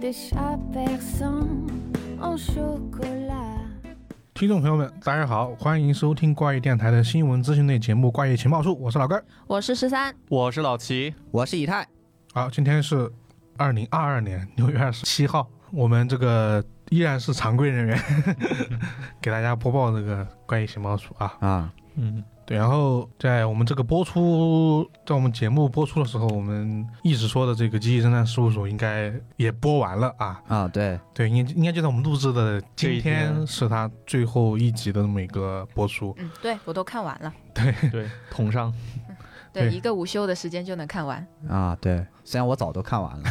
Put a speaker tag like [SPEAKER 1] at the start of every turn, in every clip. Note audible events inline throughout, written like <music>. [SPEAKER 1] des chats persans en chocolat.
[SPEAKER 2] 听众朋友们，大家好，欢迎收听怪异电台的新闻资讯类节目《怪异情报处》，我是老根儿。
[SPEAKER 3] 我是十三，
[SPEAKER 4] 我是老齐，
[SPEAKER 5] 我是以太，
[SPEAKER 2] 好，今天是二零二二年六月二十七号，我们这个依然是常规人员， <laughs> 给大家播报这个怪异情报处啊。
[SPEAKER 5] 啊，
[SPEAKER 4] 嗯，
[SPEAKER 2] 对，然后在我们这个播出，在我们节目播出的时候，我们一直说的这个《记忆侦探事务所》应该也播完了啊。
[SPEAKER 5] 啊，对，
[SPEAKER 2] 对，应该应该就在我们录制的
[SPEAKER 4] 这
[SPEAKER 2] 今
[SPEAKER 4] 一天
[SPEAKER 2] 天是它最后一集的那么一个播出。
[SPEAKER 3] 嗯，对我都看完了，
[SPEAKER 4] 对，统上，
[SPEAKER 3] 对，
[SPEAKER 2] 对
[SPEAKER 3] 一个午休的时间就能看完。
[SPEAKER 5] 啊，对，虽然我早都看完了，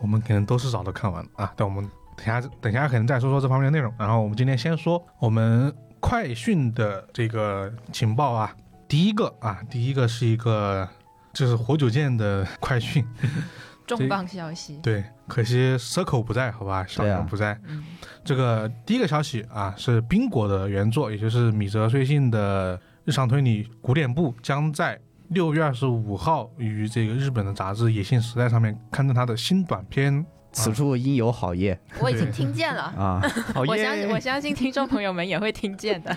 [SPEAKER 2] 我们可能都是早都看完了啊，但我们等下等下可能再说说这方面的内容。然后我们今天先说我们快讯的这个情报啊，第一个啊，第一个是一个就是火九剑的快讯，
[SPEAKER 3] 重磅消息，
[SPEAKER 2] 对，可惜 Circle 不在，好吧，小
[SPEAKER 5] 对啊
[SPEAKER 2] 杨不在。
[SPEAKER 3] 嗯，
[SPEAKER 2] 这个第一个消息啊，是冰果的原作，也就是米泽穗信的《日常推理古典部》，将在六月二十五号于这个日本的杂志《野性时代》上面刊登他的新短篇。
[SPEAKER 5] 此处应有好业
[SPEAKER 3] 我已经听见了，
[SPEAKER 5] 啊！
[SPEAKER 2] 哦
[SPEAKER 4] 好
[SPEAKER 3] 我
[SPEAKER 4] 哦耶
[SPEAKER 3] 相信我相信听众朋友们也会听见的。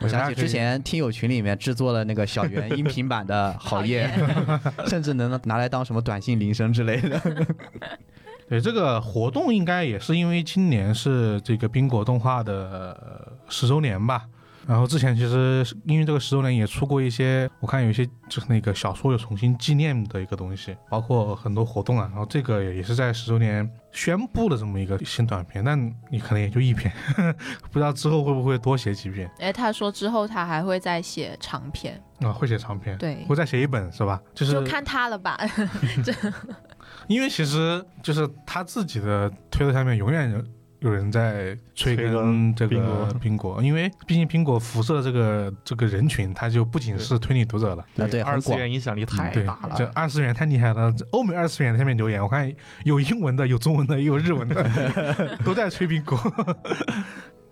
[SPEAKER 5] 我想起之前听友群里面制作了那个小圆音频版的好业， <laughs> 甚至能拿来当什么短信铃声之类的。
[SPEAKER 2] 对这个活动，应该也是因为今年是这个冰果动画的十周年吧。然后之前其实是因为这个十周年也出过一些，我看有一些就是那个小说有重新纪念的一个东西，包括很多活动啊。然后这个也是在十周年宣布了这么一个新短片，但你可能也就一篇， <laughs> 不知道之后会不会多写几篇
[SPEAKER 3] <laughs> 哎，他说之后他还会再写长篇，
[SPEAKER 2] 啊？会写长篇，
[SPEAKER 3] 对
[SPEAKER 2] 会再写一本是吧？就是
[SPEAKER 3] 就看他了吧。
[SPEAKER 2] 因为其实就是他自己的推特下面永远有有人在催
[SPEAKER 4] 催
[SPEAKER 2] 更
[SPEAKER 4] 更
[SPEAKER 2] 这
[SPEAKER 4] 苹
[SPEAKER 2] 个
[SPEAKER 4] 果
[SPEAKER 2] 苹果，因为毕竟苹果辐射的这个这个人群，他就不仅是推理读者了。
[SPEAKER 5] 啊，对，
[SPEAKER 4] 二
[SPEAKER 5] 很
[SPEAKER 4] 次
[SPEAKER 5] 广
[SPEAKER 4] 元影响力太
[SPEAKER 2] 对
[SPEAKER 4] 大了，，
[SPEAKER 2] 这二次元太厉害了！这欧美二次元下面留言，我看有英文的，有中文的，也有日文的， <laughs> 都在吹苹果。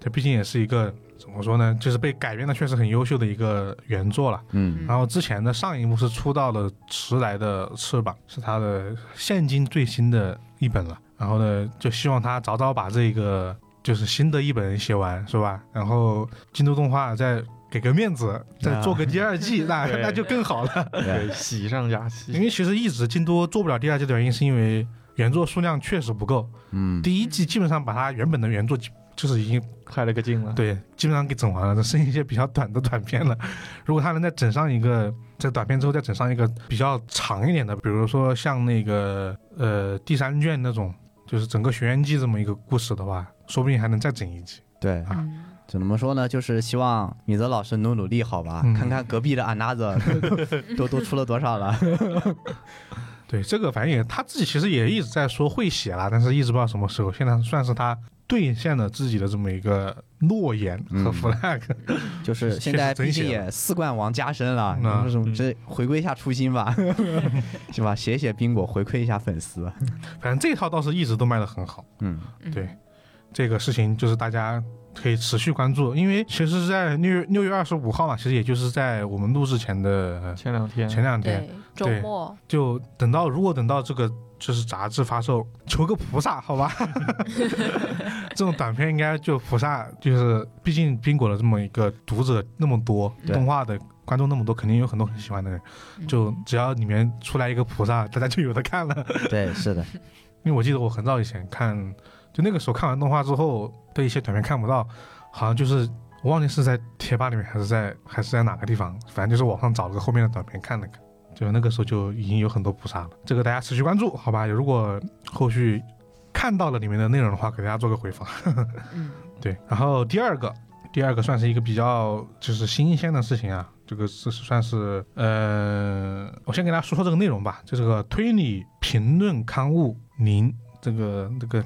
[SPEAKER 2] 这毕竟也是一个怎么说呢，就是被改编的确实很优秀的一个原作了。
[SPEAKER 5] 嗯
[SPEAKER 2] 然后之前的上一幕是出到了迟来的翅膀，是他的现今最新的一本了。然后呢，就希望他早早把这个就是新的一本写完，是吧？然后京都动画再给个面子，再做个第二
[SPEAKER 4] <laughs>
[SPEAKER 2] 季，那
[SPEAKER 4] 啊对
[SPEAKER 2] 那就更好了。
[SPEAKER 4] 对，喜上加
[SPEAKER 2] 因
[SPEAKER 4] 喜，
[SPEAKER 2] 为其实一直京都做不了第二季的原因，是因为原作数量确实不够。
[SPEAKER 5] 嗯，
[SPEAKER 2] 第一季基本上把它原本的原作就是已经
[SPEAKER 4] 快了个劲了，
[SPEAKER 2] 对，基本上给整完了，只剩一些比较短的短片了。如果他能再整上一个，在短片之后再整上一个比较长一点的，比如说像那个呃第三卷那种，就是整个《学院记》这么一个故事的话，说不定还能再整一集。
[SPEAKER 5] 对，
[SPEAKER 2] 啊
[SPEAKER 3] 嗯，
[SPEAKER 5] 怎么说呢？就是希望米泽老师努努力，好吧
[SPEAKER 2] 嗯？
[SPEAKER 5] 看看隔壁的 Another 都都出了多少了。
[SPEAKER 2] 对，这个反正也他自己其实也一直在说会写啦，但是一直不知道什么时候。现在算是他兑现了自己的这么一个诺言和
[SPEAKER 5] 嗯
[SPEAKER 2] flag。
[SPEAKER 5] 就是现在毕竟也四冠王加身了，
[SPEAKER 2] 嗯啊
[SPEAKER 5] 你说什么这回归一下初心吧，是吧？写写冰果，回馈一下粉丝。
[SPEAKER 2] 反正这套倒是一直都卖得很好。
[SPEAKER 5] 嗯，
[SPEAKER 3] 嗯
[SPEAKER 2] 对，这个事情就是大家可以持续关注，因为其实，在六月六月二十五号嘛，其实也就是在我们录制前的
[SPEAKER 4] 前两天
[SPEAKER 2] 呃前两天，
[SPEAKER 3] 嗯对，周末
[SPEAKER 2] 就等到如果等到这个就是杂志发售，求个菩萨，好吧？这种短片应该就菩萨，就是毕竟冰果的这么一个读者那么多，
[SPEAKER 5] 对
[SPEAKER 2] 动画的观众那么多，肯定有很多很喜欢的人，就只要里面出来一个菩萨，大家就有的看了。
[SPEAKER 5] 对，是的，
[SPEAKER 2] 因为我记得我很早以前看，就那个时候看完动画之后的一些短片看不到，好像就是我忘记是在贴吧里面还是在还是在哪个地方，反正就是网上找了个后面的短片看了看，就那个时候就已经有很多菩萨了。这个大家持续关注，好吧？如果后续看到了里面的内容的话，给大家做个回 <laughs> 访。
[SPEAKER 3] 嗯，
[SPEAKER 2] 对，然后第二个，第二个算是一个比较就是新鲜的事情啊，这个是是算是呃，我先给大家说说这个内容吧，就这个推理评论刊物您这个这个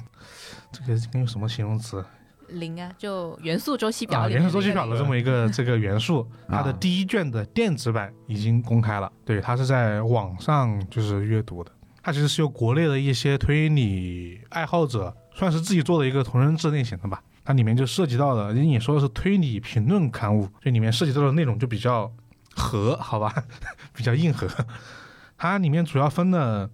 [SPEAKER 2] 这个应该用什么形容词
[SPEAKER 3] 零啊，就元素周期表
[SPEAKER 2] 啊？
[SPEAKER 3] 里
[SPEAKER 2] 元
[SPEAKER 3] 面
[SPEAKER 2] 素
[SPEAKER 3] 那个
[SPEAKER 2] 周
[SPEAKER 3] 零，
[SPEAKER 2] 期表的这么一个这个元素，它的第一卷的电子版已经公开了，对，它是在网上就是阅读的。它其实是由国内的一些推理爱好者算是自己做的一个同人志类型的吧。它里面就涉及到了，因为你说的是推理评论刊物，这里面涉及到的内容就比较 <laughs> 和，好吧，比较硬核。它里面主要分了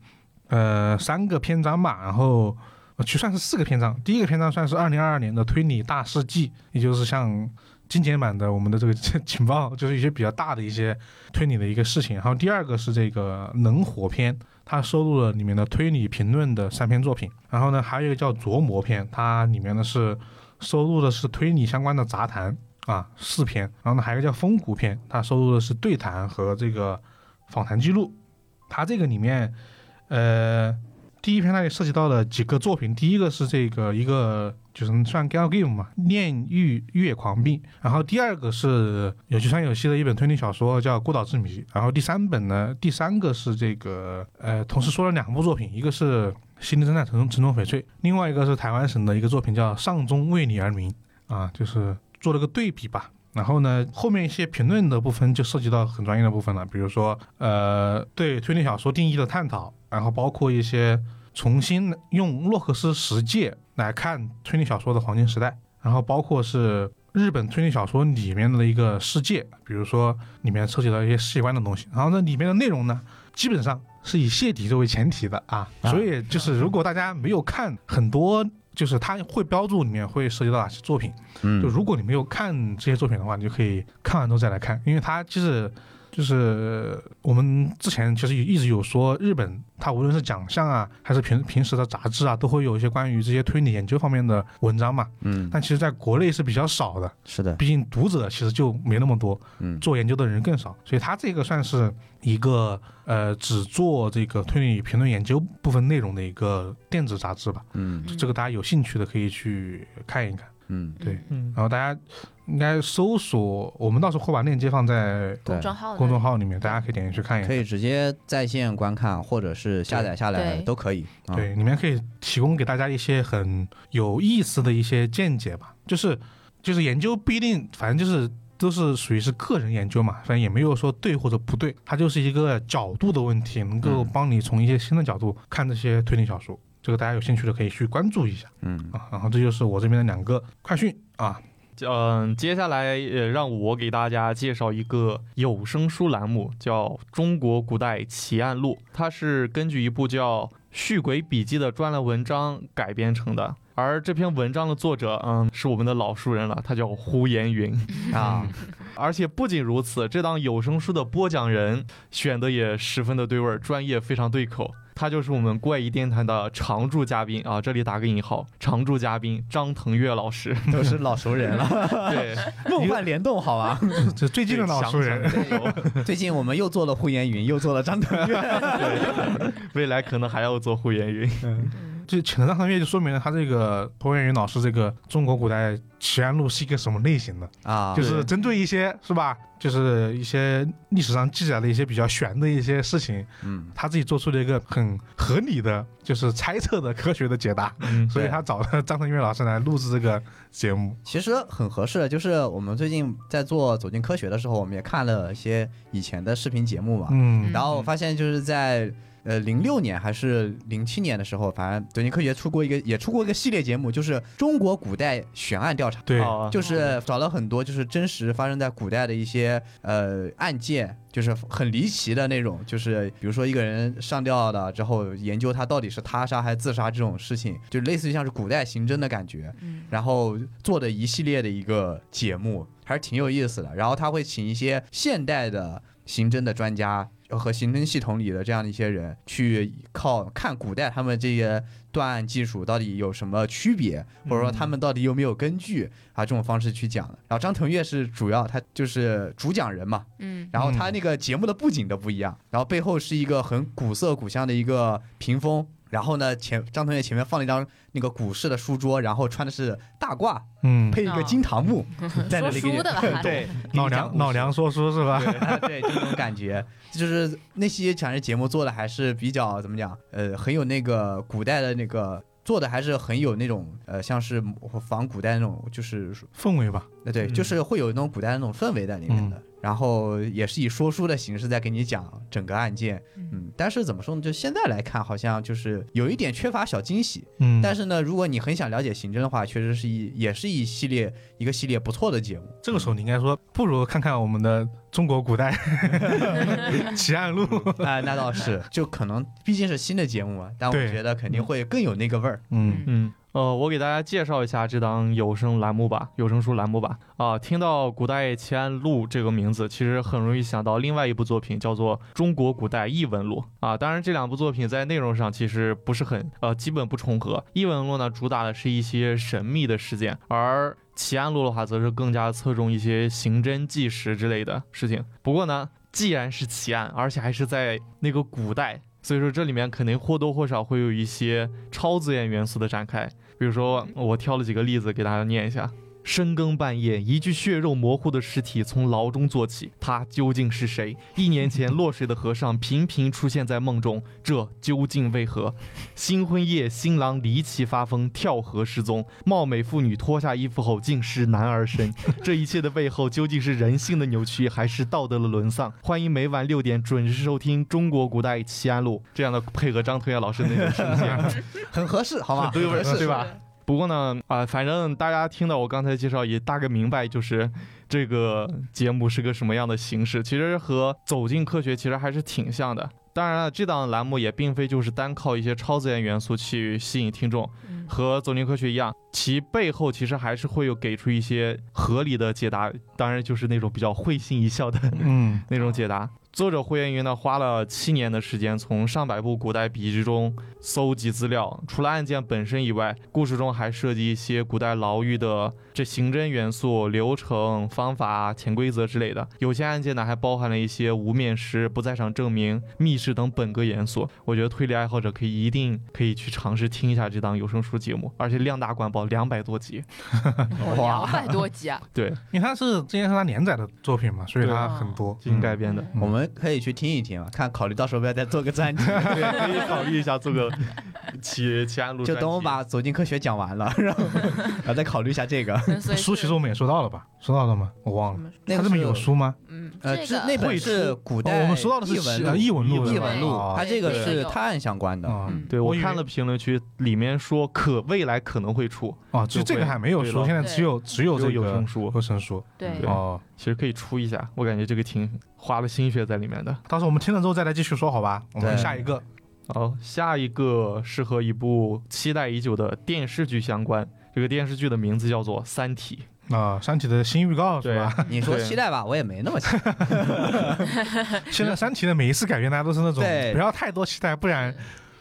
[SPEAKER 2] 呃三个篇章吧，然后呃其实算是四个篇章。第一个篇章算是二零二二年的推理大事记，也就是像精简版的我们的这个 <laughs> 情报，就是一些比较大的一些推理的一个事情。然后第二个是这个能火篇，它收录了里面的推理评论的三篇作品。然后呢，还有一个叫琢磨篇，它里面呢是收录的是推理相关的杂谈啊四篇。然后呢，还有一个叫风骨篇，它收录的是对谈和这个访谈记录。它这个里面，呃，第一篇它也涉及到了几个作品，第一个是这个一个就是算 gal game 嘛，《炼狱月狂病》，然后第二个是有趣川有希的一本推理小说叫《孤岛之谜》，然后第三本呢，第三个是这个呃，同时说了两部作品，一个是《心灵侦探城城中翡翠》，另外一个是台湾省的一个作品叫《上中为你而鸣》啊，就是做了个对比吧。然后呢，后面一些评论的部分就涉及到很专业的部分了，比如说呃对推理小说定义的探讨，然后包括一些重新用洛克斯实践来看推理小说的黄金时代，然后包括是日本推理小说里面的一个世界，比如说里面涉及到一些世界观的东西，然后呢里面的内容呢基本上是以泄底作为前提的啊，
[SPEAKER 5] 啊
[SPEAKER 2] 所以就是如果大家没有看很多，就是它会标注里面会涉及到哪些作品。就
[SPEAKER 5] 嗯，
[SPEAKER 2] 如果你没有看这些作品的话，你就可以看完之后再来看，因为它其实就是我们之前其实一直有说，日本它无论是奖项啊，还是平平时的杂志啊，都会有一些关于这些推理研究方面的文章嘛。
[SPEAKER 5] 嗯，
[SPEAKER 2] 但其实在国内是比较少的，
[SPEAKER 5] 是的，
[SPEAKER 2] 毕竟读者其实就没那么多，
[SPEAKER 5] 嗯
[SPEAKER 2] 做研究的人更少，所以它这个算是一个呃只做这个推理评论研究部分内容的一个电子杂志吧。
[SPEAKER 5] 嗯
[SPEAKER 2] 这个大家有兴趣的可以去看一看。
[SPEAKER 5] 嗯，
[SPEAKER 2] 对
[SPEAKER 3] 嗯
[SPEAKER 4] 嗯，
[SPEAKER 2] 然后大家应该搜索，我们到时候会把链接放在
[SPEAKER 5] 对
[SPEAKER 3] 公众号呢
[SPEAKER 2] 公众号里面，大家可以点进去看一
[SPEAKER 5] 可
[SPEAKER 2] 看。
[SPEAKER 5] 以直接在线观看，或者是下载下来
[SPEAKER 3] 对
[SPEAKER 5] 都可以。啊，
[SPEAKER 2] 对，里面可以提供给大家一些很有意思的一些见解吧，就是就是研究不一定，反正就是都是属于是个人研究嘛，反正也没有说对或者不对，它就是一个角度的问题，能够
[SPEAKER 5] 嗯
[SPEAKER 2] 帮你从一些新的角度看这些推理小说。这个大家有兴趣的可以去关注一下
[SPEAKER 5] 嗯，
[SPEAKER 2] 啊。然后这就是我这边的两个快讯啊，
[SPEAKER 4] 嗯，接下来呃，让我给大家介绍一个有声书栏目，叫《中国古代奇案录》，它是根据一部叫《续鬼笔记》的专栏文章改编成的。而这篇文章的作者，嗯，是我们的老熟人了，他叫呼延云。
[SPEAKER 5] 啊，
[SPEAKER 4] 而且不仅如此，这档有声书的播讲人选的也十分的对味儿，专业非常对口。他就是我们怪异电台的常驻嘉宾啊，这里打个引号，常驻嘉宾张腾岳老师。 <laughs>
[SPEAKER 5] 都是老熟
[SPEAKER 2] <laughs>
[SPEAKER 5] 人了，
[SPEAKER 4] 对，
[SPEAKER 5] 梦幻联动，好吧？
[SPEAKER 2] 这最近的老熟人，
[SPEAKER 4] 想想都有
[SPEAKER 5] 最近我们又做了呼延云，又做了张腾岳，
[SPEAKER 4] 对，未来可能还要做胡言云。
[SPEAKER 2] 就请了张腾岳，就说明了他这个侯元云老师这个中国古代奇案录是一个什么类型的，
[SPEAKER 5] 啊
[SPEAKER 2] <laughs> 就，是针对一些是吧，就是一些历史上记载的一些比较玄的一些事情，
[SPEAKER 5] 嗯，
[SPEAKER 2] 他自己做出了一个很合理的，就是猜测的科学的解答，
[SPEAKER 4] 嗯
[SPEAKER 2] 所以他找了张腾岳老师来录制这个节目。
[SPEAKER 5] 其实很合适的，就是我们最近在做《走进科学》的时候，我们也看了一些以前的视频节目嘛，
[SPEAKER 2] 嗯
[SPEAKER 5] 然后我发现就是在呃零六年还是零七年的时候，反正《走进科学》出过一个也出过一个系列节目，就是中国古代悬案调查。
[SPEAKER 2] 对，
[SPEAKER 4] 啊
[SPEAKER 5] 就是找了很多就是真实发生在古代的一些呃案件，就是很离奇的那种，就是比如说一个人上吊了之后，研究他到底是他杀还是自杀这种事情，就类似于像是古代刑侦的感觉。
[SPEAKER 3] 嗯
[SPEAKER 5] 然后做的一系列的一个节目，还是挺有意思的。然后他会请一些现代的刑侦的专家呃和刑侦系统里的这样的一些人，去靠看古代他们这些断案技术到底有什么区别，或者说他们到底有没有根据啊这种方式去讲的。然后张腾岳是主要他就是主讲人嘛，
[SPEAKER 3] 嗯
[SPEAKER 5] 然后他那个节目的布景都不一样，然后背后是一个很古色古香的一个屏风，然后呢前张同学前面放了一张那个古式的书桌，然后穿的是大褂，
[SPEAKER 2] 嗯，
[SPEAKER 5] 配一个金
[SPEAKER 3] <laughs>
[SPEAKER 5] 堂木，在那
[SPEAKER 3] 哦说
[SPEAKER 5] 里给你
[SPEAKER 3] 书的
[SPEAKER 2] <laughs>
[SPEAKER 3] 吧，
[SPEAKER 5] 对，
[SPEAKER 2] 老梁老梁说书是吧？
[SPEAKER 5] 对、啊对，就那种感觉，就是那些讲师节目做的还是比较怎么讲，呃，很有那个古代的那个。做的还是很有那种呃，像是仿古代那种，就是
[SPEAKER 2] 氛围吧，
[SPEAKER 5] 呃对，
[SPEAKER 4] 嗯
[SPEAKER 5] 就是会有那种古代那种氛围在里面的。然后也是以说书的形式在给你讲整个案件，
[SPEAKER 3] 嗯
[SPEAKER 5] 嗯，但是怎么说呢？就现在来看，好像就是有一点缺乏小惊喜。
[SPEAKER 2] 嗯，
[SPEAKER 5] 但是呢，如果你很想了解刑侦的话，确实是一也是一系列一个系列不错的节目。
[SPEAKER 2] 这个时候你应该说，不如看看我们的中国古代 <laughs> 奇案录。
[SPEAKER 5] 啊、那倒是，就可能毕竟是新的节目嘛，但我
[SPEAKER 2] 对
[SPEAKER 5] 觉得肯定会更有那个味儿。
[SPEAKER 2] 嗯，
[SPEAKER 4] 嗯，呃，我给大家介绍一下这档有声栏目吧，有声书栏目吧。啊、听到《古代奇案录》这个名字，其实很容易想到另外一部作品，叫做《中国古代异闻录》啊。当然，这两部作品在内容上其实不是很呃，基本不重合。异闻录呢，主打的是一些神秘的事件，而奇案录的话，则是更加侧重一些刑侦纪实之类的事情。不过呢，既然是奇案，而且还是在那个古代，所以说这里面肯定或多或少会有一些超自然元素的展开。比如说，我挑了几个例子给大家念一下：深更半夜，一具血肉模糊的尸体从牢中坐起，他究竟是谁？一年前落水的和尚频频出现在梦中，这究竟为何？新婚夜，新郎离奇发疯，跳河失踪；貌美妇女脱下衣服后竟是男儿身。这一切的背后究竟是人性的扭曲，还是道德的沦丧？欢迎每晚六点准时收听《中国古代奇案录》，这样的配合张推啊元老师的那种声线，
[SPEAKER 5] 很合适，好吗？
[SPEAKER 4] 对吧？对吧
[SPEAKER 3] 是？
[SPEAKER 4] 不过呢，啊、反正大家听到我刚才介绍，也大概明白就是这个节目是个什么样的形式。其实和《走进科学》其实还是挺像的。当然了，这档栏目也并非就是单靠一些超自然元素去吸引听众，
[SPEAKER 3] 嗯
[SPEAKER 4] 和《走进科学》一样，其背后其实还是会有给出一些合理的解答，当然就是那种比较会心一笑的
[SPEAKER 2] 嗯，
[SPEAKER 4] 那种解答。作者霍元云呢，花了七年的时间，从上百部古代笔记中搜集资料。除了案件本身以外，故事中还涉及一些古代牢狱的这刑侦元素、流程、方法、啊潜规则之类的。有些案件呢，还包含了一些无面师、不在场证明、密室等本格元素。我觉得推理爱好者可以一定可以去尝试听一下这档有声书节目，而且量大管饱，两百多集。
[SPEAKER 3] 嗯
[SPEAKER 5] 哇
[SPEAKER 3] 两百多集啊，
[SPEAKER 4] 对，
[SPEAKER 2] 因为它是之前是他连载的作品嘛，所以它很多。
[SPEAKER 4] 新改 <laughs> 编的。
[SPEAKER 5] 我们可以去听一听啊，看考虑到时候不要再做个专题，
[SPEAKER 4] 对，可以考虑一下做个 <laughs> 奇奇案录
[SPEAKER 5] 就
[SPEAKER 4] 专
[SPEAKER 5] 等我
[SPEAKER 4] 题
[SPEAKER 5] 把《走进科学》讲完了，然后然后再考虑一下这个。
[SPEAKER 3] 嗯所以
[SPEAKER 2] 书
[SPEAKER 3] 是
[SPEAKER 2] 其实我们也说到了吧？说到了吗？我忘
[SPEAKER 3] 我
[SPEAKER 2] 了。
[SPEAKER 3] 们
[SPEAKER 5] 那
[SPEAKER 2] 它
[SPEAKER 5] 个
[SPEAKER 2] 这边
[SPEAKER 5] 是
[SPEAKER 2] 有书吗？
[SPEAKER 3] 嗯，
[SPEAKER 5] 呃，
[SPEAKER 3] 这
[SPEAKER 5] 是
[SPEAKER 3] 个
[SPEAKER 5] 那本
[SPEAKER 2] 会
[SPEAKER 5] 是古代、
[SPEAKER 2] 哦我们说到的是
[SPEAKER 5] 异闻
[SPEAKER 2] 奇
[SPEAKER 5] 录
[SPEAKER 2] 呃异闻录
[SPEAKER 5] 异
[SPEAKER 2] 是吧
[SPEAKER 5] 闻录
[SPEAKER 2] 哦，
[SPEAKER 5] 它这个
[SPEAKER 3] 对
[SPEAKER 5] 是
[SPEAKER 3] 对
[SPEAKER 5] 探案相关的。
[SPEAKER 2] 啊
[SPEAKER 3] 嗯
[SPEAKER 4] 对
[SPEAKER 2] 我
[SPEAKER 4] 我
[SPEAKER 2] 以
[SPEAKER 4] 看
[SPEAKER 2] 为
[SPEAKER 4] 了评论区，里面说可未来可能会出，
[SPEAKER 2] 啊，就这个还没有
[SPEAKER 4] 对
[SPEAKER 2] 书，
[SPEAKER 4] 了
[SPEAKER 2] 现在只有只有
[SPEAKER 4] 只
[SPEAKER 2] 这
[SPEAKER 4] 有
[SPEAKER 2] 个
[SPEAKER 4] 有声书，
[SPEAKER 2] 有声书。
[SPEAKER 3] 对，
[SPEAKER 2] 哦，
[SPEAKER 4] 其实可以出一下。我感觉这个挺花了心血在里面的。
[SPEAKER 2] 到时候我们听了之后再来继续说，好吧？我们
[SPEAKER 5] 对
[SPEAKER 2] 下一个，
[SPEAKER 4] 好，下一个是和一部期待已久的电视剧相关，这个电视剧的名字叫做《三体
[SPEAKER 2] 啊，《三体》的新预告》，是
[SPEAKER 4] 对 <laughs>
[SPEAKER 2] 吧？
[SPEAKER 5] 你说
[SPEAKER 4] 对
[SPEAKER 5] 期待吧，我也没那么期待。
[SPEAKER 2] 现在《三体》的每一次改编，大家都是那种
[SPEAKER 5] 对
[SPEAKER 2] 不要太多期待，不然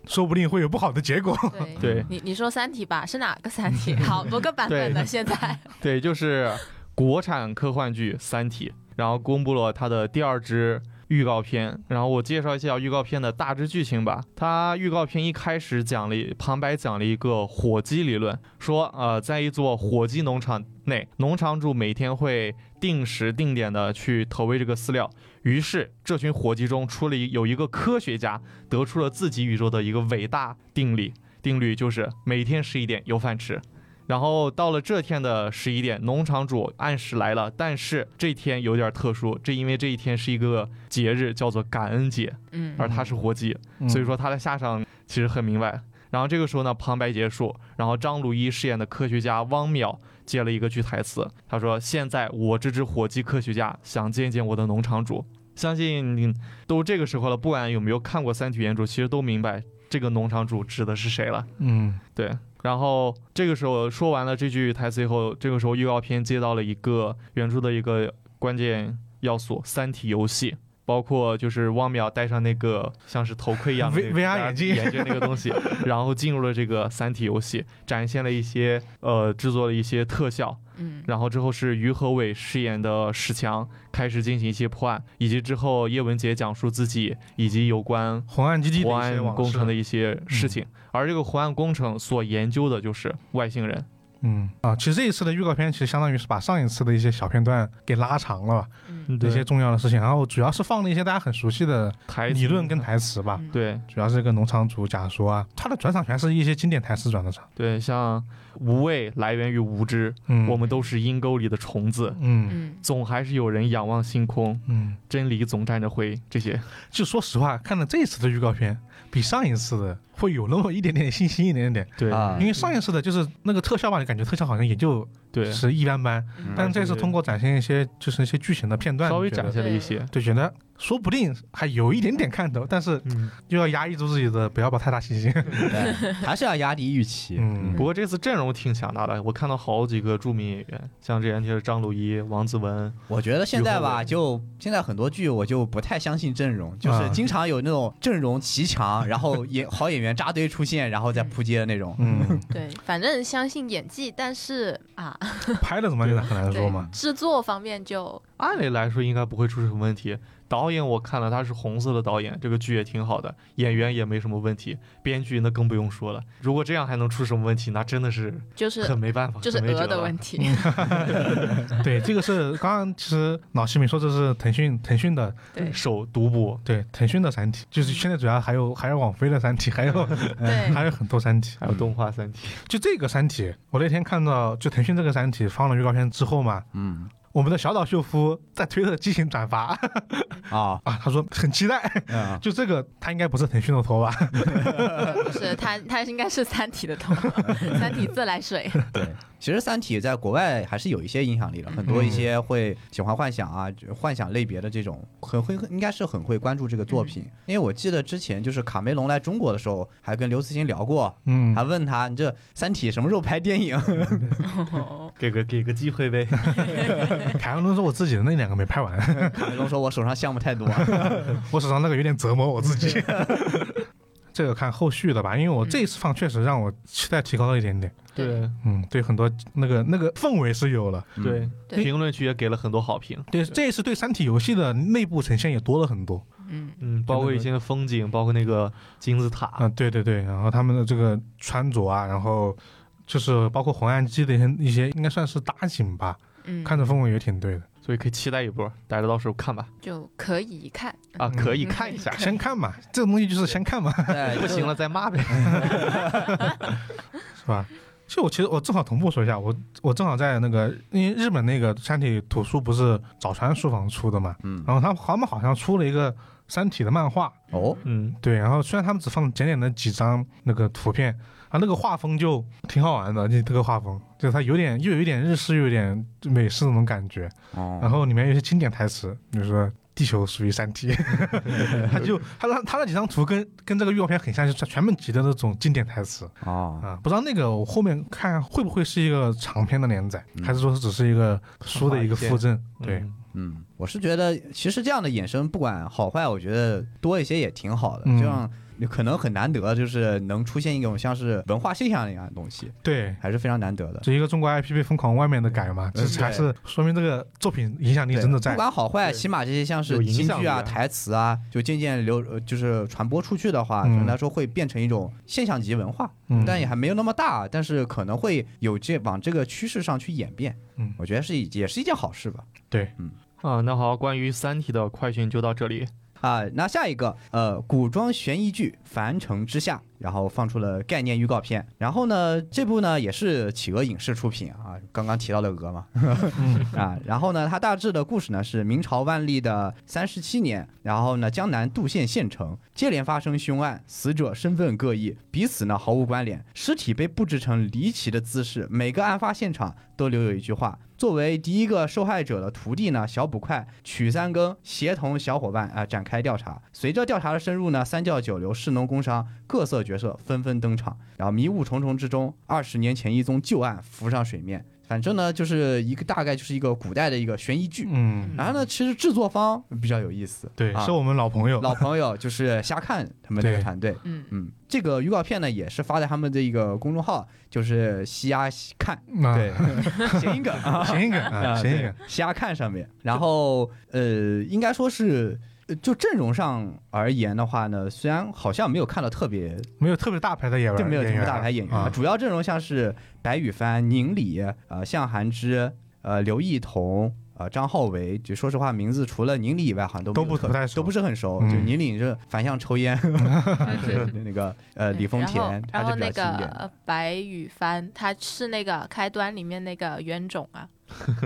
[SPEAKER 2] 说不定会有不好的结果。
[SPEAKER 3] 对
[SPEAKER 4] <laughs> 对
[SPEAKER 3] 你你说《三体》吧，是哪个《三
[SPEAKER 5] <laughs>
[SPEAKER 3] 体》？好多个版本呢，现
[SPEAKER 4] <laughs>
[SPEAKER 3] 在。》，
[SPEAKER 4] 对，就是国产科幻剧《三体》，然后公布了它的第二支。预告片，然后我介绍一下预告片的大致剧情吧。它预告片一开始讲了一旁白讲了一个火鸡理论，说呃，在一座火鸡农场内，农场主每天会定时定点的去投喂这个饲料。于是，这群火鸡中出了一有一个科学家得出了自己宇宙的一个伟大定理，定律就是每天十一点有饭吃。然后到了这天的十一点，农场主按时来了，但是这天有点特殊，这因为这一天是一个节日，叫做感恩节，
[SPEAKER 3] 嗯，
[SPEAKER 4] 而他是活鸡，
[SPEAKER 2] 嗯
[SPEAKER 4] 所以，说他的下场其实很明白。然后这个时候呢，旁白结束，然后张鲁一饰演的科学家汪淼接了一个句台词，他说：“现在我这只火鸡科学家想见见我的农场主。”相信你都这个时候了，不管有没有看过《三体》原著，其实都明白这个农场主指的是谁了。
[SPEAKER 2] 嗯，
[SPEAKER 4] 对，然后这个时候说完了这句台词以后，这个时候预告片接到了一个原著的一个关键要素——三体游戏，包括就是汪淼戴上那个像是头盔一样的
[SPEAKER 2] V-
[SPEAKER 4] 那个
[SPEAKER 2] VR 眼镜
[SPEAKER 4] 眼镜那个东西，然后进入了这个三体游戏，展现了一些呃制作了一些特效，
[SPEAKER 3] 嗯，
[SPEAKER 4] 然后之后是于和伟饰演的史强开始进行一些破案，以及之后叶文洁讲述自己以及有关
[SPEAKER 2] 红岸基地的
[SPEAKER 4] 红
[SPEAKER 2] 一些
[SPEAKER 4] 岸
[SPEAKER 2] 往
[SPEAKER 4] 工
[SPEAKER 2] 事嗯
[SPEAKER 4] 程的一些事情，而这个红岸工程所研究的就是外星人。
[SPEAKER 2] 嗯啊，其实这一次的预告片其实相当于是把上一次的一些小片段给拉长了吧，
[SPEAKER 3] 嗯
[SPEAKER 2] 这些重要的事情，然后主要是放了一些大家很熟悉的
[SPEAKER 4] 台词
[SPEAKER 2] 理论跟台词吧，
[SPEAKER 4] 对
[SPEAKER 2] 主要是跟农场主假说啊，他的转场全是一些经典台词转的场，
[SPEAKER 4] 对，像无畏来源于无知，
[SPEAKER 2] 嗯，
[SPEAKER 4] 我们都是阴沟里的虫子，
[SPEAKER 2] 嗯
[SPEAKER 3] 嗯，
[SPEAKER 4] 总还是有人仰望星空，
[SPEAKER 2] 嗯，
[SPEAKER 4] 真理总沾着灰，
[SPEAKER 2] <laughs>
[SPEAKER 4] 这些
[SPEAKER 2] 就说实话，看了这一次的预告片，比上一次的会有那么一点点信心，一点点，
[SPEAKER 4] 对、
[SPEAKER 5] 啊
[SPEAKER 2] 因为上一次的就是那个特效吧，你感觉特效好像也就
[SPEAKER 4] 对，
[SPEAKER 2] 是一般般，
[SPEAKER 5] 嗯
[SPEAKER 2] 但这次通过展现一些就是一些剧情的片段，
[SPEAKER 4] 稍微
[SPEAKER 2] 你觉得
[SPEAKER 4] 展现了一些，
[SPEAKER 2] 对，觉得说不定还有一点点看头，但是
[SPEAKER 4] 嗯，
[SPEAKER 2] 又要压抑住自己的，不要抱太大信心。
[SPEAKER 5] 对还是要压低预期。
[SPEAKER 2] 嗯
[SPEAKER 4] 不过这次阵容挺强大的，我看到好几个著名演员，像之前提的张鲁一、王子文，
[SPEAKER 5] 我觉得现在
[SPEAKER 4] 以后
[SPEAKER 5] 吧，
[SPEAKER 4] 我
[SPEAKER 5] 就现在很多剧我就不太相信阵容，就是
[SPEAKER 2] 啊
[SPEAKER 5] 经常有那种阵容奇强，然后演好演员扎堆出现，然后再扑街的那种。
[SPEAKER 2] 嗯，
[SPEAKER 3] 对，反正相信演技，但是啊，
[SPEAKER 2] 拍的怎么样很难说
[SPEAKER 3] 对
[SPEAKER 2] 嘛。
[SPEAKER 3] 制作方面就
[SPEAKER 4] 按理来说应该不会出什么问题。导演我看了他是红色的导演，这个剧也挺好的，演员也没什么问题，编剧那更不用说了。如果这样还能出什么问题，那真的是
[SPEAKER 3] 就是
[SPEAKER 4] 很没办法，
[SPEAKER 3] 就是
[SPEAKER 4] 很没辙
[SPEAKER 3] 鹅的
[SPEAKER 4] 了
[SPEAKER 3] 问
[SPEAKER 4] <laughs>
[SPEAKER 3] 题，
[SPEAKER 2] 对，这个是刚刚其实老西米说这是腾讯腾讯的
[SPEAKER 3] 对
[SPEAKER 4] 手独步，
[SPEAKER 2] 对腾讯的三体，就是现在主要还有还有网飞的三体，还有
[SPEAKER 3] 对
[SPEAKER 2] <laughs> 还有很多三体。
[SPEAKER 4] 还有动画三体，
[SPEAKER 2] 就这个三体，我那天看到就腾讯这个三体放了预告片之后嘛，
[SPEAKER 5] 嗯
[SPEAKER 2] 我们的小岛秀夫在推特激情转发 <laughs>
[SPEAKER 5] 啊，
[SPEAKER 2] 啊，他说很期待。 <laughs>
[SPEAKER 5] 嗯
[SPEAKER 2] 就这个他应该不是腾讯的头吧？
[SPEAKER 3] 不是它它应该是《三体》的头，《三体》自来
[SPEAKER 4] <laughs>
[SPEAKER 3] 水，
[SPEAKER 5] 对。其实《三体》在国外还是有一些影响力的，很多一些会喜欢幻想啊、就幻想类别的这种，很会应该是很会关注这个作品。因为我记得之前就是卡梅隆来中国的时候，还跟刘慈欣聊过，
[SPEAKER 2] 嗯
[SPEAKER 5] 还问他你这《三体》什么时候拍电影？
[SPEAKER 3] 嗯
[SPEAKER 4] 给个给个机会呗。
[SPEAKER 2] 凯文都说我自己的那两个没拍完，
[SPEAKER 5] 卡梅隆说：“我手上项目太多。
[SPEAKER 2] 我手上那个有点折磨我自己。 <laughs> 这个看后续的吧，因为我这一次放确实让我期待提高了一点点。
[SPEAKER 4] 对
[SPEAKER 2] 嗯，对很多那个那个氛围是有了。
[SPEAKER 4] 对，
[SPEAKER 3] 对
[SPEAKER 4] 评论区也给了很多好评。
[SPEAKER 2] 对，这一次对《三体》游戏的内部呈现也多了很多。
[SPEAKER 3] 嗯，
[SPEAKER 4] 嗯，包括以前的风景，包括那个金字塔，
[SPEAKER 2] 嗯，对对对，然后他们的这个穿着啊，然后就是包括红岸机的一些一些，应该算是搭景吧，
[SPEAKER 3] 嗯，
[SPEAKER 2] 看着氛围也挺对的。
[SPEAKER 4] 所以可以期待一波，大家到时候看吧。
[SPEAKER 3] 就可以一看，
[SPEAKER 4] 啊，可
[SPEAKER 3] 嗯
[SPEAKER 4] 以看一
[SPEAKER 3] <laughs>
[SPEAKER 4] 下，
[SPEAKER 2] 先看嘛，这种东西就是先看嘛，
[SPEAKER 5] 对，
[SPEAKER 4] 不行了再骂呗。
[SPEAKER 2] 是吧？其实我其实我正好同步说一下，我我正好在那个，因为日本那个《三体》图书不是早川书房出的嘛，
[SPEAKER 5] 嗯
[SPEAKER 2] 然后他们他们好像出了一个《三体》的漫画，
[SPEAKER 5] 哦，
[SPEAKER 4] 嗯，
[SPEAKER 2] 对，然后虽然他们只放简简的几张那个图片，啊，那个画风就挺好玩的，就这个画风，就它有点又有一点日式，又有点美式那种感觉。然
[SPEAKER 5] 哦，
[SPEAKER 2] 后里面有一些经典台词，比如说“地球属于三
[SPEAKER 5] <laughs>
[SPEAKER 2] 体”， <laughs> 他就他那他那几张图跟跟这个预告片很像，就是全部集的那种经典台词
[SPEAKER 5] 哦，
[SPEAKER 2] 啊。不知道那个我后面看会不会是一个长篇的连载，还是说只是一个书的一个附赠？对，
[SPEAKER 4] 嗯，
[SPEAKER 5] 嗯，我是觉得其实这样的衍生不管好坏，我觉得多一些也挺好的，
[SPEAKER 2] 嗯
[SPEAKER 5] 这样可能很难得，就是能出现一种像是文化现象一样的东西，
[SPEAKER 2] 对。
[SPEAKER 5] 还是非常难得的。
[SPEAKER 2] 这一个中国 IP 被疯狂外面的改嘛，这
[SPEAKER 5] 对
[SPEAKER 2] 还是说明这个作品影响力
[SPEAKER 5] 嗯对
[SPEAKER 2] 真的
[SPEAKER 5] 不
[SPEAKER 2] 在。
[SPEAKER 5] 管好坏，起码这些像
[SPEAKER 4] 有
[SPEAKER 5] 是
[SPEAKER 4] 影
[SPEAKER 5] 京
[SPEAKER 4] 响
[SPEAKER 5] 剧
[SPEAKER 4] 力
[SPEAKER 5] 啊、
[SPEAKER 4] 啊
[SPEAKER 5] 台词啊，就渐渐流，呃就是传播出去的话，
[SPEAKER 2] 嗯
[SPEAKER 5] 总的来说会变成一种现象级文化，
[SPEAKER 2] 嗯
[SPEAKER 5] 但也还没有那么大，但是可能会有这往这个趋势上去演变。
[SPEAKER 2] 嗯
[SPEAKER 5] 我觉得是一也是一件好事吧。
[SPEAKER 4] 啊，那好，关于《三体》的快讯就到这里。
[SPEAKER 5] 啊，那下一个，呃，古装悬疑剧《凡城之下》，然后放出了概念预告片。然后呢，这部呢也是企鹅影视出品啊，刚刚提到的鹅嘛，啊，然后呢，它大致的故事呢是明朝万历的三十七年，然后呢，江南杜县县城接连发生凶案，死者身份各异，彼此呢毫无关联，尸体被布置成离奇的姿势，每个案发现场都留有一句话。作为第一个受害者的徒弟呢，小捕快曲三更协同小伙伴啊、展开调查。随着调查的深入呢，三教九流、士农工商各色角色纷纷登场，然后迷雾重重之中，二十年前一宗旧案浮上水面。反正呢，就是一个大概就是一个古代的一个悬疑剧。
[SPEAKER 2] 嗯，
[SPEAKER 5] 然后呢，其实制作方比较有意思，
[SPEAKER 2] 对，
[SPEAKER 5] 啊
[SPEAKER 2] 是我们老朋友。
[SPEAKER 5] 老朋友就是瞎看他们这个
[SPEAKER 2] 对
[SPEAKER 5] 团队。
[SPEAKER 3] 嗯，
[SPEAKER 5] 嗯，这个预告片呢也是发在他们的一个公众号，就是西丫看，
[SPEAKER 2] 啊
[SPEAKER 5] 对，
[SPEAKER 2] <laughs>
[SPEAKER 5] 谐音梗 <laughs> 啊，
[SPEAKER 2] 谐音梗啊，谐音
[SPEAKER 5] 对
[SPEAKER 2] 梗。
[SPEAKER 5] 西丫看上面。然后呃，应该说是呃就阵容上而言的话呢，虽然好像没有看到特别，
[SPEAKER 2] 没有特别大牌的演员，
[SPEAKER 5] 就没有什么大牌演
[SPEAKER 2] 演
[SPEAKER 5] 员，啊，
[SPEAKER 2] 啊，
[SPEAKER 5] 主要阵容像是白羽帆、宁理、呃向涵之、呃刘亦彤、呃张浩维，就说实话名字除了宁理以外，好像都
[SPEAKER 2] 都
[SPEAKER 5] 没有
[SPEAKER 2] 不
[SPEAKER 5] 特
[SPEAKER 2] 不太熟
[SPEAKER 5] 都不是很熟。
[SPEAKER 2] 嗯
[SPEAKER 5] 就宁理是反向抽烟， <laughs> 那个呃李丰田，
[SPEAKER 3] 然
[SPEAKER 5] 他
[SPEAKER 3] 后然后
[SPEAKER 5] 是比较
[SPEAKER 3] 那
[SPEAKER 5] 经
[SPEAKER 3] 个
[SPEAKER 5] 典的。
[SPEAKER 3] 呃白羽帆，他是那个开端里面那个冤种啊，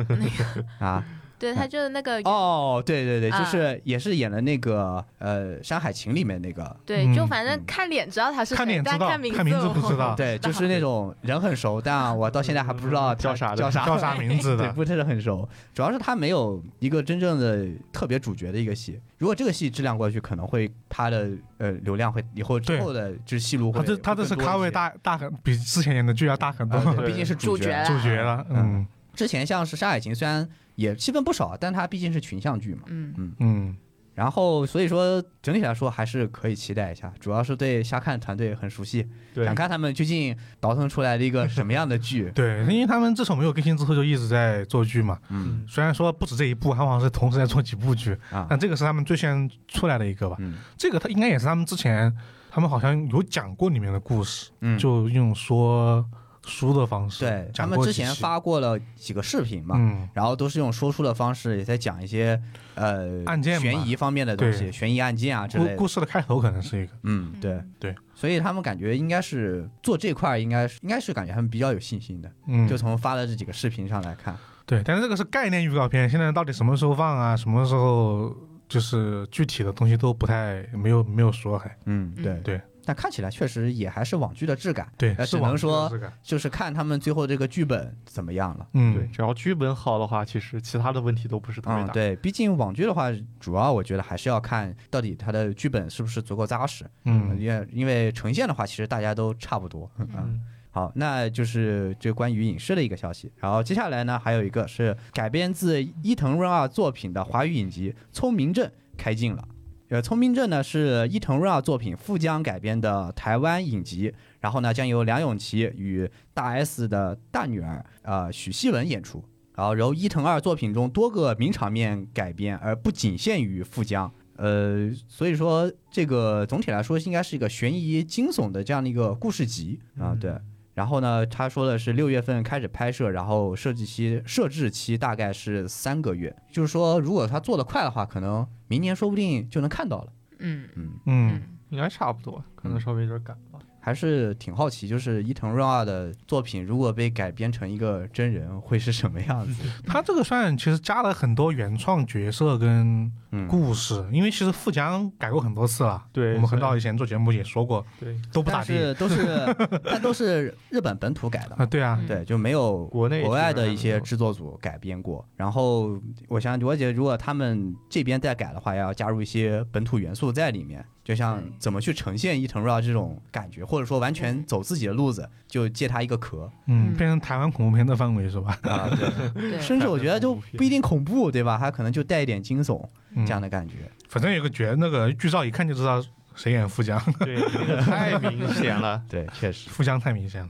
[SPEAKER 3] 那个
[SPEAKER 5] 啊，
[SPEAKER 3] 对他就是那个
[SPEAKER 5] 哦，对对对，就
[SPEAKER 3] 啊
[SPEAKER 5] 是也是演了那个呃《山海情》里面那个，
[SPEAKER 3] 对，就
[SPEAKER 2] 嗯
[SPEAKER 3] 反正
[SPEAKER 5] 嗯
[SPEAKER 3] 看脸知道他是
[SPEAKER 2] 看
[SPEAKER 3] 谁
[SPEAKER 2] 脸知
[SPEAKER 3] 但
[SPEAKER 2] 道
[SPEAKER 3] 看名
[SPEAKER 2] 看名字
[SPEAKER 3] 我
[SPEAKER 2] 不知道
[SPEAKER 5] 对，就是那种人很熟，但我到现在还不知道他
[SPEAKER 4] 叫啥的
[SPEAKER 5] 叫啥
[SPEAKER 2] 叫啥名字
[SPEAKER 5] <laughs> 对，
[SPEAKER 2] 的？
[SPEAKER 5] 不是很熟，主要是他没有一个真正的特别主角的一个戏。如果这个戏质量过去，可能会他的呃流量会以后之
[SPEAKER 2] 对
[SPEAKER 5] 后的就是戏路会
[SPEAKER 2] 他
[SPEAKER 5] 会更多
[SPEAKER 2] 这
[SPEAKER 5] 一些，
[SPEAKER 2] 他这是咖位大大很，比之前演的剧要大很多
[SPEAKER 5] 呃，，对啊
[SPEAKER 4] 对
[SPEAKER 5] 毕竟是
[SPEAKER 3] 主角
[SPEAKER 5] 角。
[SPEAKER 3] 啦
[SPEAKER 2] <laughs> 主角了，嗯
[SPEAKER 5] 之前像是《山海情》，虽然也戏份不少，但它毕竟是群像剧嘛。
[SPEAKER 3] 嗯，
[SPEAKER 2] 嗯，。
[SPEAKER 5] 然后所以说整体来说还是可以期待一下，主要是对瞎看团队很熟悉，
[SPEAKER 4] 对
[SPEAKER 5] 想看他们究竟倒腾出来的一个什么样的
[SPEAKER 2] <laughs>
[SPEAKER 5] 剧
[SPEAKER 2] 对，因为他们自从没有更新之后就一直在做剧嘛，
[SPEAKER 5] 嗯
[SPEAKER 2] 虽然说不止这一部，他们好像是同时在做几部剧，
[SPEAKER 5] 啊
[SPEAKER 2] 但这个是他们最先出来的一个吧。
[SPEAKER 5] 嗯
[SPEAKER 2] 这个他应该也是他们之前，他们好像有讲过里面的故事，
[SPEAKER 5] 嗯，
[SPEAKER 2] 就用说书的方式
[SPEAKER 5] 对他
[SPEAKER 2] 讲
[SPEAKER 5] 们
[SPEAKER 2] 过
[SPEAKER 5] 之
[SPEAKER 2] 几
[SPEAKER 5] 前
[SPEAKER 2] 期
[SPEAKER 5] 发过了几个视频嘛，
[SPEAKER 2] 嗯，
[SPEAKER 5] 然后都是用说书的方式，也在讲一些呃
[SPEAKER 2] 案件嘛
[SPEAKER 5] 悬疑方面的东西，
[SPEAKER 2] 对
[SPEAKER 5] 悬疑案件啊之
[SPEAKER 2] 故
[SPEAKER 5] 类的
[SPEAKER 2] 故。事的开头可能是一个，
[SPEAKER 5] 嗯，对
[SPEAKER 3] 嗯
[SPEAKER 2] 对，
[SPEAKER 5] 所以他们感觉应该是做这块，应该是应该是感觉他们比较有信心的。
[SPEAKER 2] 嗯，
[SPEAKER 5] 就从发的这几个视频上来看，
[SPEAKER 2] 对，但是这个是概念预告片，现在到底什么时候放啊？什么时候就是具体的东西都不太没有没有说还，
[SPEAKER 5] 嗯，对
[SPEAKER 2] 对。
[SPEAKER 5] 但看起来确实也还是网剧的质感，
[SPEAKER 2] 对，
[SPEAKER 5] 呃
[SPEAKER 2] 是
[SPEAKER 5] 只能
[SPEAKER 2] 网剧的
[SPEAKER 5] 说
[SPEAKER 2] 这个，
[SPEAKER 5] 就是看他们最后这个剧本怎么样了。
[SPEAKER 4] 对，
[SPEAKER 2] 嗯，
[SPEAKER 4] 只要剧本好的话，其实其他的问题都不是特别
[SPEAKER 5] 嗯，
[SPEAKER 4] 大。
[SPEAKER 5] 对，毕竟网剧的话，主要我觉得还是要看到底它的剧本是不是足够扎实。
[SPEAKER 2] 嗯，
[SPEAKER 5] 因为因为呈现的话，其实大家都差不多。嗯，
[SPEAKER 3] 嗯
[SPEAKER 5] 好，那就是这关于影视的一个消息。然后接下来呢，还有一个是改编自伊藤润二作品的华语影集《聪明镇》开镜了。呃，《聪明镇呢》是伊藤润二作品《富江》改编的台湾影集，然后呢将由梁咏琪与大 S 的大女儿呃许希文演出。然后由伊藤二作品中多个名场面改编，而不仅限于富江。呃，所以说这个总体来说应该是一个悬疑惊悚的这样的一个故事集啊，对。然后呢，他说的是六月份开始拍摄，然后设计期设置期大概是三个月，就是说如果他做得快的话，可能明年说不定就能看到了。
[SPEAKER 3] 嗯
[SPEAKER 5] 嗯，
[SPEAKER 2] 嗯，
[SPEAKER 3] 嗯
[SPEAKER 4] 应该差不多，可能稍微有点赶吧。
[SPEAKER 5] 还是挺好奇，就是伊藤润二的作品如果被改编成一个真人会是什么样子？
[SPEAKER 2] 他这个算其实加了很多原创角色跟
[SPEAKER 5] 嗯，
[SPEAKER 2] 故事，因为其实富江改过很多次了，
[SPEAKER 4] 对
[SPEAKER 2] 我们
[SPEAKER 4] 所
[SPEAKER 2] 很
[SPEAKER 4] 以
[SPEAKER 2] 早以前做节目也说过，
[SPEAKER 4] 对，
[SPEAKER 2] <laughs>
[SPEAKER 4] <laughs>
[SPEAKER 2] 都不咋
[SPEAKER 5] 但
[SPEAKER 2] 地
[SPEAKER 5] 是都是
[SPEAKER 2] <laughs>
[SPEAKER 5] 但都是日本本土改的
[SPEAKER 2] 啊，，对啊，
[SPEAKER 3] 嗯
[SPEAKER 5] 对，就没有
[SPEAKER 4] 国内
[SPEAKER 5] 国
[SPEAKER 4] 基
[SPEAKER 5] 外
[SPEAKER 4] 本
[SPEAKER 5] 的
[SPEAKER 4] 上
[SPEAKER 5] 一
[SPEAKER 4] 没
[SPEAKER 5] 些
[SPEAKER 4] 有
[SPEAKER 5] 制作组改编过。然后我想，我姐如果他们这边再改的话，要加入一些本土元素在里面，就像
[SPEAKER 3] 对
[SPEAKER 5] 怎么去呈现伊藤润二这种感觉，或者说完全
[SPEAKER 3] 嗯
[SPEAKER 5] 走自己的路子，就借他一个壳
[SPEAKER 2] 嗯，
[SPEAKER 3] 嗯
[SPEAKER 2] 变成台湾恐怖片的范围是吧？
[SPEAKER 5] 啊，对，
[SPEAKER 3] 对
[SPEAKER 5] 甚至我觉得就
[SPEAKER 4] 恐怖片
[SPEAKER 5] 不一定恐怖，对吧？他可能就带一点惊悚
[SPEAKER 2] 嗯
[SPEAKER 5] 这样的感觉。。
[SPEAKER 2] 反正有个角，那个剧照一看就知道谁演富江，
[SPEAKER 4] 对，这个太明显了
[SPEAKER 5] <laughs> 对，确实。
[SPEAKER 2] 富江太明显了。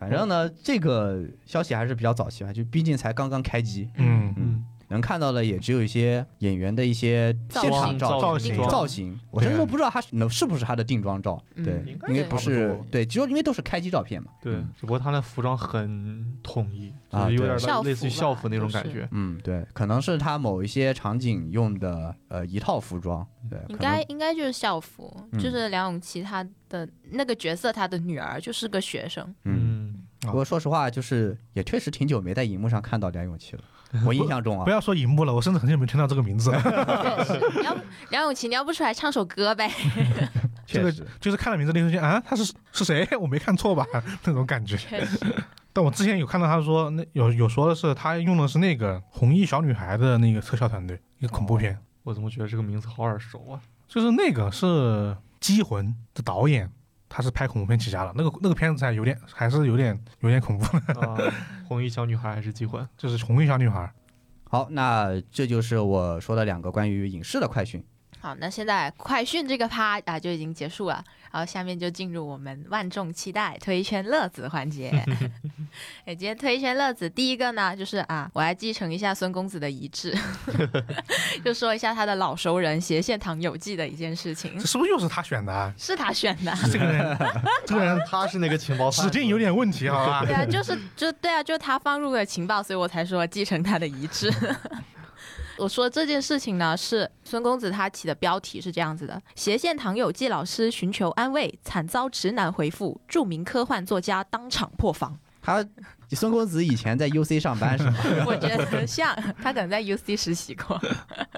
[SPEAKER 5] 反正呢，这个消息还是比较早期嘛，就毕竟才刚刚开机，
[SPEAKER 2] 嗯，
[SPEAKER 5] 嗯，能看到的也只有一些演员的一些现场照
[SPEAKER 2] 造
[SPEAKER 4] 型
[SPEAKER 2] 型
[SPEAKER 5] 造型，我甚至
[SPEAKER 2] 啊
[SPEAKER 5] 都不知道他是能是不是他的定妆照，
[SPEAKER 3] 嗯
[SPEAKER 5] 对，
[SPEAKER 4] 应该
[SPEAKER 5] 因为
[SPEAKER 3] 是
[SPEAKER 5] 不
[SPEAKER 4] 差不嗯
[SPEAKER 5] 是
[SPEAKER 4] 多
[SPEAKER 5] 对，只有因为都是开机照片嘛，
[SPEAKER 4] 对，只不过他那服装很统一，就
[SPEAKER 5] 啊
[SPEAKER 4] 是有
[SPEAKER 5] 对
[SPEAKER 4] 点
[SPEAKER 3] 校
[SPEAKER 4] 类似于
[SPEAKER 3] 服
[SPEAKER 4] 校
[SPEAKER 3] 吧
[SPEAKER 4] 服那种
[SPEAKER 3] 就
[SPEAKER 4] 感
[SPEAKER 3] 是
[SPEAKER 4] 觉。
[SPEAKER 5] 嗯，对，可能是他某一些场景用的呃一套服装，对，
[SPEAKER 3] 应
[SPEAKER 5] 可
[SPEAKER 3] 该
[SPEAKER 5] 能
[SPEAKER 3] 应该就是校服，
[SPEAKER 5] 嗯
[SPEAKER 3] 就是梁咏琪她的那个角色，她的女儿就是个学生，
[SPEAKER 5] 嗯。
[SPEAKER 4] 嗯，
[SPEAKER 5] 不过说实话，就是也确实挺久没在荧幕上看到梁咏琪了，我印象中
[SPEAKER 2] <laughs>
[SPEAKER 5] 啊
[SPEAKER 2] 不，要说荧幕了，我甚至很久没听到这个名字了。 <laughs>
[SPEAKER 3] 确实。你要不 <laughs> 梁咏琪，你要不出来唱首歌呗？
[SPEAKER 5] 确
[SPEAKER 2] 这个
[SPEAKER 5] 实
[SPEAKER 2] 就是看了名字那瞬间啊，他是是谁？我没看错吧？那种感觉。
[SPEAKER 3] 确实，
[SPEAKER 2] 但我之前有看到他说，那有有说的是他用的是那个红衣小女孩的那个特效团队，一个恐怖片，
[SPEAKER 4] 我怎么觉得这个名字好耳熟 <laughs> 啊？
[SPEAKER 2] 就是那个是《机魂》的导演，他是拍恐怖片起家的。那个那个片子还有点还是有点有点恐怖的， <laughs>
[SPEAKER 4] 啊，红衣小女孩还是机魂？
[SPEAKER 2] 就是红衣小女孩。
[SPEAKER 5] 好，那这就是我说的两个关于影视的快讯。
[SPEAKER 3] 好，那现在快讯这个趴啊就已经结束了，然后下面就进入我们万众期待推圈乐子环节。哎，今天推圈乐子第一个呢，就是啊，我来继承一下孙公子的遗志，就说一下他的老熟人《斜线堂友记》的一件事情
[SPEAKER 2] 这，是不是又是他选的
[SPEAKER 3] <laughs>
[SPEAKER 2] 啊？
[SPEAKER 3] 是他选的。
[SPEAKER 2] 这个人，这个人
[SPEAKER 4] 他是那个 <laughs> 情报
[SPEAKER 2] 指定有点问题，好 <laughs> 吧
[SPEAKER 3] 对？啊，就是就对啊，就他放入了情报，所以我才说继承他的遗志。 <laughs> 我说这件事情呢，是孙公子他起的标题是这样子的：斜线堂友纪老师寻求安慰，惨遭直男回复，著名科幻作家当场破防。
[SPEAKER 5] 他孙公子以前在 UC 上班是吗？ <laughs>
[SPEAKER 3] <laughs> 我觉得像他可能在 UC 实习过。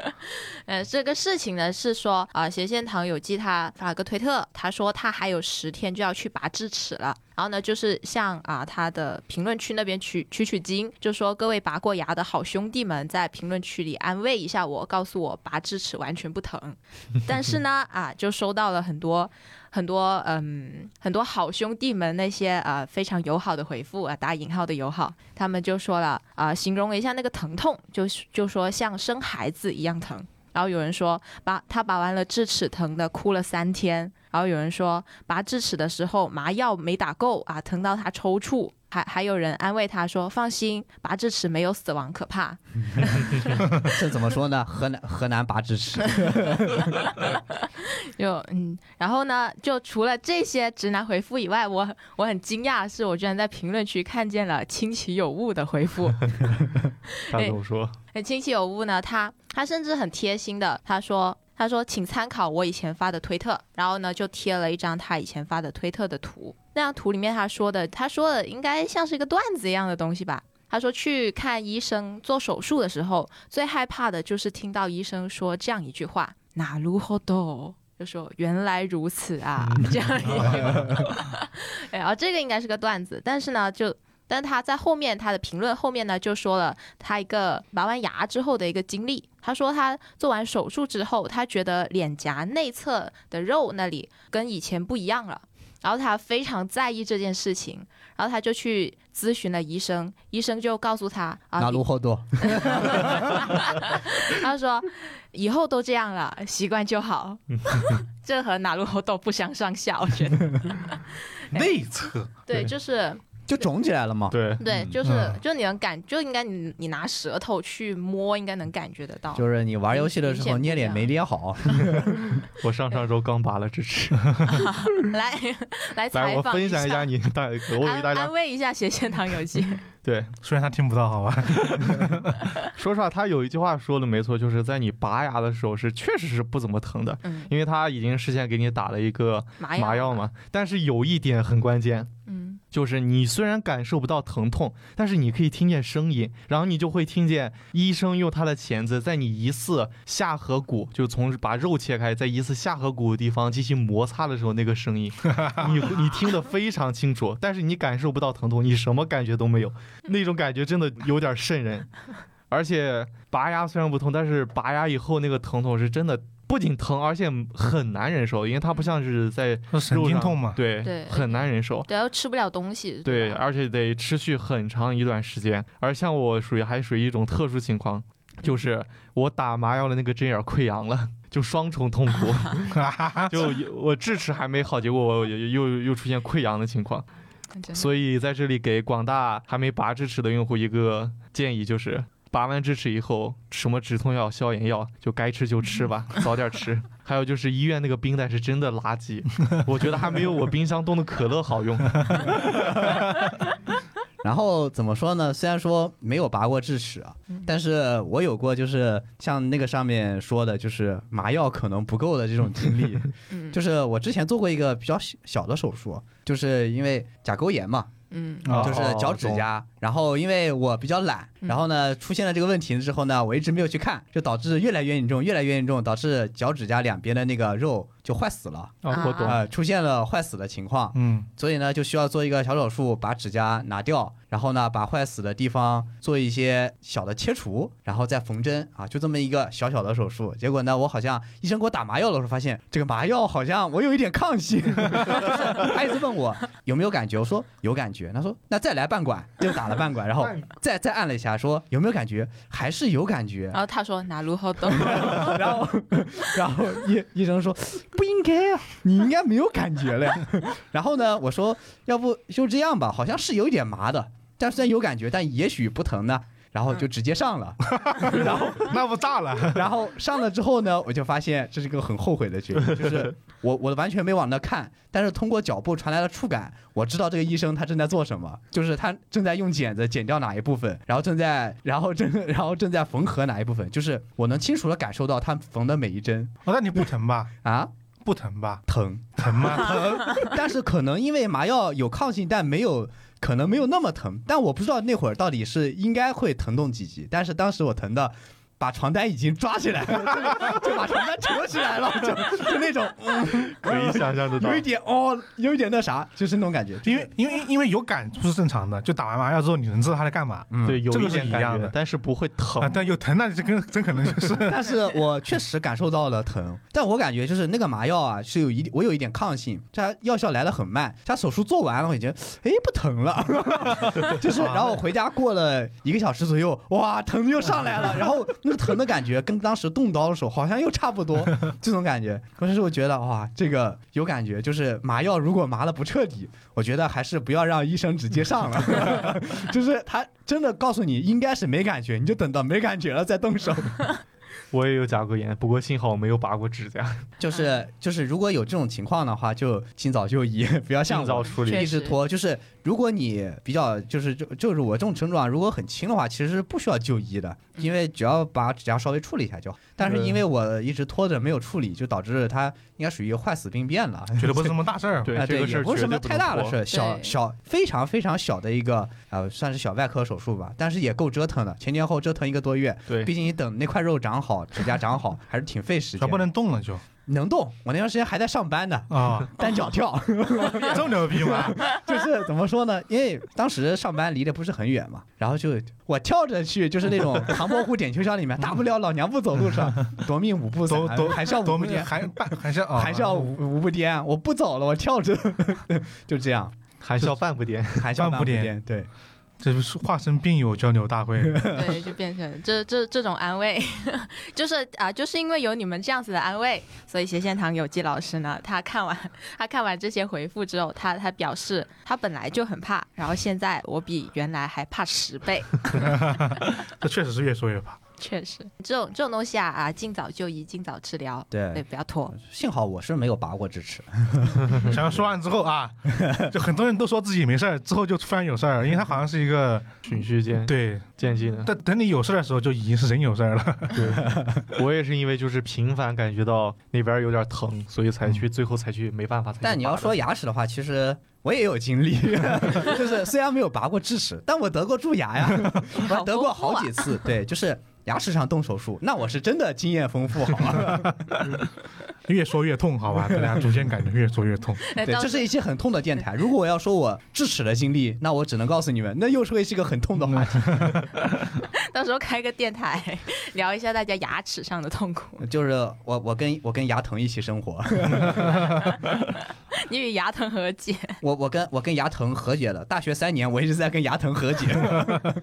[SPEAKER 3] <laughs> 呃，这个事情呢是说啊、斜线堂有记他发了个推特，他说他还有十天就要去拔智齿了。然后呢，就是向啊、他的评论区那边取取取经，就说各位拔过牙的好兄弟们在评论区里安慰一下我，告诉我拔智齿完全不疼。但是呢啊，就收到了很多很多嗯很多好兄弟们那些呃非常友好的回复啊、打引号的友好，他们就说了啊、形容了一下那个疼痛，就就说像生孩子一样疼。然后有人说拔他拔完了智齿疼的哭了三天，然后有人说拔智齿的时候麻药没打够啊，疼到他抽搐。还还有人安慰他说：“放心，拔智齿没有死亡可怕。”
[SPEAKER 5] 这怎么说呢？河南河南拔智齿，
[SPEAKER 3] 就嗯，然后呢，就除了这些直男回复以外，我我很惊讶，是我居然在评论区看见了亲戚有误的回复。
[SPEAKER 4] 他跟我说，
[SPEAKER 3] 那亲戚有误呢，他他甚至很贴心的，他说他说请参考我以前发的推特，然后呢就贴了一张他以前发的推特的图，那张图里面他说的他说的应该像是一个段子一样的东西吧。他说去看医生做手术的时候，最害怕的就是听到医生说这样一句话：“哪如何多”，就说“原来如此啊”
[SPEAKER 5] 嗯
[SPEAKER 3] <laughs> 这样一句
[SPEAKER 5] <laughs>
[SPEAKER 3] 话。哎，然后这个应该是个段子，但是呢，就但他在后面他的评论后面呢，就说了他一个拔完牙之后的一个经历。他说他做完手术之后，他觉得脸颊内侧的肉那里跟以前不一样了，然后他非常在意这件事情，然后他就去咨询了医生，医生就告诉他啊，
[SPEAKER 5] 哪路好多？
[SPEAKER 3] 他说以后都这样了，习惯就好。
[SPEAKER 4] 嗯
[SPEAKER 3] <laughs> 这和哪路猴斗不相上下，我觉得。
[SPEAKER 2] 内测，
[SPEAKER 3] 对，就是
[SPEAKER 5] 就肿起来了嘛，
[SPEAKER 4] 对，
[SPEAKER 3] 对，
[SPEAKER 5] 嗯
[SPEAKER 3] 就是
[SPEAKER 2] 嗯
[SPEAKER 3] 就你能感，就应该你你拿舌头去摸，应该能感觉得到。
[SPEAKER 5] 就是你玩游戏的时候捏脸没捏好，
[SPEAKER 4] 我上上周刚拔了智齿，
[SPEAKER 3] 来来
[SPEAKER 4] 来
[SPEAKER 3] 采
[SPEAKER 4] 我
[SPEAKER 3] 访
[SPEAKER 4] 分享一下你大，我给
[SPEAKER 3] 安
[SPEAKER 4] 大
[SPEAKER 3] 安
[SPEAKER 4] 家
[SPEAKER 3] 慰一下斜线堂游
[SPEAKER 4] <laughs>
[SPEAKER 3] 记。
[SPEAKER 4] 对
[SPEAKER 2] 虽然他听不到，好吧？
[SPEAKER 4] 说实话，他有一句话说的没错，就是在你拔牙的时候是确实是不怎么疼的，
[SPEAKER 3] 嗯，
[SPEAKER 4] 因为他已经事先给你打了一个
[SPEAKER 3] 麻
[SPEAKER 4] 麻药嘛。但是有一点很关键，
[SPEAKER 3] 嗯，
[SPEAKER 4] 就是你虽然感受不到疼痛，但是你可以听见声音，然后你就会听见医生用他的钳子在你疑似下颌骨，就从把肉切开，在疑似下颌骨的地方进行摩擦的时候那个声音， <laughs> 你你听得非常清楚，但是你感受不到疼痛，你什么感觉都没有，那种感觉真的有点瘆人。而且拔牙虽然不痛，但是拔牙以后那个疼痛是真的。不仅疼，而且很难忍受，因为它不像是在
[SPEAKER 2] 是神
[SPEAKER 4] 肉
[SPEAKER 2] 经
[SPEAKER 4] 上
[SPEAKER 2] 痛嘛？
[SPEAKER 4] 对，
[SPEAKER 3] 对啊
[SPEAKER 4] 很难忍受。
[SPEAKER 3] 对，又吃不了东西。
[SPEAKER 4] 对，
[SPEAKER 3] 吧
[SPEAKER 4] 而且得持续很长一段时间。而像我属于还属于一种特殊情况，就是我打麻药的那个针眼儿溃疡了， <laughs> 就双重痛苦， <laughs> 就有我智齿还没好，结果我又又又出现溃疡的情况。
[SPEAKER 3] 真的
[SPEAKER 4] 所以在这里给广大还没拔智齿的用户一个建议，就是。拔完智齿以后，什么止痛药、消炎药，就该吃就吃吧，
[SPEAKER 5] 嗯
[SPEAKER 4] <laughs> 早点吃。还有就是医院那个冰袋是真的垃圾，
[SPEAKER 5] <laughs>
[SPEAKER 4] 我觉得还没有我冰箱冻的可乐好用。
[SPEAKER 5] 然后怎么说呢？虽然说没有拔过智齿啊，但是我有过就是像那个上面说的，就是麻药可能不够的这种经历。
[SPEAKER 3] 嗯
[SPEAKER 5] 就是我之前做过一个比较小小的手术，就是因为甲沟炎嘛，
[SPEAKER 3] 嗯
[SPEAKER 2] <laughs> 啊
[SPEAKER 4] 哦
[SPEAKER 5] 就是脚趾甲。然后因为我比较懒，
[SPEAKER 3] 嗯
[SPEAKER 5] 然后呢出现了这个问题之后呢，我一直没有去看，就导致越来越严重，越来越严重，导致脚趾甲两边的那个肉就坏死了，
[SPEAKER 4] 啊，我懂，
[SPEAKER 3] 啊
[SPEAKER 5] 呃，出现了坏死的情况，
[SPEAKER 2] 嗯
[SPEAKER 5] 所以呢，就需要做一个小手术，把指甲拿掉，然后呢，把坏死的地方做一些小的切除，然后再缝针啊，就这么一个小小的手术。结果呢，我好像医生给我打麻药的时候，发现这个麻药好像我有一点抗性。他一直问我有没有感觉，我说有感觉。他说那再来半管，就打了半管，然后再再按了一下，说有没有感觉，还是有感觉
[SPEAKER 3] 然。后他说哪路好懂，
[SPEAKER 5] <laughs> 然后，然后医医生说不应该啊，你应该没有感觉了呀。 <laughs> 然后呢，我说要不就这样吧，好像是有点麻的，但虽然有感觉，但也许不疼呢。然后就直接上了，然后
[SPEAKER 2] 那不炸了？ <laughs>
[SPEAKER 5] 然后上了之后呢，我就发现这是一个很后悔的决定，就是我我完全没往那看，但是通过脚步传来的触感，我知道这个医生他正在做什么，就是他正在用剪子剪掉哪一部分，然后正在然后正然后正在缝合哪一部分，就是我能清楚的感受到他缝的每一针
[SPEAKER 2] 哦，那你不疼吧？
[SPEAKER 5] 啊
[SPEAKER 2] 不疼吧？
[SPEAKER 5] 疼，
[SPEAKER 2] 疼吗？
[SPEAKER 5] 但是可能因为麻药有抗性，但没有。可能没有那么疼，但我不知道那会儿到底是应该会疼痛几级，但是当时我疼的，把床单已经抓起来了， <laughs> 就就把床单扯起来了，就就那种
[SPEAKER 4] 可以想象得到
[SPEAKER 5] 有。一点哦，有一点那啥，就是那种感觉。
[SPEAKER 2] 因为因为因为有感触是正常的，就打完麻药之后你能知道他在干嘛。
[SPEAKER 5] 嗯
[SPEAKER 4] 对，有
[SPEAKER 2] 这个
[SPEAKER 4] 一
[SPEAKER 2] 是
[SPEAKER 4] 点
[SPEAKER 2] 一
[SPEAKER 4] 感
[SPEAKER 2] 样
[SPEAKER 4] 觉
[SPEAKER 2] 的，
[SPEAKER 4] 但是不会疼
[SPEAKER 2] 啊，。但有疼，那这跟真可能就是
[SPEAKER 5] 但是我确实感受到了疼，但我感觉就是那个麻药啊，是有一我有一点抗性，它药效来的很慢，它手术做完了我已经哎不疼了， <laughs> 就是然后我回家过了一个小时左右，哇疼又上来了，然后那个疼的感觉跟当时动刀的时候好像又差不多， <laughs> 这种感觉，可是我觉得哇这个有感觉，就是麻药如果麻的不彻底，我觉得还是不要让医生直接上了， <laughs> 就是他真的告诉你应该是没感觉，你就等到没感觉了再动手。
[SPEAKER 4] 我也有甲沟炎，不过幸好我没有拔过指甲，
[SPEAKER 5] 就是就是，如果有这种情况的话，就尽早就医， <laughs> 不要 <laughs> 像
[SPEAKER 4] 尽早
[SPEAKER 5] 我
[SPEAKER 4] 处
[SPEAKER 3] 确
[SPEAKER 4] 理。
[SPEAKER 5] 一直拖。就是如果你比较就是就就是我这种症状，如果很轻的话，其实是不需要就医的，因为只要把指甲稍微处理一下就好。但是因为我一直拖着没有处理，就导致它应该属于坏死病变了。
[SPEAKER 2] 觉得
[SPEAKER 5] <laughs>
[SPEAKER 2] 不是什么大事儿。
[SPEAKER 4] 对
[SPEAKER 5] 啊，
[SPEAKER 4] 这
[SPEAKER 5] 对，
[SPEAKER 4] 个事
[SPEAKER 5] 也
[SPEAKER 4] 儿
[SPEAKER 5] 不是
[SPEAKER 4] 绝
[SPEAKER 5] 什么
[SPEAKER 4] 对不
[SPEAKER 5] 太
[SPEAKER 4] 能
[SPEAKER 5] 大的
[SPEAKER 4] 拖
[SPEAKER 5] 事，小
[SPEAKER 3] 对
[SPEAKER 5] 小非常非常小的一个呃，算是小外科手术吧，但是也够折腾的，前前后折腾一个多月，
[SPEAKER 4] 对，
[SPEAKER 5] 毕竟你等那块肉长好，指甲长好，还是挺费时
[SPEAKER 2] 还
[SPEAKER 5] 间。
[SPEAKER 2] 不能动了就
[SPEAKER 5] 能动，我那段时间还在上班呢，
[SPEAKER 3] <laughs>
[SPEAKER 2] 啊，
[SPEAKER 5] 单
[SPEAKER 2] <laughs>
[SPEAKER 5] 脚跳，
[SPEAKER 2] 这么牛逼吗？
[SPEAKER 5] 就是怎么说呢？因为当时上班离得不是很远嘛，然后就我跳着去，就是
[SPEAKER 2] <laughs>
[SPEAKER 5] 那种唐伯虎点秋香里面，大不了老娘不走路上，夺命五步
[SPEAKER 2] 走
[SPEAKER 5] 散
[SPEAKER 2] 走，
[SPEAKER 5] 含笑
[SPEAKER 2] 多
[SPEAKER 5] 五步
[SPEAKER 2] 么
[SPEAKER 5] 颠，
[SPEAKER 2] 含半含笑啊，
[SPEAKER 5] 含笑五五步颠，啊我不走了，我跳着， <laughs> 就这样，
[SPEAKER 4] 含笑半步
[SPEAKER 5] <laughs>
[SPEAKER 4] 癫。
[SPEAKER 5] 含笑
[SPEAKER 2] 半
[SPEAKER 5] 半
[SPEAKER 2] 步
[SPEAKER 5] 步
[SPEAKER 2] 颠
[SPEAKER 5] 颠，对，
[SPEAKER 2] 这就是化身病友交流
[SPEAKER 3] <laughs>
[SPEAKER 2] 大会。
[SPEAKER 3] 对，就变成这这这种安慰， <laughs> 就是啊、就是因为有你们这样子的安慰，所以斜线堂有纪老师呢，他看完他看完这些回复之后，他他表示他本来就很怕，然后现在我比原来还怕十倍，
[SPEAKER 2] 这确实是越说越
[SPEAKER 3] <laughs>
[SPEAKER 2] 怕。
[SPEAKER 3] 确实，这种这种东西啊啊，尽早就医，尽早治疗，对，
[SPEAKER 5] 对，
[SPEAKER 3] 不要拖。
[SPEAKER 5] 幸好我是没有拔过智齿，
[SPEAKER 2] 想要说完之后啊，就很多人都说自己没事儿，之后就突然有事儿，因为他好像是一个
[SPEAKER 3] <laughs>
[SPEAKER 4] 循序渐
[SPEAKER 2] 对。
[SPEAKER 4] 渐进的。
[SPEAKER 2] 但等你有事儿的时候，就已经是人有事儿了。
[SPEAKER 4] 对，我也是因为就是频繁感觉到那边有点疼，所以才去最后才去没办法才去拔的。
[SPEAKER 5] <laughs> 嗯但你要说牙齿的话，其实。 <laughs> 我也有经历， <laughs> 就是虽然没有拔过智齿，但我得过蛀牙呀，我哎 <laughs> 得
[SPEAKER 3] <laughs>
[SPEAKER 5] 过好
[SPEAKER 3] 啊
[SPEAKER 5] 几次。对，就是牙齿上动手术，那我是真的经验丰富，好吧？
[SPEAKER 3] <laughs>
[SPEAKER 2] 越说越痛，好吧，大家逐渐感觉越说越痛。
[SPEAKER 3] 那
[SPEAKER 5] 对，
[SPEAKER 3] 到
[SPEAKER 5] 这是一期很痛的电台。如果我要说我智齿的经历，那我只能告诉你们，那又是会是一个很痛的话题。
[SPEAKER 3] 到时候开个电台， <laughs> 聊一下大家牙齿上的痛苦。
[SPEAKER 5] <laughs> 就是我，我跟我跟牙疼一起
[SPEAKER 3] <laughs>
[SPEAKER 5] 生活，
[SPEAKER 3] 你与牙疼和解，
[SPEAKER 5] 我我跟我跟牙疼和解了。大学三年，我一直在跟牙疼和解。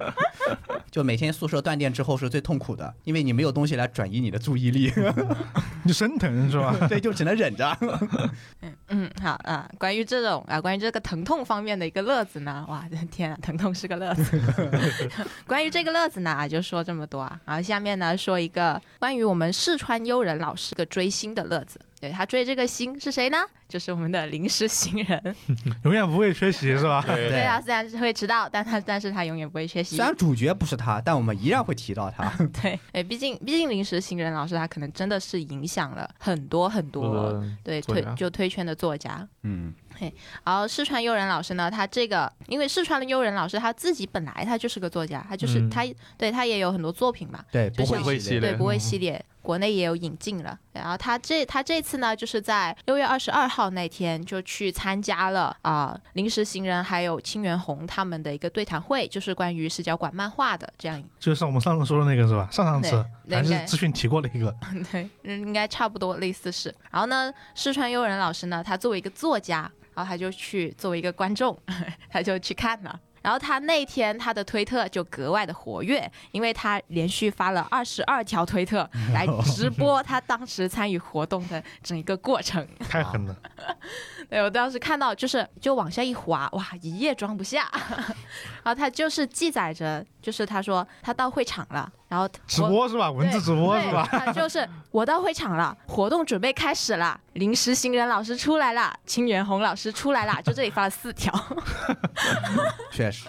[SPEAKER 5] <laughs> 就每天宿舍断电之后是最痛苦的，因为你没有东西来转移你的注
[SPEAKER 3] <laughs>
[SPEAKER 5] 意力，
[SPEAKER 2] 你生疼是吧？
[SPEAKER 5] 对，就只能忍着。
[SPEAKER 3] 嗯，好啊。关于这种啊，关于这个疼痛方面的一个乐子呢，哇， <laughs> 天啊，疼痛是个乐子。 <laughs> 关于这个乐子呢，啊就说这么多啊。然后下面呢，说一个关于我们四川悠人老师的追星的乐子。对他追这个星是谁呢？就是我们的临时新人。
[SPEAKER 2] 永远不会缺席是吧？
[SPEAKER 5] 对
[SPEAKER 3] 对啊，虽然是会迟到，但他但是他永远不会缺席
[SPEAKER 5] 虽。然主角不是他，但我们一样会提到他。
[SPEAKER 3] <laughs> 对，哎，毕竟毕竟临时新人老师他可能真的是影响了很多很多
[SPEAKER 4] 嗯
[SPEAKER 3] 对
[SPEAKER 4] 作
[SPEAKER 3] 推
[SPEAKER 4] 家
[SPEAKER 3] 就推圈的作家。
[SPEAKER 5] 嗯，
[SPEAKER 3] 然后四川悠人老师呢，他这个因为四川的悠人老师他自己本来他就是个作家，他就是、
[SPEAKER 4] 嗯
[SPEAKER 3] 他对他也有很多作品嘛，
[SPEAKER 5] 对，
[SPEAKER 3] 就
[SPEAKER 5] 不
[SPEAKER 3] 像
[SPEAKER 5] 会
[SPEAKER 4] 不会系
[SPEAKER 5] 系
[SPEAKER 4] 列
[SPEAKER 5] 列。
[SPEAKER 3] 对不会系列，国内也有引进了。然后他这他这次呢，就是在六月二十二号那天就去参加了啊、临时行人还有清源红他们的一个对谈会，就是关于视角馆漫画的这样一
[SPEAKER 2] 就是我们上次说的那个是吧？上上次
[SPEAKER 3] 对
[SPEAKER 2] 还
[SPEAKER 3] 应
[SPEAKER 2] 是
[SPEAKER 3] 该
[SPEAKER 2] 资讯提过了一个，
[SPEAKER 3] 对，嗯应该差不多类似是。然后呢，石川悠人老师呢，他作为一个作家，然后他就去作为一个观众， <laughs> 他就去看了。然后他那天他的推特就格外的活跃，因为他连续发了二十二条
[SPEAKER 2] <laughs>
[SPEAKER 3] 推特来直播他当时参与活动的整一个过程。
[SPEAKER 2] 太狠了。
[SPEAKER 3] 对我当时看到就是就往下一滑，哇，一页装不下。 <laughs> 然后他就是记载着，就是他说他到会场了，然后
[SPEAKER 2] 直
[SPEAKER 3] 我
[SPEAKER 2] 播是吧？文字直播
[SPEAKER 3] 对，
[SPEAKER 2] 是吧？
[SPEAKER 3] 他就是我到会场了，活动准备开始了，临时行人老师出来了，清源红老师出来了，就这里发了四
[SPEAKER 2] <laughs>
[SPEAKER 3] 条，
[SPEAKER 5] 确实，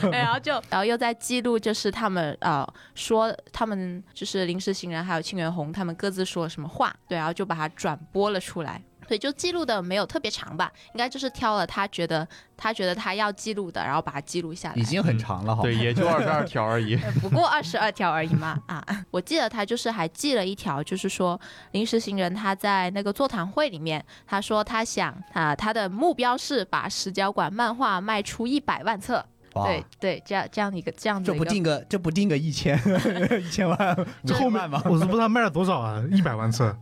[SPEAKER 3] 对然后就然后又在记录，就是他们呃说他们就是临时行人还有清源红他们各自说了什么话，对，然后就把它转播了出来。所以就记录的没有特别长吧，应该就是挑了他觉得他觉得他要记录的，然后把它记录下来。
[SPEAKER 5] 已经很长了，好吗
[SPEAKER 4] 对，也就二十二条而已。
[SPEAKER 3] 不过二十二条而已
[SPEAKER 5] <laughs>
[SPEAKER 3] 嘛啊！我记得他就是还记了一条，就是说临时行人他在那个座谈会里面，他说他想啊，他的目标是把石角馆漫画卖出一百万册。
[SPEAKER 5] 哇
[SPEAKER 3] 对对，这样这样的一个这样
[SPEAKER 5] 这
[SPEAKER 3] 的一
[SPEAKER 5] 不
[SPEAKER 3] 个
[SPEAKER 5] 定个，这不定个一千 <laughs> 一
[SPEAKER 3] <laughs>
[SPEAKER 5] 千万五
[SPEAKER 3] 这
[SPEAKER 5] 千万吗？
[SPEAKER 2] 我是不知道卖了多少
[SPEAKER 4] <laughs>
[SPEAKER 2] 啊，一百万册，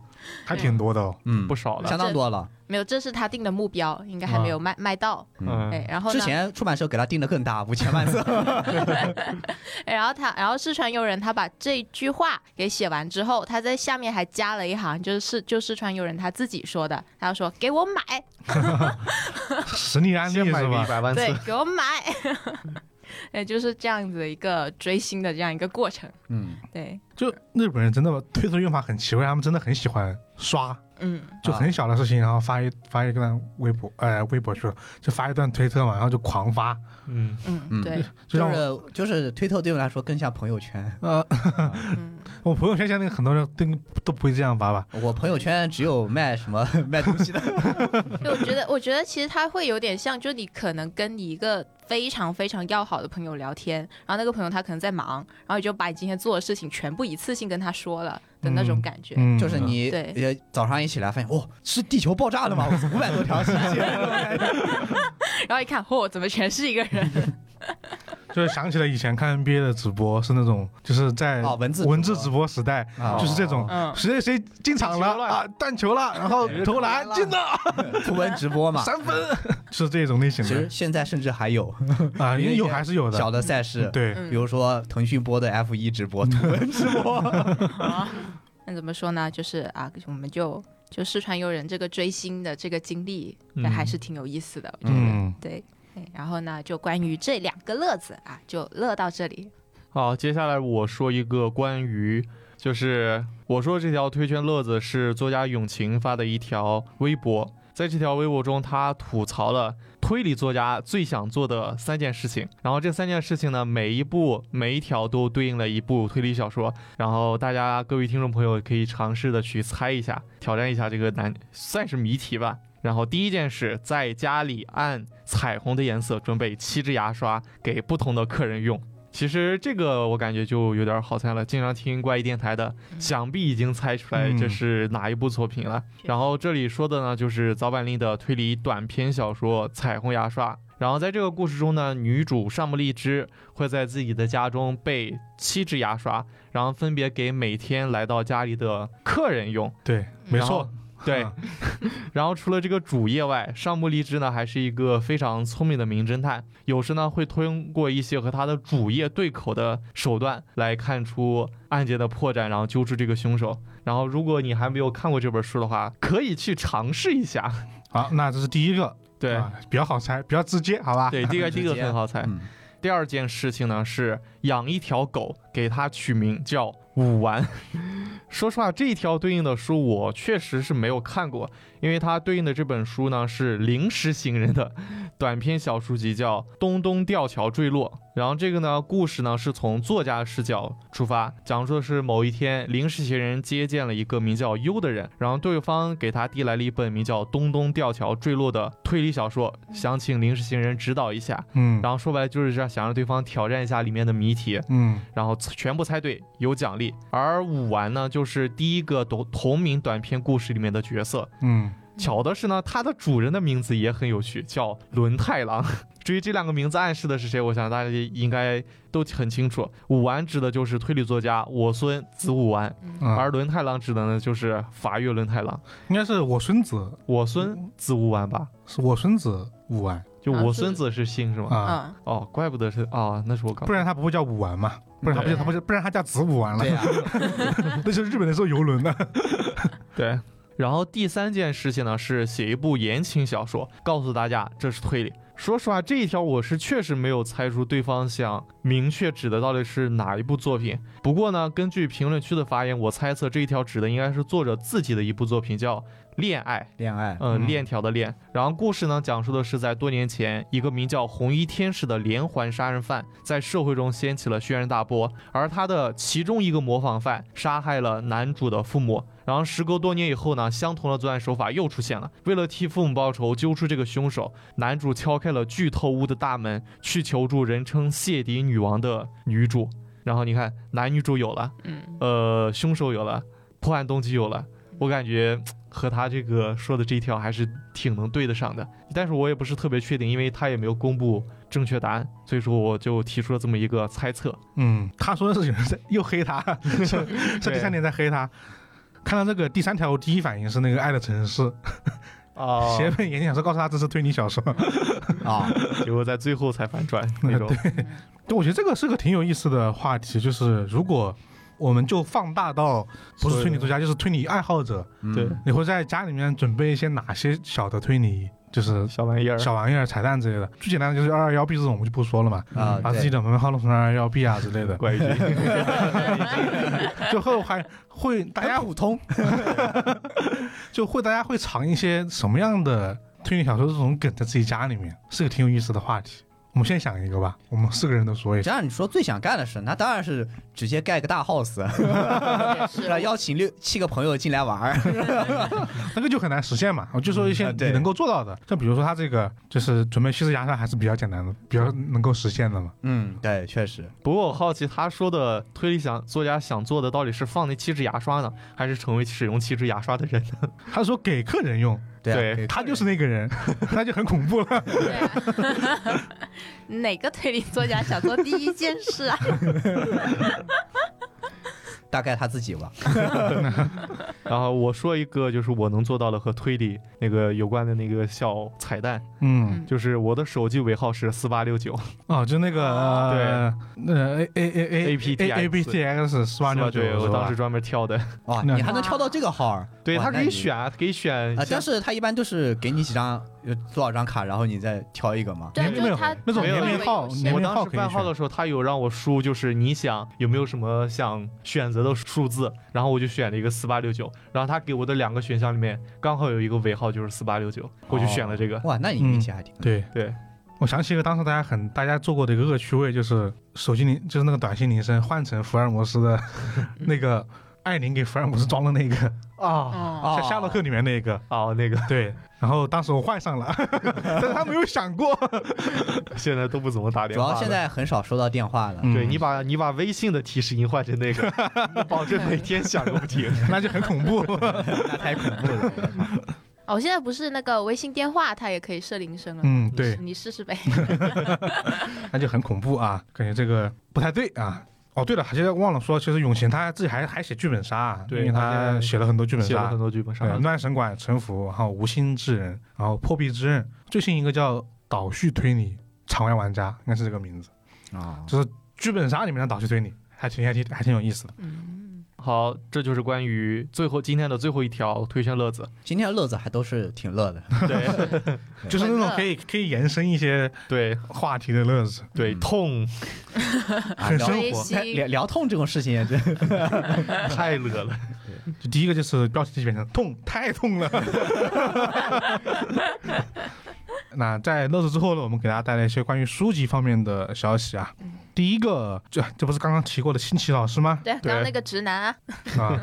[SPEAKER 2] 还挺多的哦。
[SPEAKER 5] 嗯，
[SPEAKER 4] 不少了
[SPEAKER 5] 相当多了。
[SPEAKER 3] 没有，这是他定的目标，应该还没有卖、卖到。
[SPEAKER 5] 嗯
[SPEAKER 3] 哎
[SPEAKER 4] 嗯，，
[SPEAKER 3] 然后
[SPEAKER 5] 之
[SPEAKER 3] 呢？
[SPEAKER 5] 前出版社给他定的更大，五千万字。
[SPEAKER 3] 哎然后他，然后四川悠人他把这句话给写完之后，他在下面还加了一行，就是就四川悠人他自己说的，他就说给我买，
[SPEAKER 2] 实力安利
[SPEAKER 4] 哎先买
[SPEAKER 2] 是
[SPEAKER 4] 个一
[SPEAKER 2] 吧？
[SPEAKER 4] 百万次
[SPEAKER 3] 对，，给我买。 <laughs> 对，就是这样子的一个追星的这样一个过程。
[SPEAKER 5] 嗯，
[SPEAKER 3] 对，
[SPEAKER 2] 就日本人真的推特用法很奇怪，他们真的很喜欢
[SPEAKER 4] 啊
[SPEAKER 2] 刷，
[SPEAKER 3] 嗯，
[SPEAKER 2] 就很小的事情，然后发一发一段微博，呃，微博去了，就发一段推特嘛，然后就狂发，
[SPEAKER 4] 嗯，
[SPEAKER 3] 嗯，
[SPEAKER 5] 嗯
[SPEAKER 3] 对，
[SPEAKER 2] 就
[SPEAKER 5] 就
[SPEAKER 2] 让我
[SPEAKER 5] 是就是推特对我来说更像朋友圈，
[SPEAKER 2] 呃，
[SPEAKER 3] 嗯，
[SPEAKER 2] 我朋友圈现在很多人都都不会这样发吧？
[SPEAKER 5] 我朋友圈只有卖什么卖东西的。
[SPEAKER 3] 就我觉得，我觉得其实他会有点像，就你可能跟你一个非常非常要好的朋友聊天，然后那个朋友他可能在忙，然后你就把你今天做的事情全部一次性跟他说了的那种感觉。
[SPEAKER 2] 嗯，
[SPEAKER 5] 就是你
[SPEAKER 3] 对
[SPEAKER 5] 呃早上一起来发现，哦，是地球爆炸了吗？五百多条信息，
[SPEAKER 3] 然后一看，哦嚯、怎么全是一个人？
[SPEAKER 2] 就是想起了以前看 NBA 的直播是那种，就是在
[SPEAKER 5] 哦文字直播
[SPEAKER 2] 文字直播时代，
[SPEAKER 5] 啊
[SPEAKER 2] 就是这种
[SPEAKER 3] 嗯
[SPEAKER 2] 谁谁谁进场
[SPEAKER 4] 进球
[SPEAKER 2] 了
[SPEAKER 4] 了
[SPEAKER 2] 啊，断球了，然后投篮进了
[SPEAKER 5] 图文直
[SPEAKER 2] <laughs>
[SPEAKER 5] 播嘛。
[SPEAKER 2] 三分，是这种类型
[SPEAKER 5] 其实
[SPEAKER 2] 的
[SPEAKER 5] 现在甚至还有
[SPEAKER 2] 啊，
[SPEAKER 5] 因为
[SPEAKER 2] 有还是有
[SPEAKER 5] 小
[SPEAKER 2] 的，
[SPEAKER 5] 的赛事，
[SPEAKER 2] 嗯
[SPEAKER 3] 嗯
[SPEAKER 2] 对，
[SPEAKER 5] 比如说腾讯播的 F 一直播，图文直播。
[SPEAKER 3] 啊，那怎么说呢？就是啊，我们就就四川悠人这个追星的这个经历，
[SPEAKER 4] 嗯
[SPEAKER 3] 还是挺有意思的，我觉得。
[SPEAKER 2] 嗯，
[SPEAKER 3] 对，哎然后呢，就关于这两个乐子啊，就乐到这里。
[SPEAKER 4] 好，哦接下来我说一个关于，就是我说这条推圈乐子是作家永晴发的一条微博，在这条微博中，他吐槽了推理作家最想做的三件事情，然后这三件事情呢，每一步每一条都对应了一部推理小说，然后大家各位听众朋友可以尝试的去猜一下，挑战一下这个难，算是谜题吧。然后第一件事，在家里按彩虹的颜色准备七支牙刷给不同的客人用。其实这个我感觉就有点好猜了，经常听怪异电台的，想必已经猜出来这是哪一部作品了。然后这里说的呢，就是早坂令的推理短篇小说《彩虹牙刷》。然后在这个故事中呢，女主上木荔枝会在自己的家中备七支牙刷，然后分别给每天来到家里的客人用。
[SPEAKER 2] 对，没错， <laughs>
[SPEAKER 4] 对
[SPEAKER 2] 嗯，
[SPEAKER 4] 然后除了这个主业外，上木荔枝呢还是一个非常聪明的名侦探，有时呢会通过一些和他的主业对口的手段来看出案件的破绽，然后揪出这个凶手。然后如果你还没有看过这本书的话，可以去尝试一下。
[SPEAKER 2] 好，那这是第一个，
[SPEAKER 4] 对、
[SPEAKER 2] 啊比较好猜，比较直接，好吧？
[SPEAKER 4] 对，第一个第一个很好猜。
[SPEAKER 5] 嗯
[SPEAKER 4] 第二件事情呢是养一条狗，给它取名叫武丸。 <laughs> 说实话，这一条对应的书我确实是没有看过，因为它对应的这本书呢是临时行人的短篇小书集，叫《东东吊桥坠落》。然后这个呢，故事呢是从作家视角出发，讲述的是某一天临时行人接见了一个名叫优的人，然后对方给他递来了一本名叫《东东吊桥坠落》的推理小说，想请临时行人指导一下。
[SPEAKER 2] 嗯
[SPEAKER 4] 然后说白了就是这样，想让对方挑战一下里面的谜题，
[SPEAKER 2] 嗯
[SPEAKER 4] 然后全部猜对有奖励。而武丸呢，就是第一个同同名短篇故事里面的角色，
[SPEAKER 2] 嗯
[SPEAKER 4] 巧的是呢，它的主人的名字也很有趣，叫轮太郎。 <laughs> 至于这两个名字暗示的是谁，我想大家应该都很清楚。武丸指的就是推理作家我孙子午丸，
[SPEAKER 2] 啊，
[SPEAKER 4] 而轮太郎指的呢就是法月轮太郎。
[SPEAKER 2] 应该是我孙子，
[SPEAKER 4] 我
[SPEAKER 2] 嗯
[SPEAKER 4] 孙子午丸吧，
[SPEAKER 2] 是我孙子武丸
[SPEAKER 4] 就
[SPEAKER 3] 啊
[SPEAKER 4] 我
[SPEAKER 3] 是
[SPEAKER 4] 孙子是姓是吗？
[SPEAKER 2] 啊，
[SPEAKER 3] 嗯，
[SPEAKER 4] 哦，怪不得是哦，那是我搞
[SPEAKER 2] 不然他不会叫武丸嘛，不然他不
[SPEAKER 3] 对
[SPEAKER 2] 叫他不叫不然他叫子武丸了
[SPEAKER 5] 对，呀、
[SPEAKER 2] <laughs> 那是日本的时候游轮呢。
[SPEAKER 4] 对。然后第三件事情呢是写一部言情小说，告诉大家这是推理。说实话，这一条我是确实没有猜出对方想明确指的到底是哪一部作品。不过呢，根据评论区的发言，我猜测这一条指的应该是作者自己的一部作品，叫《恋爱》。<laughs>
[SPEAKER 5] 恋爱，
[SPEAKER 4] 呃，
[SPEAKER 2] 嗯
[SPEAKER 4] 链条的链。然后故事呢，讲述的是在多年前，一个名叫红衣天使的连环杀人犯在社会中掀起了轩然大波，而他的其中一个模仿犯杀害了男主的父母。然后时隔多年以后呢，相同的作案手法又出现了。为了替父母报仇，揪出这个凶手，男主敲开了剧透屋的大门，去求助人称谢顶女王的女主。然后你看，男女主有了，
[SPEAKER 3] 嗯，
[SPEAKER 4] 呃，凶手有了，破案动机有了，我感觉嘖和他这个说的这一条还是挺能对得上的。但是我也不是特别确定，因为他也没有公布正确答案，所以说我就提出了这么一个猜测。
[SPEAKER 2] 嗯，他说的事情是又黑他，是是第三点在黑他。看到这个第三条，我第一反应是那个《爱的城市》
[SPEAKER 4] 啊
[SPEAKER 2] 写本言情小说，告诉他这是推理小说。
[SPEAKER 5] 啊，
[SPEAKER 4] 结果在最后才反 <laughs> 转那种。
[SPEAKER 2] 对，我觉得这个是个挺有意思的话题，就是如果我们就放大到不是推理作家，就是推理爱好者，
[SPEAKER 5] 嗯
[SPEAKER 4] 对
[SPEAKER 2] 你会在家里面准备一些哪些小的推理，就是
[SPEAKER 4] 小玩意儿，
[SPEAKER 2] 小玩意儿、彩蛋之类的。最简单的就是二二幺 B 这种，我们就不说了嘛。
[SPEAKER 5] 啊，
[SPEAKER 2] 嗯把
[SPEAKER 5] 对
[SPEAKER 2] 自己的门号弄成二二幺 B 啊之类的，
[SPEAKER 4] 怪异。 <laughs>
[SPEAKER 2] 最后还会大
[SPEAKER 5] <laughs>
[SPEAKER 2] 家
[SPEAKER 5] 很普通，
[SPEAKER 2] 就会大家会藏一些什么样的推理小说这种梗在自己家里面，是个挺有意思的话题。我们先想一个吧，我们四个人都说一
[SPEAKER 5] 这
[SPEAKER 2] 下。
[SPEAKER 5] 样你说最想干的事，那当然是直接盖个大
[SPEAKER 2] <laughs>
[SPEAKER 5] house，
[SPEAKER 3] 也
[SPEAKER 5] 是吧？
[SPEAKER 3] 是。
[SPEAKER 5] 邀请六七个朋友进来玩儿，
[SPEAKER 2] <laughs> 那个就很难实现嘛。我就说一
[SPEAKER 5] 嗯
[SPEAKER 2] 些
[SPEAKER 5] 啊对
[SPEAKER 2] 你能够做到的，像比如说他这个就是准备吸食牙刷还是比较简单的，比较能够实现的嘛。
[SPEAKER 5] 嗯，对，确实，
[SPEAKER 4] 不过我好奇，他说的推理想作家想做的到底是放那七支牙刷呢，还是成为使用七支牙刷的人呢？
[SPEAKER 2] 他说给客人用，
[SPEAKER 5] 对啊
[SPEAKER 4] 对
[SPEAKER 5] 给
[SPEAKER 2] 他就是那个人，那就很恐怖了。
[SPEAKER 3] 对啊 <laughs> 哪个推理作家想做第一件事
[SPEAKER 2] <laughs>
[SPEAKER 3] 啊？
[SPEAKER 5] 大概他自己吧，
[SPEAKER 4] 然后我说一个，就是我能做到的和推理那个有关的那个小彩蛋，
[SPEAKER 2] 嗯，
[SPEAKER 4] 就是我的手机尾号是四八六九，
[SPEAKER 2] 哦，就那个呃那 A A A A
[SPEAKER 4] APTX
[SPEAKER 2] A B T X 四八六
[SPEAKER 4] <laughs>
[SPEAKER 2] 九，
[SPEAKER 4] 对我当时
[SPEAKER 2] 是吧
[SPEAKER 4] 专门挑的。
[SPEAKER 5] 哇，
[SPEAKER 2] 那
[SPEAKER 5] 你还能挑到这个号儿，
[SPEAKER 4] 对
[SPEAKER 5] 哇
[SPEAKER 4] 他
[SPEAKER 5] 那
[SPEAKER 4] 可以
[SPEAKER 5] 你
[SPEAKER 4] 选啊，可以选
[SPEAKER 5] 啊，但
[SPEAKER 4] 像
[SPEAKER 5] 是他一般就是给你几张，有多少张卡，然后你再挑一个嘛。
[SPEAKER 3] 对，啊
[SPEAKER 2] 年
[SPEAKER 3] 就
[SPEAKER 2] 没
[SPEAKER 3] 是
[SPEAKER 2] 有
[SPEAKER 3] 他
[SPEAKER 2] 那种
[SPEAKER 3] 没有
[SPEAKER 2] 年龄号，
[SPEAKER 3] 没有
[SPEAKER 2] 年
[SPEAKER 4] 我
[SPEAKER 2] 龄
[SPEAKER 4] 当
[SPEAKER 2] 号
[SPEAKER 4] 时
[SPEAKER 2] 可以
[SPEAKER 4] 办号
[SPEAKER 2] 选
[SPEAKER 4] 的。时候，他有让我输，就是你想有没有什么想选择的数字，然后我就选了一个四八六九，然后他给我的两个选项里面刚好有一个尾号就是四八六九，我就选了这
[SPEAKER 2] 哦
[SPEAKER 4] 个。
[SPEAKER 5] 哇，那你
[SPEAKER 2] 嗯
[SPEAKER 5] 运气还挺……
[SPEAKER 2] 对
[SPEAKER 4] 对，
[SPEAKER 2] 我想起一个当时大家很大家做过的一个恶趣味，就是手机铃，就是那个短信铃声换成福尔摩斯的那个艾琳给福尔摩斯装的那个，
[SPEAKER 4] 啊
[SPEAKER 3] 哦，
[SPEAKER 5] 哦
[SPEAKER 2] 在夏洛克里面那个。
[SPEAKER 4] 哦，那个
[SPEAKER 2] <laughs> 对，然后当时我换上了， <laughs> 但是他没有想过。 <laughs>
[SPEAKER 4] 现在都不怎么打电
[SPEAKER 5] 主
[SPEAKER 4] 话了。
[SPEAKER 5] 要现在很少收到电话了。
[SPEAKER 4] 对
[SPEAKER 2] 嗯
[SPEAKER 4] 你把你把微信的提示音换成
[SPEAKER 2] <laughs>
[SPEAKER 4] 那个，我保证每天响个不停。
[SPEAKER 2] 那就很恐怖。 <laughs>
[SPEAKER 5] 那太恐怖了。
[SPEAKER 3] 哦，现在不是那个微信电话，它也可以设铃声了。
[SPEAKER 2] 嗯，对，
[SPEAKER 3] 你试试呗。
[SPEAKER 2] 那就很恐怖啊，感觉这个不太对啊。哦，对了，其实忘了说，其实永贤他自己还还写剧本杀啊，
[SPEAKER 4] 对
[SPEAKER 2] 因为
[SPEAKER 4] 他现
[SPEAKER 2] 他
[SPEAKER 4] 在
[SPEAKER 2] 写了很多剧本
[SPEAKER 4] 写了
[SPEAKER 2] 杀
[SPEAKER 4] 很，多剧本杀
[SPEAKER 2] 对，，乱神馆、沉浮，然后无心之人，然后破壁之刃，最新一个叫倒叙推理，场外玩家应该是这个名字，
[SPEAKER 5] 啊，
[SPEAKER 2] 就是剧本杀里面的倒叙推理，还挺还挺还挺有意思的。
[SPEAKER 3] 嗯，
[SPEAKER 4] 好，这就是关于最后今天的最后一条推荐乐子。
[SPEAKER 5] 今天的乐子还都是挺乐的。
[SPEAKER 4] 对
[SPEAKER 2] 就是那
[SPEAKER 3] 很
[SPEAKER 2] 种
[SPEAKER 3] 热
[SPEAKER 2] 可以可以延伸一些
[SPEAKER 4] <laughs> 对
[SPEAKER 2] 话题的乐子，
[SPEAKER 4] 对，
[SPEAKER 5] 嗯
[SPEAKER 4] 痛
[SPEAKER 5] 啊
[SPEAKER 2] 很
[SPEAKER 5] 聊
[SPEAKER 2] <laughs> 生
[SPEAKER 3] 微
[SPEAKER 2] 活。哎
[SPEAKER 3] 信
[SPEAKER 5] 聊聊痛这种事情也真
[SPEAKER 4] 太乐了。
[SPEAKER 2] 就第一个就是标题就变成痛，太痛了。那在乐子之后呢，我们给大家带来一些关于书籍方面的消息啊。第一个，这这不是刚刚提过的新奇老师吗？
[SPEAKER 3] 对，刚刚那个直男啊，
[SPEAKER 2] 啊，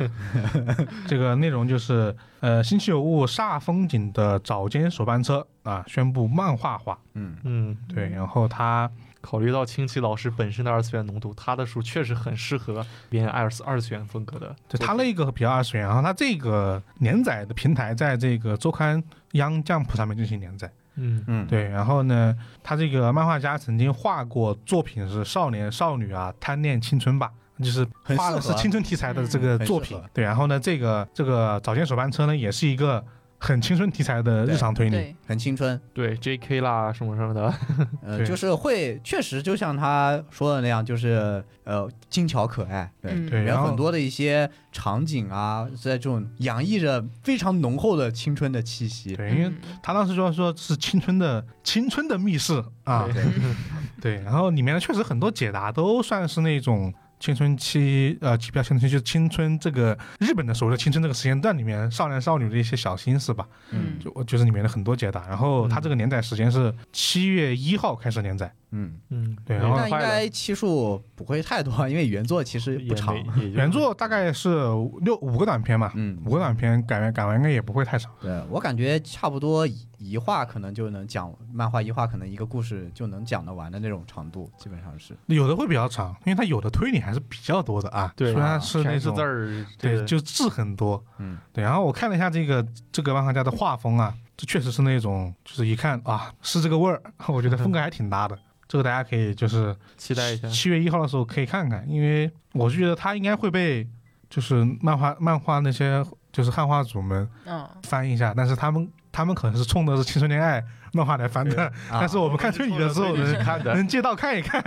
[SPEAKER 2] 这个内容就是呃，星期有物煞风景的早间首班车啊，宣布漫画化。
[SPEAKER 5] 嗯，
[SPEAKER 4] 嗯，
[SPEAKER 2] 对，然后他
[SPEAKER 4] 考虑到清崎老师本身的二次元浓度，他的书确实很适合编二次二次元风格的
[SPEAKER 2] 对
[SPEAKER 4] 作品。
[SPEAKER 2] 他那个比较二次元，然后他这个连载的平台在这个周刊 Young Jump 上面进行连载。
[SPEAKER 4] 嗯
[SPEAKER 5] 嗯，
[SPEAKER 2] 对，然后呢，他这个漫画家曾经画过作品是少年少女啊贪恋青春吧，就是
[SPEAKER 5] 很
[SPEAKER 2] 画的
[SPEAKER 5] 适
[SPEAKER 2] 是
[SPEAKER 5] 合
[SPEAKER 2] 青春题材的这个
[SPEAKER 5] 嗯
[SPEAKER 2] 作品
[SPEAKER 5] 很适合。
[SPEAKER 2] 对，然后呢，这个这个早间手班车呢，也是一个很青春题材的日常推理。
[SPEAKER 3] 对，
[SPEAKER 5] 很青春，
[SPEAKER 4] 对 J.K. 啦什么什么的，
[SPEAKER 5] 呃，
[SPEAKER 2] 对
[SPEAKER 5] 就是会，确实就像他说的那样，就是呃，精巧可爱，对，
[SPEAKER 3] 嗯
[SPEAKER 2] 对，
[SPEAKER 5] 里面
[SPEAKER 2] 然后
[SPEAKER 5] 很多的一些场景啊，在这种洋溢着非常浓厚的青春的气息，
[SPEAKER 3] 嗯
[SPEAKER 2] 对，因为嗯他当时就说是青春的青春的密室啊，
[SPEAKER 4] 对
[SPEAKER 2] 对，然后里面呢确实很多解答都算是那种青春期，呃，不要青春期，就是青春这个日本的所谓的青春这个时间段里面少男少女的一些小心思吧，
[SPEAKER 3] 嗯
[SPEAKER 2] 就呃就是里面的很多解答。然后它这个连载时间是七月一号开始连载，
[SPEAKER 5] 嗯，
[SPEAKER 4] 嗯，
[SPEAKER 2] 对然后
[SPEAKER 5] 那应
[SPEAKER 4] 快乐
[SPEAKER 5] 该期数不会太多，啊因为原作其实
[SPEAKER 4] 也
[SPEAKER 5] 不长，
[SPEAKER 4] 没，也就
[SPEAKER 2] 原作大概是六五个短片嘛，
[SPEAKER 5] 嗯，
[SPEAKER 2] 五个短片改完改完应该也不会太少。
[SPEAKER 5] 对我感觉差不多一一话可能就能讲，漫画一话可能一个故事就能讲得完的那种长度，基本上是，
[SPEAKER 2] 有的会比较长，因为它有的推理还是比较多的啊，
[SPEAKER 4] 对
[SPEAKER 2] 虽然是那
[SPEAKER 4] 全是
[SPEAKER 2] 种
[SPEAKER 4] 字儿，
[SPEAKER 2] 对，
[SPEAKER 4] 就
[SPEAKER 2] 就字很多。
[SPEAKER 5] 嗯，
[SPEAKER 2] 对，然后我看了一下这个这个漫画家的画风啊，这确实是那种，就是一看啊是这个味儿， <laughs> 我觉得风格还挺搭的。这个大家可以就是
[SPEAKER 4] 期待一下。
[SPEAKER 2] 七月一号的时候可以看看，因为我觉得他应该会被就是漫画漫画那些就是汉化组们
[SPEAKER 3] 嗯，
[SPEAKER 2] 翻一下，但是他们他们可能是冲着是青春恋爱漫画来翻的，
[SPEAKER 5] 啊
[SPEAKER 2] 但是我们看推理的时候
[SPEAKER 4] 我们
[SPEAKER 2] 能
[SPEAKER 4] 是看的
[SPEAKER 2] 能借道看一看。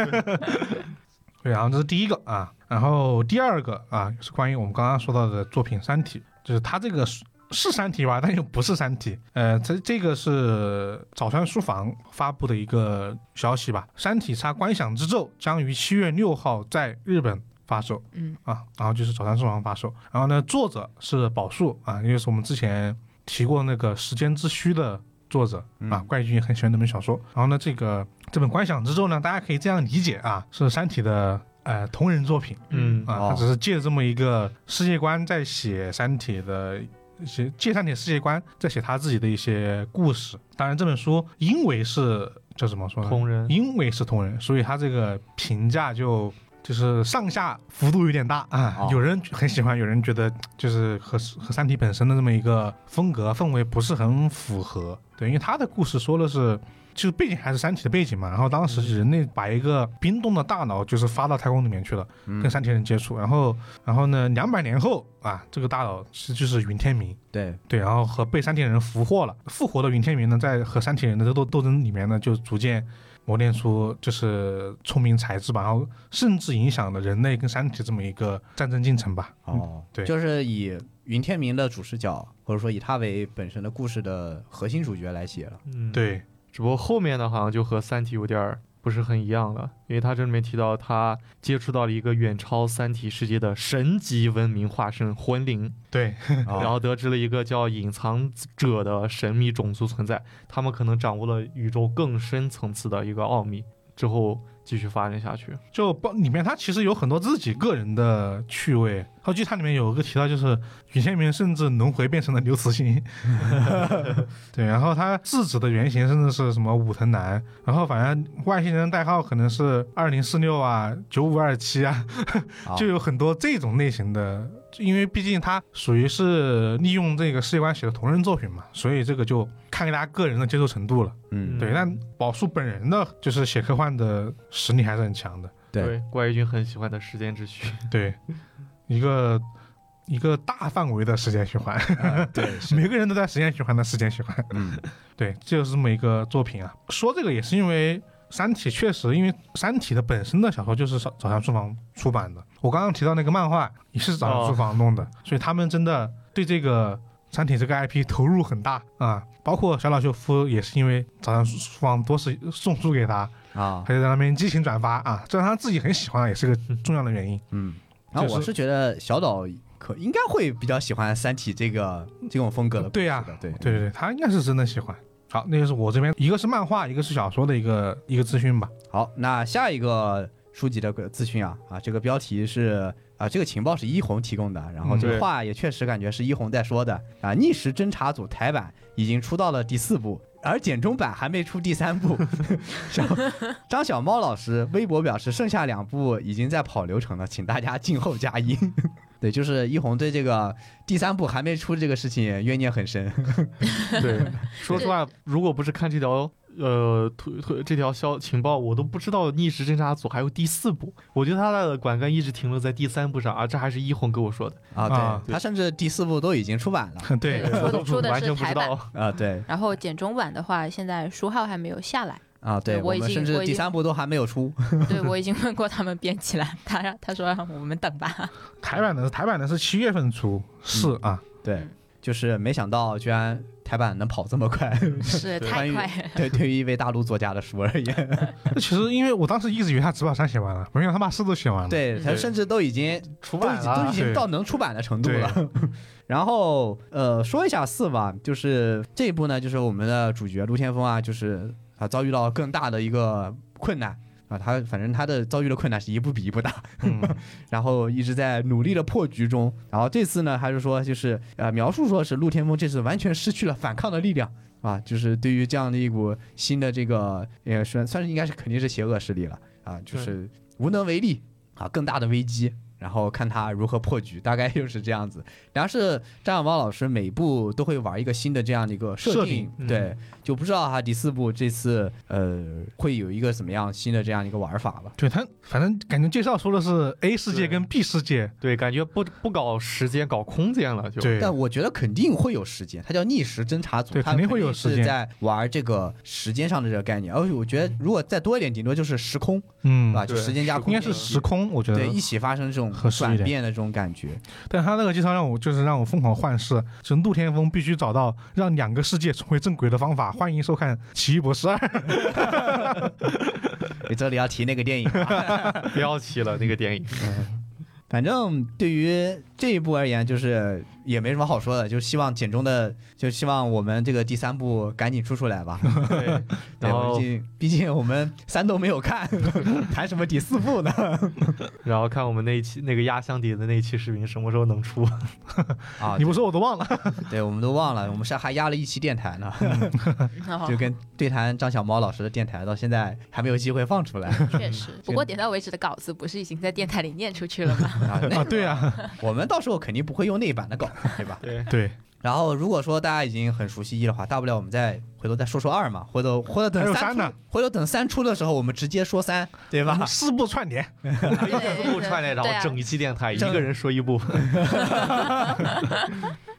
[SPEAKER 2] 对，然后这是第一个啊，然后第二个啊是关于我们刚刚说到的作品《三体》，就是它这个是是《三体》吧，但又不是《三体》。呃，这这个是早川书房发布的一个消息吧，《三体杀观想之咒》将于七月六号在日本发售。
[SPEAKER 3] 嗯
[SPEAKER 2] 啊，然后就是早餐书房发售。然后呢，作者是宝树啊，也就是我们之前提过那个《时间之虚》的作者啊
[SPEAKER 5] 嗯，
[SPEAKER 2] 怪君也很喜欢那本小说。然后呢，这个这本《观想之咒》呢，大家可以这样理解啊，是《三体》的呃同人作品
[SPEAKER 4] 嗯
[SPEAKER 2] 啊，
[SPEAKER 5] 哦
[SPEAKER 2] 它只是借这么一个世界观在写《三体》的。写借《三体》世界观，在写他自己的一些故事。当然，这本书因为是叫怎么说呢？
[SPEAKER 4] 同
[SPEAKER 5] 嗯
[SPEAKER 4] 人，
[SPEAKER 2] 因为是同人，所以他这个评价就就是上下幅度有点大啊、
[SPEAKER 5] 哦
[SPEAKER 2] 有人很喜欢，有人觉得就是和和三体本身的这么一个风格氛围不是很符合。对，因为他的故事说的是。就是背景还是三体的背景嘛，然后当时人类把一个冰冻的大脑就是发到太空里面去了，
[SPEAKER 5] 嗯
[SPEAKER 2] 跟三体人接触，然后然后呢，两百年后啊，这个大脑是就是云天明，
[SPEAKER 5] 对，
[SPEAKER 2] 对，然后和被三体人俘获了，复活的云天明呢，在和三体人的斗斗争里面呢，就逐渐磨练出就是聪明才智吧，然后甚至影响了人类跟三体这么一个战争进程吧。嗯，
[SPEAKER 5] 哦，
[SPEAKER 2] 对
[SPEAKER 5] 就是以云天明的主视角，或者说以他为本身的故事的核心主角来写了。
[SPEAKER 4] 嗯，。
[SPEAKER 2] 对，
[SPEAKER 4] 只不过后面呢，好像就和《三体》有点儿不是很一样了，因为他这里面提到他接触到了一个远超《三体》世界的神级文明化身魂灵，
[SPEAKER 2] 对，
[SPEAKER 4] 然后得知了一个叫隐藏者的神秘种族存在，他们可能掌握了宇宙更深层次的一个奥秘，之后继续发展下去。
[SPEAKER 2] 就包里面它其实有很多自己个人的趣味。后记它里面有一个提到，就是云天明甚至轮回变成了刘慈欣， <laughs> 对，然后他自己的原型甚至是什么武藤南，然后反正外星人代号可能是二零四六啊、九五二七啊，
[SPEAKER 5] 啊
[SPEAKER 2] 就有很多这种类型的，因为毕竟它属于是利用这个世界观写的同人作品嘛，所以这个就看大家个人的接受程度了。
[SPEAKER 5] 嗯，
[SPEAKER 2] 对，但宝树本人的就是写科幻的实力还是很强的。
[SPEAKER 5] 对
[SPEAKER 4] 对，怪异君很喜欢的时间之虚，
[SPEAKER 2] 对，一个一个大范围的时间循环，
[SPEAKER 5] 啊对，
[SPEAKER 2] <laughs>
[SPEAKER 5] 是
[SPEAKER 2] 每个人都在时间循环的时间循环。
[SPEAKER 5] 嗯
[SPEAKER 2] <laughs> 对，这就是这么一个作品啊。说这个也是因为《三体》确实，因为《三体》的本身的小说就是早早上书房出版的。我刚刚提到那个漫画也是早
[SPEAKER 5] 哦
[SPEAKER 2] 上书房弄的，所以他们真的对这个《三体》这个 IP 投入很大啊。包括小岛秀夫也是因为早上书房多次送书给他，
[SPEAKER 5] 啊
[SPEAKER 2] 他就在那边激情转发啊，这让他自己很喜欢，也是个重要的原因。
[SPEAKER 5] 嗯。然后
[SPEAKER 2] 就
[SPEAKER 5] 我
[SPEAKER 2] 是
[SPEAKER 5] 是觉得小岛可应该会比较喜欢《三体》这个这种风格的故事
[SPEAKER 2] 对呀啊
[SPEAKER 5] 的，对
[SPEAKER 2] 对对对，他应该是真的喜欢。好，那就是我这边一个是漫画，一个是小说的一个一个资讯吧。 <laughs>
[SPEAKER 5] 好，那下一个书籍的资讯啊啊，这个标题是啊，这个情报是一红提供的，然后
[SPEAKER 2] 嗯
[SPEAKER 5] 这个
[SPEAKER 4] 对
[SPEAKER 5] 话也确实感觉是一红在说的啊。逆时侦查组台版已经出到了第四部，而简中版还没出第三部。小张小猫老师微博表示，剩下两部已经在跑流程了，请大家静候佳音。对，就是一红对这个第三部还没出这个事情冤念很深。
[SPEAKER 4] 对，说实话，如果不是看这条呃推推这条消情报，我都不知道逆时侦察组还有第四部。我觉得他的管干一直停留在第三部上啊，这还是一红跟我说的。
[SPEAKER 5] 啊，对，
[SPEAKER 2] 啊
[SPEAKER 5] 他甚至第四部都已经出版了。
[SPEAKER 2] 对，
[SPEAKER 3] 对
[SPEAKER 4] 我都
[SPEAKER 3] 出的
[SPEAKER 4] 完
[SPEAKER 3] 是
[SPEAKER 4] 全不
[SPEAKER 3] 台
[SPEAKER 4] 知
[SPEAKER 3] 版
[SPEAKER 4] 道。
[SPEAKER 5] 啊，对
[SPEAKER 3] 然后简中版的话，现在书号还没有下来。
[SPEAKER 5] 啊，对，
[SPEAKER 3] 对
[SPEAKER 5] 我
[SPEAKER 3] 我已
[SPEAKER 5] 们
[SPEAKER 3] 经
[SPEAKER 5] 甚至
[SPEAKER 3] 我已
[SPEAKER 5] 第
[SPEAKER 3] 经
[SPEAKER 5] 三部都还没有出。
[SPEAKER 3] 对我已经问过他们编辑了，他让他说让我们
[SPEAKER 2] <laughs>
[SPEAKER 3] 等吧。
[SPEAKER 2] 台版的是台版的是七月份出，是啊，
[SPEAKER 5] 对
[SPEAKER 3] 嗯，
[SPEAKER 5] 就是没想到居然台版能跑这
[SPEAKER 4] <laughs>
[SPEAKER 5] 么快。
[SPEAKER 3] 是
[SPEAKER 5] 关
[SPEAKER 3] 太
[SPEAKER 5] 于
[SPEAKER 3] 快，
[SPEAKER 5] 对，对于一位大陆作家的书而
[SPEAKER 4] <laughs>
[SPEAKER 5] 言，
[SPEAKER 2] 那其实因为我当时一直以为他只把三写完了，没想到他把四都写完了。
[SPEAKER 5] 对他
[SPEAKER 4] 对
[SPEAKER 5] 甚至都已经
[SPEAKER 4] <laughs> 出
[SPEAKER 5] 都已经都已经
[SPEAKER 2] 对
[SPEAKER 5] 到能出版的程度了。 <laughs> 然后呃，说一下四吧，就是这一部呢，就是我们的主角陆先锋啊，就是啊遭遇到更大的一个困难。啊，他反正他的遭遇的困难是一步比一步大，
[SPEAKER 2] 嗯，
[SPEAKER 5] 然后一直在努力的破局中。然后这次呢，他就说就是呃描述说是陆天风这次完全失去了反抗的力量啊，就是对于这样的一股新的这个也算算是应该是肯定是邪恶势力了啊，就是无能为力啊，更大的危机。然后看他如何破局，大概就是这样子。然后是张小猫老师每部都会玩一个新的这样的一个设
[SPEAKER 2] 设定
[SPEAKER 4] 嗯
[SPEAKER 5] 对，就不知道他第四部这次呃会有一个怎么样新的这样一个玩法吧。
[SPEAKER 2] 对他，反正感觉介绍说的是 A 世界跟 B 世界，
[SPEAKER 4] 对，感觉不不搞时间，搞空间了就。 <laughs>
[SPEAKER 2] 对，
[SPEAKER 5] 但我觉得肯定会有时间，它叫逆时侦察组，
[SPEAKER 2] 对
[SPEAKER 5] 它
[SPEAKER 2] 肯定会有
[SPEAKER 5] 是
[SPEAKER 2] 时间
[SPEAKER 5] 在玩这个时间上的这个概念。而且我觉得，如果再多一点，顶多就是时空，
[SPEAKER 2] 嗯
[SPEAKER 5] 对，吧？就
[SPEAKER 4] 对
[SPEAKER 5] 时间加空
[SPEAKER 2] 应
[SPEAKER 5] 间
[SPEAKER 2] 该
[SPEAKER 5] 一起，
[SPEAKER 2] 是时空，我觉得
[SPEAKER 5] 对一起发生这种
[SPEAKER 2] 合适一
[SPEAKER 5] 转
[SPEAKER 2] 点
[SPEAKER 5] 变的这种感觉。
[SPEAKER 2] 但他那个介绍让我就是让我疯狂幻视，就是陆天风必须找到让两个世界重回正轨的方法。欢迎收看《奇异博士二》
[SPEAKER 5] 啊你这里要提那个电影啊，
[SPEAKER 4] 不要提了那个电影。
[SPEAKER 5] 反正对于这一部而言，就是也没什么好说的，就希望简中的，就希望我们这个第三部赶紧出
[SPEAKER 2] <laughs>
[SPEAKER 5] 出来吧。
[SPEAKER 4] 对，然
[SPEAKER 5] 对
[SPEAKER 4] 后
[SPEAKER 5] 毕竟毕竟我们三都没有看， <laughs> 谈什么第四
[SPEAKER 2] <laughs>
[SPEAKER 5] 部呢？
[SPEAKER 4] 然后看我们那一期那个压箱底的那一期视频什么时候能出。
[SPEAKER 5] 啊
[SPEAKER 2] 你，不说我都忘
[SPEAKER 5] <laughs>
[SPEAKER 2] 了。
[SPEAKER 5] 对，我们都忘了，我们是还压了一期电台呢。
[SPEAKER 3] 然后
[SPEAKER 5] 就跟对谈张小猫老师的电台，到现在还没有机会放出来
[SPEAKER 3] 确实，不过点到为止的稿子不是已经在电台里念出去了
[SPEAKER 5] <laughs>
[SPEAKER 3] 吗？
[SPEAKER 5] 啊。那
[SPEAKER 2] 啊，对啊，
[SPEAKER 5] 我们到时候肯定不会用那版的稿，对
[SPEAKER 4] <laughs>
[SPEAKER 5] 吧？
[SPEAKER 4] 对，
[SPEAKER 2] 对，
[SPEAKER 5] 然后如果说大家已经很熟悉一的话，大不了我们再回头再说说二嘛，回头回头
[SPEAKER 2] 还
[SPEAKER 5] 等
[SPEAKER 2] 有
[SPEAKER 5] 三
[SPEAKER 2] 三呢
[SPEAKER 5] 出，回头等三出的时候，我们直接说三，对吧？
[SPEAKER 2] 嗯四部串联，
[SPEAKER 4] 一点都不串联，然
[SPEAKER 3] 对啊
[SPEAKER 4] 后整一期电台，一
[SPEAKER 5] 整
[SPEAKER 4] 个人说一部。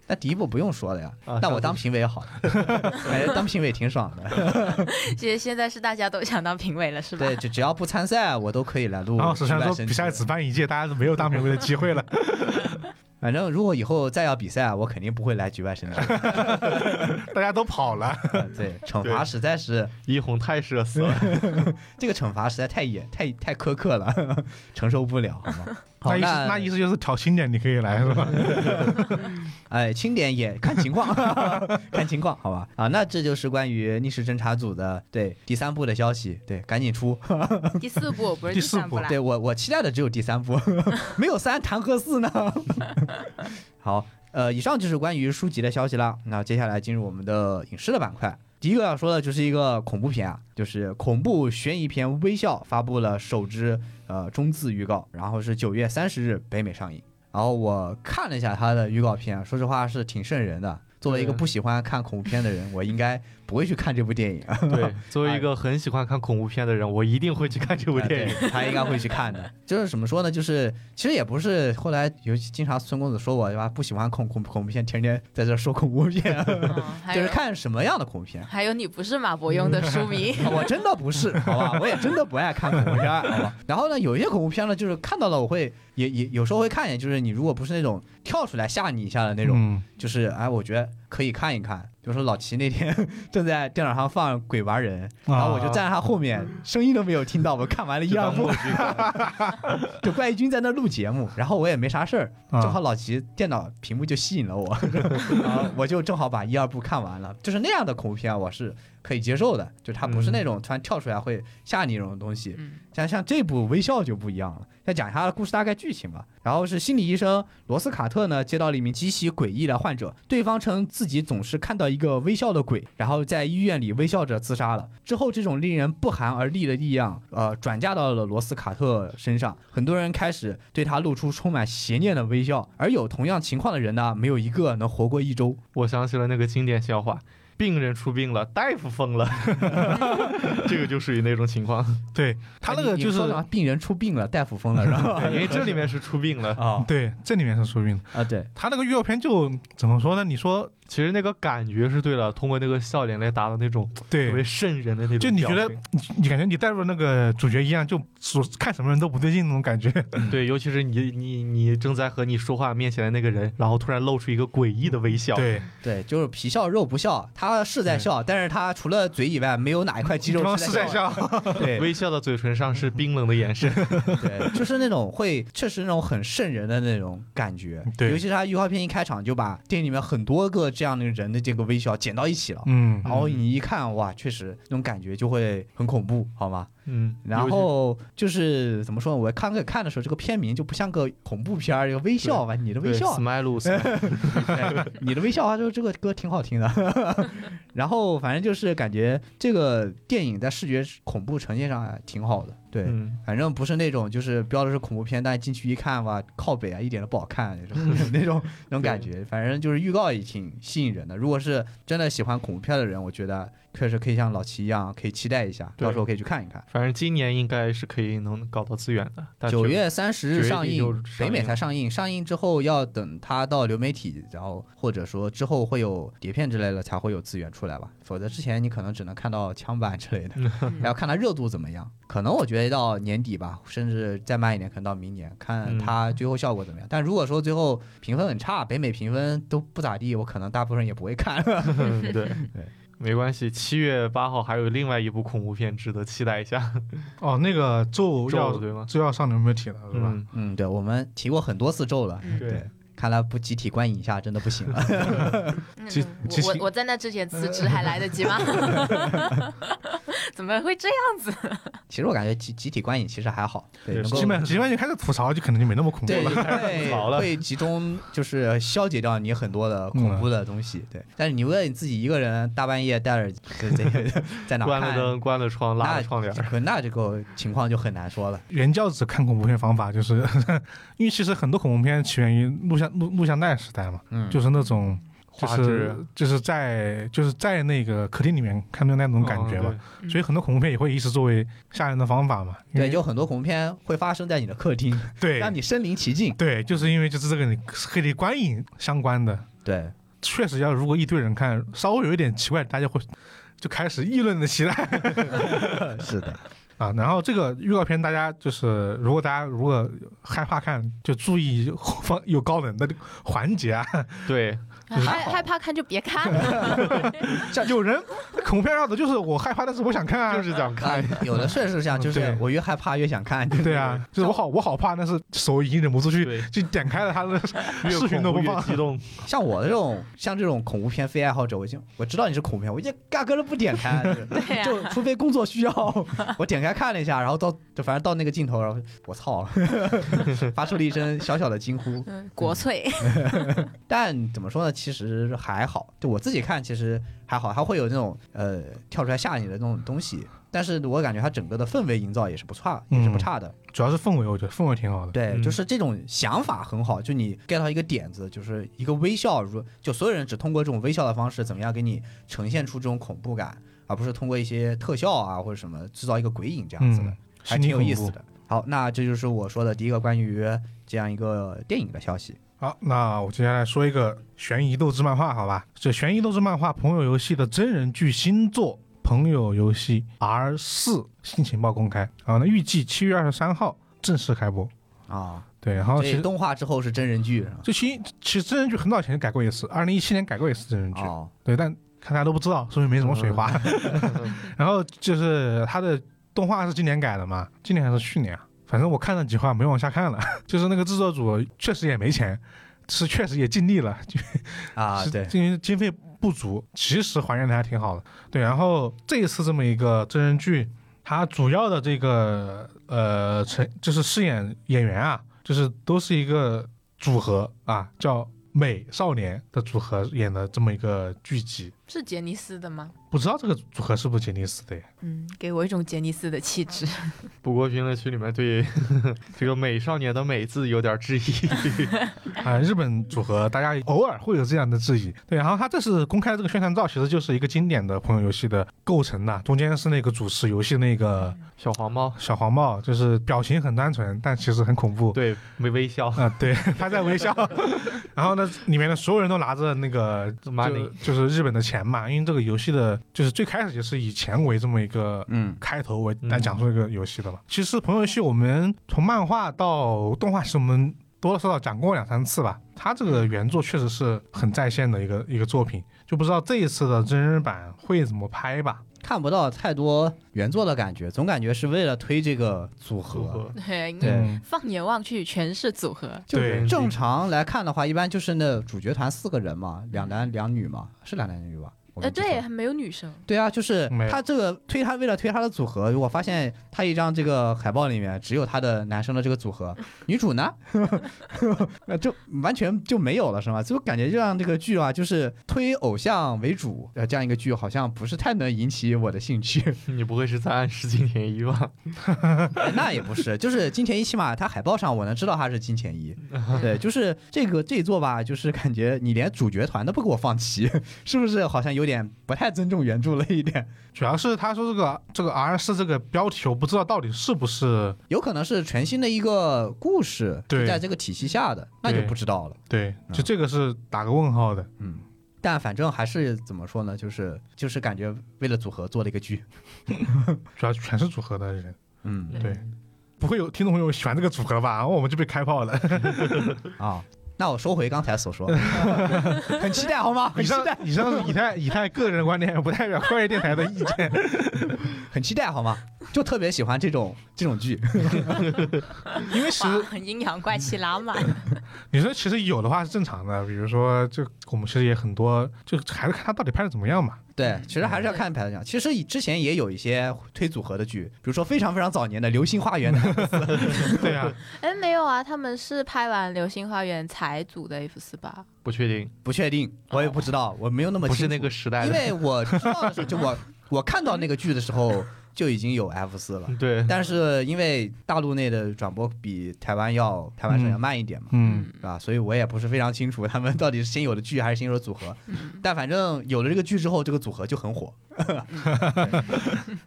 [SPEAKER 5] 那第一部不用说了呀
[SPEAKER 4] 啊，
[SPEAKER 5] 那我当评委好
[SPEAKER 2] <laughs>
[SPEAKER 5] 了，感觉当评委挺爽的。
[SPEAKER 3] 其实现在是大家都想当评委了，是吧？
[SPEAKER 5] 对，就只要不参赛，我都可以来录。
[SPEAKER 2] 然后沈
[SPEAKER 5] 山
[SPEAKER 2] 山啊说比赛只办一届，大家都没有当评委的机
[SPEAKER 5] <laughs>
[SPEAKER 2] 会了。
[SPEAKER 5] 反正如果以后再要比赛，我肯定不会来局
[SPEAKER 2] <laughs>
[SPEAKER 5] 外生枝。
[SPEAKER 2] 大家都跑了，
[SPEAKER 5] 啊对，惩罚实在是。
[SPEAKER 4] 一红太社死了。
[SPEAKER 5] 这个惩罚实在太严、太太苛刻了， <laughs> 承受不了，好吗？好，
[SPEAKER 2] 那
[SPEAKER 5] 嗯
[SPEAKER 2] 意思那意思就是挑新点，你可以来是吧？
[SPEAKER 5] 哎，轻点也看情况， <laughs> 看情况，好吧？啊，那这就是关于逆时侦查组的对第三部的消息，对，赶紧出。
[SPEAKER 3] 第四部不是
[SPEAKER 2] 第四
[SPEAKER 3] 三部
[SPEAKER 2] 部
[SPEAKER 3] 啦，
[SPEAKER 5] 对我我期待的只有第三部， <laughs> 没有三，谈何四呢？ <laughs> 好，呃，以上就是关于书籍的消息啦。那接下来进入我们的影视的板块。第一个要说的就是一个恐怖片啊，就是恐怖悬疑片《微笑》发布了首支呃中字预告，然后是九月三十日北美上映。然后我看了一下它的预告片，说实话是挺瘆人的。作为一个
[SPEAKER 4] 对
[SPEAKER 5] 不喜欢看恐怖片的人，我应该不会去看这部电影。啊
[SPEAKER 4] 对，作为一个很喜欢看恐怖片的人，我一定会去看这部
[SPEAKER 5] 啊
[SPEAKER 4] 电影。
[SPEAKER 5] 对他应该会去看的。 <laughs> 就是怎么说呢？就是其实也不是，后来有经常孙公子说我对吧，不喜欢恐恐恐怖片，天天在这说恐怖 <laughs> 片，
[SPEAKER 3] 嗯，还
[SPEAKER 5] 就
[SPEAKER 3] 有
[SPEAKER 5] 是看什么样的恐怖片。啊
[SPEAKER 3] 还有你不是马伯庸的书迷，
[SPEAKER 5] 我真的不是，好吧，我也真的不爱看恐怖片，好吧。然后呢，有一些恐怖片呢，就是看到了我会也也有时候会看一眼，就是你如果不是那种跳出来吓你一下的那种，
[SPEAKER 2] 嗯，
[SPEAKER 5] 就是哎，我觉得可以看一看。比如说老齐那天 <laughs> 正在电脑上放《鬼玩人》，
[SPEAKER 2] 啊
[SPEAKER 5] 然后我就站在他后面，声音都没有听到，我看完了一二部，就怪异君在那录节目，然后我也没啥事儿，
[SPEAKER 2] 啊
[SPEAKER 5] 正好老齐电脑屏幕就吸引了我， <laughs> 然后我就正好把一二部看完了，就是那样的恐怖片我是可以接受的，就它不
[SPEAKER 2] 嗯
[SPEAKER 5] 是那种突然跳出来会吓你那种东西，
[SPEAKER 3] 嗯，
[SPEAKER 5] 像像这部《微笑》就不一样了，要讲一下它的故事大概剧情吧。然后是心理医生罗斯卡特呢，接到了一名极其诡异的患者，对方称自己总是看到一个微笑的鬼，然后在医院里微笑着自杀了。之后，这种令人不寒而栗的力量，呃，转嫁到了罗斯卡特身上，很多人开始对他露出充满邪念的微笑，而有同样情况的人呢，没有一个能活过一周。
[SPEAKER 4] 我想起了那个经典笑话：病人出病了，大夫疯了， <laughs> 这个就属于那种情况。
[SPEAKER 2] 对他那
[SPEAKER 5] 哎
[SPEAKER 2] 个
[SPEAKER 5] 你
[SPEAKER 2] 就
[SPEAKER 5] 你
[SPEAKER 2] 是
[SPEAKER 5] 说什么病人出病了，大夫疯了，
[SPEAKER 2] <laughs>
[SPEAKER 5] 是吧？
[SPEAKER 4] 对因为这里面是出病了。
[SPEAKER 5] <laughs> 啊
[SPEAKER 2] 对这里面是出病的，
[SPEAKER 5] 啊，对，
[SPEAKER 2] 他那个预告片就怎么说呢？你说
[SPEAKER 4] 其实那个感觉是对的，通过那个笑脸来达到那种特别
[SPEAKER 2] 对，
[SPEAKER 4] 瘆人的那种
[SPEAKER 2] 就你
[SPEAKER 4] 表
[SPEAKER 2] 觉得
[SPEAKER 4] 情
[SPEAKER 2] 你感觉你带入那个主角一样，就所看什么人都不对劲那种感觉。
[SPEAKER 4] 对，尤其是你你你正在和你说话面前的那个人，然后突然露出一个诡异的微笑，
[SPEAKER 2] 对，
[SPEAKER 5] 对，就是皮笑肉不笑，他是在
[SPEAKER 2] 对
[SPEAKER 5] 笑，但是他除了嘴以外，没有哪一块肌肉
[SPEAKER 2] 方
[SPEAKER 5] 是
[SPEAKER 2] 是在
[SPEAKER 5] 笑
[SPEAKER 2] 笑，
[SPEAKER 5] 的。对
[SPEAKER 4] 微笑的嘴唇上是冰冷的眼神。
[SPEAKER 5] 对，就是那种会，确实那种很瘆人的那种感觉。
[SPEAKER 2] 嗯对
[SPEAKER 5] 尤其是他预告片一开场就把电影里面很多个这样的人的这个微笑剪到一起了，
[SPEAKER 2] 嗯，
[SPEAKER 5] 然后你一看，哇，确实那种感觉就会很恐怖，好吗？
[SPEAKER 4] 嗯，
[SPEAKER 5] 然后就是怎么说呢？我看个看的时候，这个片名就不像个恐怖片儿，一个微笑吧，你的微笑啊
[SPEAKER 4] s，m i l e
[SPEAKER 5] 哎
[SPEAKER 4] <laughs>
[SPEAKER 5] 你的微笑啊，就是这个歌挺好听的。 <laughs> 然后反正就是感觉这个电影在视觉恐怖呈现上还挺好的，对，
[SPEAKER 4] 嗯，
[SPEAKER 5] 反正不是那种就是标的是恐怖片，但进去一看吧，靠北啊，一点都不好看那种 <laughs> 那种那种感觉。反正就是预告也挺吸引人的。如果是真的喜欢恐怖片的人，我觉得确实可以像老齐一样，可以期待一下，
[SPEAKER 4] 对
[SPEAKER 5] 到时候可以去看一看。
[SPEAKER 4] 反正今年应该是可以能搞到资源的。但
[SPEAKER 5] 九
[SPEAKER 4] 是
[SPEAKER 5] 月三十日
[SPEAKER 4] 九月
[SPEAKER 5] 上
[SPEAKER 4] 底
[SPEAKER 5] 映
[SPEAKER 4] 就，
[SPEAKER 5] 北
[SPEAKER 4] 上
[SPEAKER 5] 美
[SPEAKER 4] 映
[SPEAKER 5] 才上映。上映之后要等它到流媒体，然后或者说之后会有碟片之类的才会有资源出来吧，否则之前你可能只能看到枪版之类的，
[SPEAKER 4] 嗯
[SPEAKER 5] 还要看它热度怎么样。可能我觉得到年底吧，甚至再慢一点，可能到明年看
[SPEAKER 4] 嗯
[SPEAKER 5] 它最后效果怎么样。但如果说最后评分很差，北美评分都不咋地，我可能大部分人也不会看。
[SPEAKER 4] <laughs> 对没关系，七月八号还有另外一部恐怖片值得期待一下，
[SPEAKER 2] 哦，那个咒要
[SPEAKER 4] 咒对吗？
[SPEAKER 2] 就要上流媒体了，是吧？
[SPEAKER 4] 嗯，
[SPEAKER 5] <laughs> 嗯，对，我们提过很多次咒了，
[SPEAKER 3] 嗯
[SPEAKER 4] 对。
[SPEAKER 5] 看来不集体观影一下真的不行了。 <laughs>
[SPEAKER 3] 嗯
[SPEAKER 2] 其
[SPEAKER 3] 我
[SPEAKER 2] 其实
[SPEAKER 3] 我我在那之前辞职还来得及吗？ <laughs> 怎么会这样？
[SPEAKER 5] 其实我感觉集集体观影其实还好，对，
[SPEAKER 4] 对
[SPEAKER 5] 能够
[SPEAKER 2] 基本基本就开始吐槽，就可能就没那么恐怖
[SPEAKER 5] 对，
[SPEAKER 2] 了。
[SPEAKER 5] 会
[SPEAKER 4] 吐槽了
[SPEAKER 5] 会集中就是消解掉你很多的恐怖的东西。对，但是你问你自己一个人大半夜戴着在在在哪
[SPEAKER 4] 关了
[SPEAKER 5] 看，
[SPEAKER 4] 灯，关了窗，拉了窗帘儿。
[SPEAKER 5] 可那这个情况就很难说了。
[SPEAKER 2] 原教旨看恐怖片方法就是， <laughs> 因为其实很多恐怖片起源于录像录录像带时代嘛，
[SPEAKER 5] 嗯，啊
[SPEAKER 2] 就是那种就
[SPEAKER 4] 画质
[SPEAKER 2] 是就是在就是在那个客厅里面看的那种感
[SPEAKER 5] 哦
[SPEAKER 2] 觉嘛
[SPEAKER 4] 嗯，
[SPEAKER 3] 对
[SPEAKER 2] 所以很多恐怖片也会以此作为吓人的方法嘛。因为
[SPEAKER 5] 对，有很多恐怖片会发生在你的客厅，
[SPEAKER 2] 对
[SPEAKER 5] 让你身临其境。
[SPEAKER 2] 对，就是因为就是这个你可以观影相关的，
[SPEAKER 5] 对，
[SPEAKER 2] 确实要如果一堆人看，稍微有一点奇怪，大家会就开始议论的起来。 <laughs>
[SPEAKER 5] 是的，
[SPEAKER 2] 啊，然后这个预告片，大家就是如果大家如果害怕看，就注意后方有高能的环节
[SPEAKER 4] <laughs>
[SPEAKER 2] 啊。 <laughs>
[SPEAKER 4] 对，
[SPEAKER 5] 就是
[SPEAKER 3] 害害怕看就别看了。
[SPEAKER 2] 有人恐怖片上的就是我害怕，但是我想看啊。
[SPEAKER 4] 就是想看。
[SPEAKER 5] 看呃有的确实是这样，就是
[SPEAKER 2] 对
[SPEAKER 5] 我越害怕越想看。
[SPEAKER 2] <laughs> 对啊，就是我好我好怕，但是手已经忍不住去
[SPEAKER 4] 对，
[SPEAKER 2] 就点开了他的
[SPEAKER 4] <laughs>
[SPEAKER 2] <laughs>
[SPEAKER 4] 越
[SPEAKER 2] 视频
[SPEAKER 4] 恐
[SPEAKER 2] 都
[SPEAKER 4] 怖
[SPEAKER 2] 不
[SPEAKER 4] 越
[SPEAKER 2] 放。
[SPEAKER 4] 激动。
[SPEAKER 5] 像我这种像这种恐怖片非爱好者，我已经我知道你是恐怖片，我就压根儿不点开，就是
[SPEAKER 3] 对啊呀、
[SPEAKER 5] 就除非工作需要， <laughs> 我点开看了一下，然后到就反正到那个镜头，然后我操， <laughs> 发出了一声小小的惊呼。
[SPEAKER 3] 嗯，国粹。
[SPEAKER 5] 但怎么说呢，其实还好，就我自己看其实还好，它会有那种呃跳出来吓你的那种东西。但是我感觉它整个的氛围营造也是不差，也是不差的。
[SPEAKER 2] 主要是氛围，我觉得氛围挺好的。
[SPEAKER 5] 对，
[SPEAKER 4] 嗯
[SPEAKER 5] 就是这种想法很好，就你 get 到一个点子，就是一个微笑，如就所有人只通过这种微笑的方式，怎么样给你呈现出这种恐怖感，而不是通过一些特效啊或者什么制造一个鬼影这样子的。
[SPEAKER 2] 嗯，
[SPEAKER 5] 还
[SPEAKER 2] 心
[SPEAKER 5] 挺
[SPEAKER 2] 理
[SPEAKER 5] 有
[SPEAKER 2] 恐
[SPEAKER 5] 意思
[SPEAKER 2] 怖。
[SPEAKER 5] 的。好，那这就是我说的第一个关于这样一个电影的消息。
[SPEAKER 2] 好，那我接下来说一个悬疑斗智漫画，好吧？这悬疑斗智漫画《朋友游戏》的真人剧新作《朋友游戏 R 四》新情报公开，啊，那预计七月二十三号正式开播。
[SPEAKER 5] 啊，
[SPEAKER 2] 对，然后
[SPEAKER 5] 所
[SPEAKER 2] 其
[SPEAKER 5] 以
[SPEAKER 2] 实
[SPEAKER 5] 动画之后是真人剧是吧？
[SPEAKER 2] 这其其实真人剧很早以前改过一次，二零一七年改过一次真人剧，
[SPEAKER 5] 哦，
[SPEAKER 2] 对，但看大家都不知道，说明没什么水花。 <laughs> 然后就是它的动画是今年改的嘛，今年还是去年啊？反正我看了几话，没往下看了。 <laughs> 就是那个制作组确实也没钱，是确实也尽力了，就
[SPEAKER 5] 啊
[SPEAKER 2] 是
[SPEAKER 5] 对，
[SPEAKER 2] 经经费不足，其实还原的还挺好的。对，然后这一次这么一个真人剧，它主要的这个呃成就是饰演演员啊，就是都是一个组合啊，叫美少年的组合演的这么一个剧集。
[SPEAKER 3] 是杰尼斯的吗？
[SPEAKER 2] 不知道这个组合是不是杰尼斯的呀？
[SPEAKER 3] 嗯，给我一种杰尼斯的气质。
[SPEAKER 4] 不过评论区里面对 <laughs> 这个“美少年”的“美”字有点质疑。
[SPEAKER 2] 啊、日本组合大家偶尔会有这样的质疑。对，然后他这次公开的这个宣传照，其实就是一个经典的朋友游戏的构成呐、中间是那个主持游戏那个
[SPEAKER 4] 小黄猫
[SPEAKER 2] 小黄帽，就是表情很单纯，但其实很恐怖。
[SPEAKER 4] 对没微笑，
[SPEAKER 2] 啊、对， <laughs> 他在微笑，然后呢，里面的所有人都拿着那个就
[SPEAKER 4] Money
[SPEAKER 2] 就是日本的钱嘛，因为这个游戏的，就是最开始就是以钱为这么一个
[SPEAKER 5] 嗯
[SPEAKER 2] 开头为
[SPEAKER 4] 嗯
[SPEAKER 2] 来讲述这个游戏的嘛。其实朋友游戏我们从漫画到动画，其实我们多多少少讲过两三次吧。它这个原作确实是很在线的一个一个作品，就不知道这一次的真人版会怎么拍吧。
[SPEAKER 5] 看不到太多原作的感觉，总感觉是为了推这个组合。
[SPEAKER 3] 对，
[SPEAKER 5] 对
[SPEAKER 2] 嗯
[SPEAKER 3] 放眼望去全是组合，
[SPEAKER 5] 就
[SPEAKER 2] 对
[SPEAKER 5] 正常来看的话，一般就是那主角团四个人嘛，两男两女嘛，是两男两女吧？我
[SPEAKER 3] 呃，
[SPEAKER 5] 们
[SPEAKER 3] 对，还没有女生。
[SPEAKER 5] 对啊，就是
[SPEAKER 2] 没有
[SPEAKER 5] 他这个推他为了推他的组合，我发现他一张这个海报里面只有他的男生的这个组 <laughs> 合，女主呢，呃就完全就没有了，是吗？就感觉就让这个剧啊，就是推偶像为主，呃，这样一个剧好像不是太能引起我的兴趣。
[SPEAKER 4] 你不会是在暗示金田一吧？
[SPEAKER 5] <laughs> 那也不是，就是金田一起码他海报上我能知道他是金
[SPEAKER 2] <laughs>
[SPEAKER 5] 田一，对，就是这个这一座吧，就是感觉你连主角团都不给我放齐， <laughs> 是不是？好像有点不太尊重原著了一点。
[SPEAKER 2] 主要是他说这个这个 R 四这个标题，我不知道到底是不是
[SPEAKER 5] 有可能是全新的一个故事，
[SPEAKER 2] 对
[SPEAKER 5] 是在这个体系下的，那就不知道了。
[SPEAKER 2] 对，
[SPEAKER 5] 嗯
[SPEAKER 2] 就这个是打个问号的。
[SPEAKER 5] 嗯，但反正还是怎么说呢，就是就是感觉为了组合做了一个剧。
[SPEAKER 2] 主要全是组合的人，
[SPEAKER 5] 嗯
[SPEAKER 2] 对，不会有听众朋友喜欢这个组合吧？然后我们就被开炮
[SPEAKER 5] <laughs>
[SPEAKER 2] 了。
[SPEAKER 5] 啊，那我收回刚
[SPEAKER 4] <laughs>
[SPEAKER 5] 才所说，很期待好吗？
[SPEAKER 2] 以
[SPEAKER 5] 很期
[SPEAKER 2] 上
[SPEAKER 5] 待，
[SPEAKER 2] 以上是以太以太个人观点，不代表怪异电台的意见。
[SPEAKER 5] <laughs> 很期待好吗？就特别喜欢这种这种剧。
[SPEAKER 2] 因为其
[SPEAKER 3] 哇，
[SPEAKER 2] 实
[SPEAKER 3] 很阴阳怪气拉满。
[SPEAKER 2] 你说其实有的话是正常的，比如说就我们其实也很多，就还是看他到底拍的怎么样嘛。
[SPEAKER 5] 对，其实还是要看排的讲。其实以之前也有一些推组合的剧，比如说非常非常早年的《流星花园》 <laughs>
[SPEAKER 2] 对啊，
[SPEAKER 3] 哎，没有啊，他们是拍完《流星花园》才组的 F 四八。
[SPEAKER 4] 不确定，
[SPEAKER 5] 不确定，我也不知道，我没有那么
[SPEAKER 4] 哦不是
[SPEAKER 5] 清楚
[SPEAKER 4] 那个时代
[SPEAKER 5] 因
[SPEAKER 4] 的。
[SPEAKER 5] 为我知道的时候，就我我看到那个剧的时候就已经有 F 四了，
[SPEAKER 4] <laughs> 对，
[SPEAKER 5] 但是因为大陆内的转播比台湾要台湾省要慢一点嘛，
[SPEAKER 2] 嗯，
[SPEAKER 5] 是吧？所以我也不是非常清楚他们到底是先有的剧还是先有的组合，
[SPEAKER 2] 嗯
[SPEAKER 5] 但反正有了这个剧之后，这个组合就很火。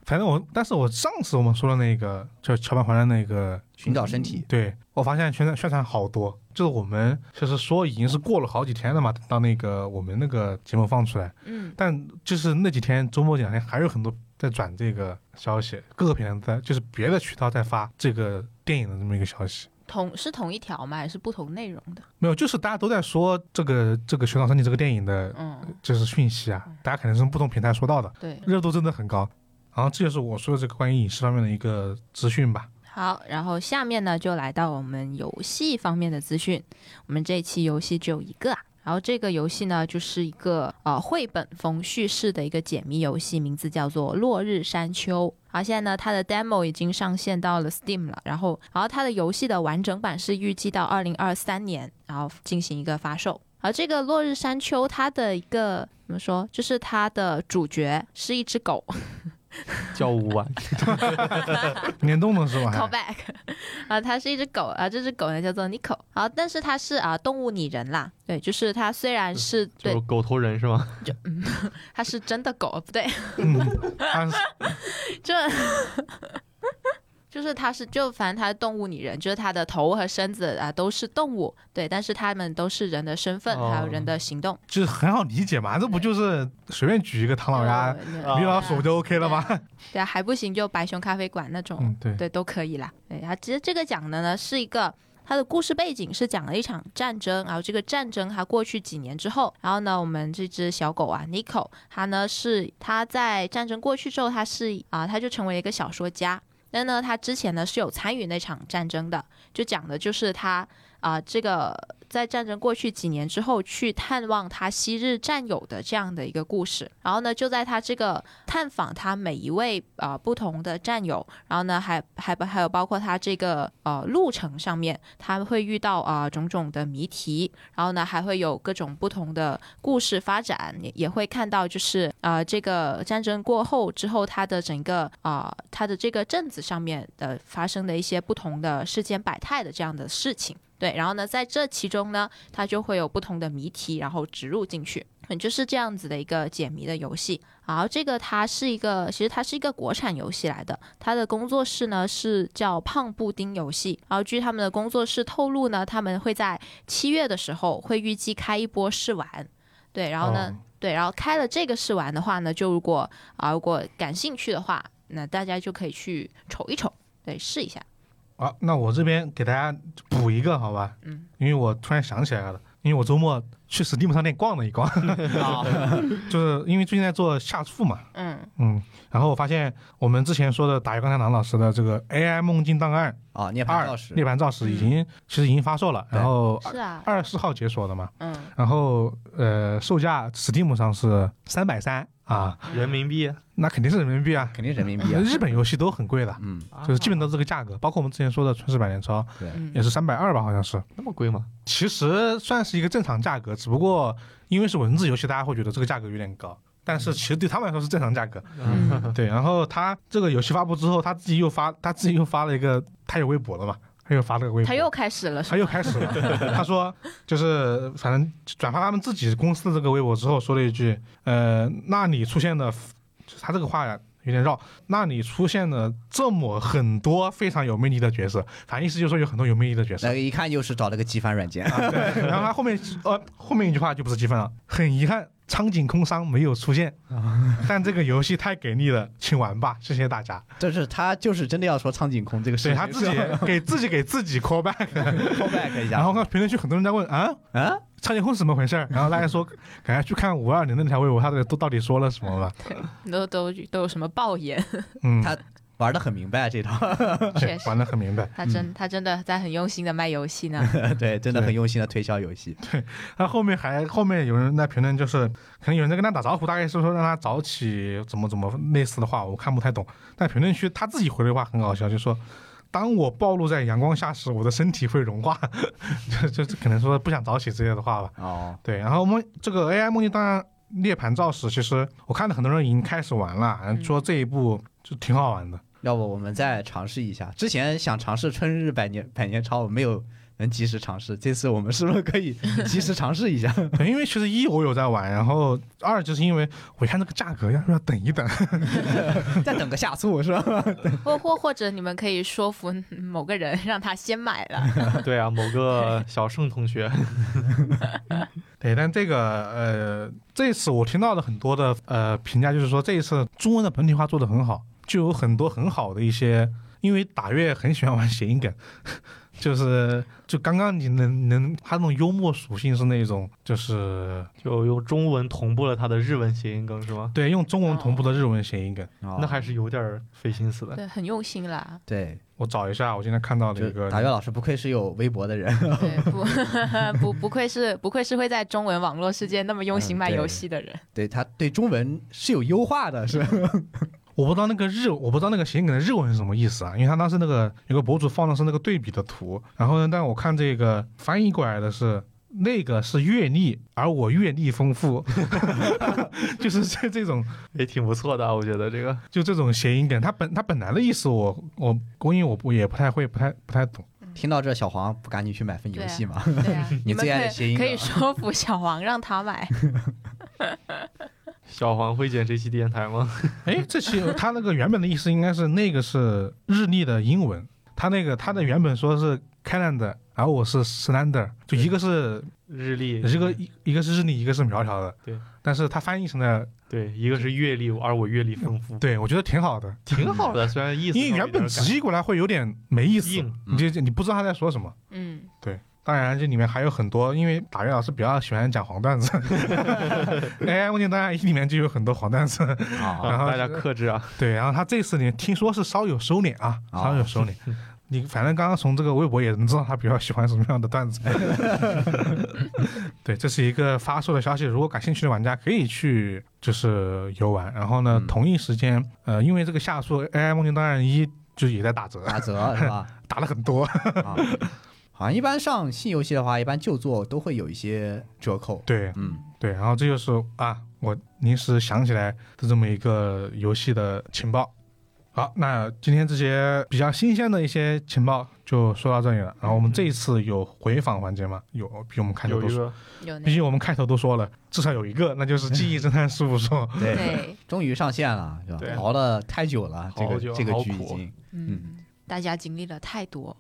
[SPEAKER 2] 反正我，但是我上次我们说的那个，就桥本环的那个，
[SPEAKER 5] 寻找身体，
[SPEAKER 2] 对我发现宣传宣传好多，就是我们其实说已经是过了好几天了嘛，等到那个我们那个节目放出来，
[SPEAKER 3] 嗯，
[SPEAKER 2] 但就是那几天周末这两天还有很多在转这个消息，各个平台在就是别的渠道在发这个电影的这么一个消息。
[SPEAKER 3] 同是同一条吗？还是不同内容的？
[SPEAKER 2] 没有，就是大家都在说这个这个《寻找身体》这个电影的，
[SPEAKER 3] 嗯，
[SPEAKER 2] 就是讯息啊，大家肯定是不同平台说到的，
[SPEAKER 3] 对。
[SPEAKER 2] 热度真的很高。然后这就是我说的这个关于影视方面的一个资讯吧。
[SPEAKER 3] 好，然后下面呢就来到我们游戏方面的资讯。我们这一期游戏只有一个啊，然后这个游戏呢就是一个呃绘本风叙事的一个解谜游戏，名字叫做《落日山丘》。好，现在呢它的 demo 已经上线到了 Steam 了，然后然后它的游戏的完整版是预计到二零二三年，然后进行一个发售。而这个《落日山丘》它的一个怎么说，就是它的主角是一只狗。
[SPEAKER 4] 叫五晚，
[SPEAKER 2] 联动的是
[SPEAKER 3] <laughs>
[SPEAKER 2] 吧？还
[SPEAKER 3] callback 啊，它是一只狗啊，这只狗呢叫做 Nico 啊，但是它是啊动物拟人啦，对，就是它虽
[SPEAKER 2] 嗯
[SPEAKER 3] 然是
[SPEAKER 4] 就
[SPEAKER 3] 对，
[SPEAKER 4] 狗头人是吗？
[SPEAKER 3] 它是真的狗，不对，
[SPEAKER 2] 嗯，它是
[SPEAKER 3] 这 <laughs> 就是它是就反正它是动物拟人，就是它的头和身子啊都是动物，对，但是它们都是人的身份，还有
[SPEAKER 2] 哦
[SPEAKER 3] 人的行动。
[SPEAKER 2] 就是很好理解嘛，这不就是随便举一个唐老鸭、
[SPEAKER 3] 对啊
[SPEAKER 2] 米老鼠就 OK 了吗？
[SPEAKER 3] 对啊，还不行就白熊咖啡馆那种，
[SPEAKER 2] <laughs> 嗯，对，
[SPEAKER 3] 对，都可以啦。对，它其实这个讲的呢是一个它的故事背景是讲了一场战争，然后这个战争它过去几年之后，然后呢，我们这只小狗啊，Nico，它呢是它在战争过去之后，它是啊，它就成为了一个小说家。但呢，它之前呢是有参与那场战争的，就讲的就是它啊、这个在战争过去几年之后去探望他昔日战友的这样的一个故事。然后呢，就在他这个探访他每一位啊、呃不同的战友，然后呢还还还有包括他这个呃路程上面，他会遇到啊、呃种种的谜题，然后呢还会有各种不同的故事发展，也也会看到就是啊、呃这个战争过后之后，他的整个啊、呃他的这个镇子上面的发生的一些不同的世间百态的这样的事情。对，然后呢，在这其中呢，它就会有不同的谜题，然后植入进去，嗯，就是这样子的一个解谜的游戏。好，这个它是一个，其实它是一个国产游戏来的，它的工作室呢是叫胖布丁游戏。然后据他们的工作室透露呢，他们会在七月的时候会预计开一波试玩。对，然后呢，
[SPEAKER 2] 哦
[SPEAKER 3] 对，然后开了这个试玩的话呢，就如果啊、如果感兴趣的话，那大家就可以去瞅一瞅，对，试一下。
[SPEAKER 2] 啊，那我这边给大家补一个好吧，
[SPEAKER 3] 嗯，
[SPEAKER 2] 因为我突然想起来了，因为我周末去 Steam 商店逛了一
[SPEAKER 3] <laughs>
[SPEAKER 2] 逛，
[SPEAKER 3] 哦
[SPEAKER 2] <laughs> 就是因为最近在做下注嘛，
[SPEAKER 3] 嗯
[SPEAKER 2] 嗯，然后我发现我们之前说的打鱼刚才郎老师的这个 AI 梦境档案
[SPEAKER 5] 啊，涅槃
[SPEAKER 2] 二
[SPEAKER 5] 教室
[SPEAKER 2] 涅槃造石已
[SPEAKER 3] 嗯
[SPEAKER 2] 经、其实已经发售了，
[SPEAKER 5] 对
[SPEAKER 2] 然后
[SPEAKER 3] 是啊，
[SPEAKER 2] 二十四号解锁的嘛，
[SPEAKER 3] 嗯，
[SPEAKER 2] 然后呃售价 Steam 上是三百三啊，
[SPEAKER 4] <laughs> 人民币，
[SPEAKER 2] 那肯定是人民币啊，
[SPEAKER 5] 肯定人民币啊，
[SPEAKER 2] 日本游戏都很贵的，
[SPEAKER 5] 嗯，
[SPEAKER 2] 就是基本都是这个价格，包括我们之前说的《春世百年超》
[SPEAKER 5] 对，
[SPEAKER 2] 也是三百二吧，好像是。
[SPEAKER 4] 那么贵吗？
[SPEAKER 2] 其实算是一个正常价格，只不过因为是文字游戏，大家会觉得这个价格有点高，但
[SPEAKER 5] 嗯
[SPEAKER 2] 是其实对他们来说是正常价格。
[SPEAKER 3] 嗯
[SPEAKER 2] 对，然后他这个游戏发布之后，他自己又发，他自己又发了一个，他有微博了嘛，他又发了个微博，
[SPEAKER 3] 他又开始了，是
[SPEAKER 2] 他又开始了，他说就是反正转发他们自己公司的这个微博之后，说了一句，呃，那你出现的，他这个话有点绕，那你出现了这么很多非常有魅力的角色，反正意思就是说有很多有魅力的角色
[SPEAKER 5] <laughs> 那，一看就是找了个机翻软件，
[SPEAKER 2] 啊，对，然后他后面呃后面一句话就不是积分了，很遗憾，苍井空商没有出现，但这个游戏太给力了，请玩吧，谢谢大家。
[SPEAKER 5] 这是他就是真的要说苍井空这个事
[SPEAKER 2] 对
[SPEAKER 5] 情，
[SPEAKER 2] 他自己
[SPEAKER 5] <laughs>
[SPEAKER 2] 给自己给自己 call back，
[SPEAKER 5] back 一下，
[SPEAKER 2] 然后看评论区很多人在问啊，
[SPEAKER 5] 啊，
[SPEAKER 2] 苍井空是怎么回事儿？然后大家
[SPEAKER 3] <laughs>
[SPEAKER 2] 说，赶快去看五二零的那条微博，他这个都到底说了什么吧？
[SPEAKER 3] 都都都有什么爆言？
[SPEAKER 2] 嗯，
[SPEAKER 5] 他玩的很明白这套， <laughs>
[SPEAKER 2] 对
[SPEAKER 3] 确实
[SPEAKER 2] 玩的很明白。
[SPEAKER 3] <laughs> 他
[SPEAKER 5] 嗯
[SPEAKER 3] 真他真的在很用心的卖游
[SPEAKER 5] <laughs>
[SPEAKER 3] 戏呢。
[SPEAKER 5] 对，真的
[SPEAKER 2] 对
[SPEAKER 5] 很用心的推销游戏，
[SPEAKER 2] 他后面还后面有人在评论，就是可能有人在跟他打招呼，大概是说让他早起怎么怎么类似的话，我看不太懂。但评论区他自己回的话很搞笑，就说当我暴露在阳光下时，我的身体会融化， <laughs> 就就就可能说不想早起之类的话吧。
[SPEAKER 5] 哦，
[SPEAKER 2] 对，然后梦这个哎 AI 梦境当然涅槃造石，其实我看到很多人已经开始玩了，说这一部就挺好玩的。
[SPEAKER 5] 要不我们再尝试一下？之前想尝试春日百年百年超，我没有能及时尝试，这次我们是不是可以及时尝试一下？
[SPEAKER 2] <laughs> 对，因为其实一我有在玩，然后二就是因为我一看这个价格，要不要等一等？
[SPEAKER 5] <laughs> 再等个下促是吧？
[SPEAKER 3] 或或或者你们可以说服某个人让他先买了。
[SPEAKER 4] <laughs>
[SPEAKER 5] <laughs>
[SPEAKER 4] 对啊，某个小盛同
[SPEAKER 2] <laughs>
[SPEAKER 4] 学，
[SPEAKER 2] 对，但这个呃，这次我听到的很多的呃评价就是说，这一次中文的本体化做得很好，就有很多很好的一些，因为打月很喜欢玩谐音梗， <laughs> 就是就刚刚你能能他那种幽默属性是那种就是
[SPEAKER 4] 就用中文同步了他的日文谐音梗是吗？
[SPEAKER 2] 对用中文同步的日文谐音梗，
[SPEAKER 5] 那
[SPEAKER 4] 那还是有点儿费心思的。
[SPEAKER 3] 对，很用心啦。
[SPEAKER 5] 对，
[SPEAKER 2] 我找一下，我今天看到的
[SPEAKER 5] 就
[SPEAKER 2] 一个
[SPEAKER 5] 达月老师不愧是有微博的人，
[SPEAKER 3] 对，不 <laughs> 不不愧是不愧是会在中文网络世界那么用心
[SPEAKER 5] 嗯
[SPEAKER 3] 卖
[SPEAKER 5] 对
[SPEAKER 3] 游戏的
[SPEAKER 5] <laughs>
[SPEAKER 3] 人。
[SPEAKER 5] 对他对中文是有优化的，是吧 <laughs>
[SPEAKER 2] 我不知道那个日，我不知道那个谐音梗的日文是什么意思啊？因为他当时那个有个博主放的是那个对比的图，然后呢，但我看这个翻译过来的是那个是阅历，而我阅历丰富，就是这这种
[SPEAKER 4] 也挺不错的啊，我觉得这个
[SPEAKER 2] 就这种谐音梗，它本它本来的意思我我我因为我不也不太会，不太不太懂。
[SPEAKER 5] 听到这，小黄不赶紧去买份游戏吗？
[SPEAKER 3] 对
[SPEAKER 5] <laughs>
[SPEAKER 3] 啊，
[SPEAKER 5] 你
[SPEAKER 3] 们
[SPEAKER 5] 最爱的
[SPEAKER 3] 可
[SPEAKER 5] 谐音
[SPEAKER 3] 以
[SPEAKER 5] 梗啊
[SPEAKER 3] 可以说服小王让他
[SPEAKER 5] <laughs>
[SPEAKER 3] 买。
[SPEAKER 4] 小黄会剪这期电台
[SPEAKER 2] <laughs>
[SPEAKER 4] 吗？
[SPEAKER 2] 哎，这期它那个原本的意思应该是那个是日历的英文，它那个它的原本说是 calendar，而我是 slander，就一个是
[SPEAKER 4] 日历
[SPEAKER 2] 一个一一个是日历，一个是苗条的，
[SPEAKER 4] 对，
[SPEAKER 2] 但是它翻译成了。
[SPEAKER 4] 对，一个是阅历，而我阅历丰富，
[SPEAKER 2] 对，我觉得挺好的，
[SPEAKER 4] 挺好的，虽然意思
[SPEAKER 2] 因为
[SPEAKER 4] 上有
[SPEAKER 2] 原
[SPEAKER 4] 点
[SPEAKER 2] 本
[SPEAKER 4] 儿
[SPEAKER 2] 直译过来会有点没意
[SPEAKER 4] 硬嗯
[SPEAKER 2] 思，你就你不知道他在说什么。
[SPEAKER 3] 嗯，
[SPEAKER 2] 当然，这里面还有很多，因为打月老师比较喜欢讲黄段
[SPEAKER 4] <laughs>
[SPEAKER 2] 子 <laughs> ，AI 问题当然一里面就有很多黄段子，
[SPEAKER 5] 啊，
[SPEAKER 2] 然后
[SPEAKER 4] 大家
[SPEAKER 2] 是
[SPEAKER 4] 克制啊，
[SPEAKER 2] 对，然后他这次呢，听说是稍有收敛啊，
[SPEAKER 5] 哦
[SPEAKER 2] 稍有收敛。你反正刚刚从这个微博也能知道他比较喜欢什么样的段子。 <laughs> 对，这是一个发售的消息，如果感兴趣的玩家可以去就是游玩。然后呢，
[SPEAKER 5] 嗯
[SPEAKER 2] 同一时间，呃，因为这个下属 AI 梦境档案一就也在打折，
[SPEAKER 5] 打折是吧？
[SPEAKER 2] 打了很多。
[SPEAKER 5] 啊，好像一般上新游戏的话，一般旧作都会有一些折扣。
[SPEAKER 2] 对
[SPEAKER 5] 嗯，
[SPEAKER 2] 对，然后这就是啊，我临时想起来的这么一个游戏的情报。好，那今天这些比较新鲜的一些情报就说到这里了。然后我们这一次有回访环节吗？有，比我们开头
[SPEAKER 4] 嗯有
[SPEAKER 2] 都
[SPEAKER 4] 一
[SPEAKER 2] 说，
[SPEAKER 4] 个
[SPEAKER 3] 有那
[SPEAKER 2] 毕竟我们开头都说了，至少有一个，那就是《记忆侦探事务所》。
[SPEAKER 4] <laughs>
[SPEAKER 5] <laughs> 对，
[SPEAKER 3] 对，嗯
[SPEAKER 5] 终于上线了是吧
[SPEAKER 4] 对？
[SPEAKER 5] 熬了太久了，这
[SPEAKER 4] 好
[SPEAKER 5] 个
[SPEAKER 4] 久
[SPEAKER 5] 这个
[SPEAKER 4] 好
[SPEAKER 5] 剧已
[SPEAKER 4] 苦
[SPEAKER 5] 经
[SPEAKER 3] 嗯，大家经历了太多，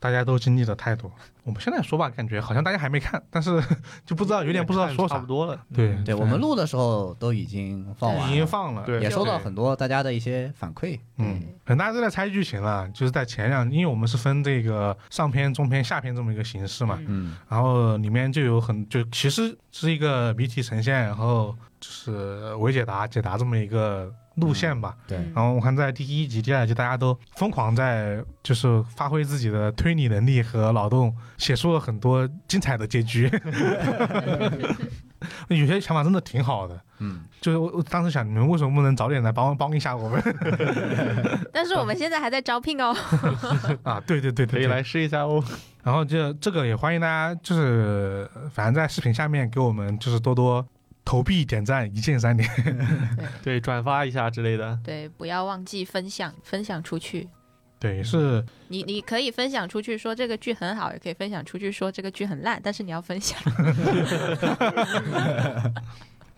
[SPEAKER 2] 大家都经历了太多，我们现在说吧，感觉好像大家还没看，但是 <laughs> 就不知道，有点不知道说
[SPEAKER 4] 差
[SPEAKER 2] 啥
[SPEAKER 4] 不。多嗯了，
[SPEAKER 2] 对
[SPEAKER 5] 对我们录的时候都已经放完
[SPEAKER 2] 已
[SPEAKER 5] 了，
[SPEAKER 2] 经放了，
[SPEAKER 4] 对
[SPEAKER 5] 也收到
[SPEAKER 4] 对
[SPEAKER 5] 很多大家的一些反馈。
[SPEAKER 2] 嗯，可能大家都在猜剧情了，就是在前两，因为我们是分这个上篇、中篇、下篇这么一个形式嘛，
[SPEAKER 3] 嗯
[SPEAKER 5] 嗯，
[SPEAKER 2] 然后里面就有很就其实是一个谜题呈现，然后就是伪解答、解答这么一个路线吧。
[SPEAKER 3] 嗯
[SPEAKER 5] 对，
[SPEAKER 2] 然后我看在第一集、第二集，大家都疯狂在就是发挥自己的推理能力和脑洞，写出了很多精彩的结局。嗯 <laughs> 有些想法真的挺好的，
[SPEAKER 5] 嗯，
[SPEAKER 2] 就是我我当时想，你们为什么不能早点来帮帮一下我们
[SPEAKER 3] 但是我们现在还在招聘哦， <laughs>
[SPEAKER 2] 啊？对对对对
[SPEAKER 4] 可
[SPEAKER 2] 对，
[SPEAKER 4] 以来试一下哦。 <laughs>
[SPEAKER 2] 然后这这个也欢迎大家，就是呃反正在视频下面给我们就是多多投币、点赞、一键三连。
[SPEAKER 4] 对，转发一下之类的。
[SPEAKER 3] 对，不要忘记分享，分享出去。
[SPEAKER 2] 对，是
[SPEAKER 3] 你你可以分享出去说这个剧很好，也可以分享出去说这个剧很烂，但是你要分享。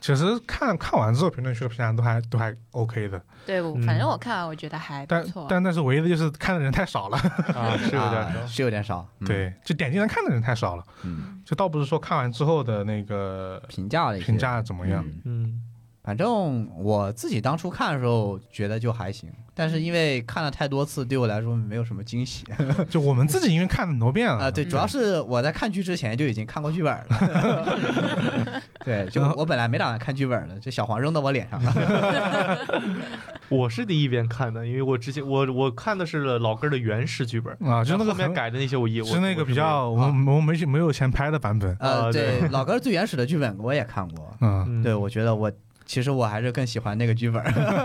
[SPEAKER 2] 其实看看完之后，评论区的评价都还都还 OK 的，
[SPEAKER 3] <laughs> 对，我
[SPEAKER 4] 嗯
[SPEAKER 3] 反正我看完我觉得还不
[SPEAKER 2] 但
[SPEAKER 3] 错。
[SPEAKER 2] 但但是唯一的就是看的人太少了，
[SPEAKER 4] 啊，是有点
[SPEAKER 5] 啊是有点少。嗯，
[SPEAKER 2] 对，就点进来看的人太少了，
[SPEAKER 5] 嗯，
[SPEAKER 2] 就倒不是说看完之后的那个
[SPEAKER 5] 评价了一些
[SPEAKER 2] 评价怎么样，
[SPEAKER 5] 嗯
[SPEAKER 4] 嗯，
[SPEAKER 5] 反正我自己当初看的时候觉得就还行，但是因为看了太多次，对我来说没有什么惊喜
[SPEAKER 2] <laughs> 就我们自己因为看了很多遍了，
[SPEAKER 5] 啊。对，主要是我在看剧之前就已经看过剧本了。对，就我本来没打算看剧本的，这小黄扔到我脸上了。
[SPEAKER 4] 我是第一遍看的，因为我之前我我看的是老根儿的原始剧本，
[SPEAKER 2] 啊，就那个
[SPEAKER 4] 后面
[SPEAKER 2] 很
[SPEAKER 4] 改的那些我也
[SPEAKER 2] 是那个比较我
[SPEAKER 5] 啊
[SPEAKER 2] 们我们没没有钱拍的版本，
[SPEAKER 5] 呃，
[SPEAKER 4] 啊对
[SPEAKER 5] 对，老哥最原始的剧本我也看过。
[SPEAKER 2] 嗯，
[SPEAKER 4] 嗯
[SPEAKER 5] 对，我觉得我其实我还是更喜欢那个剧本，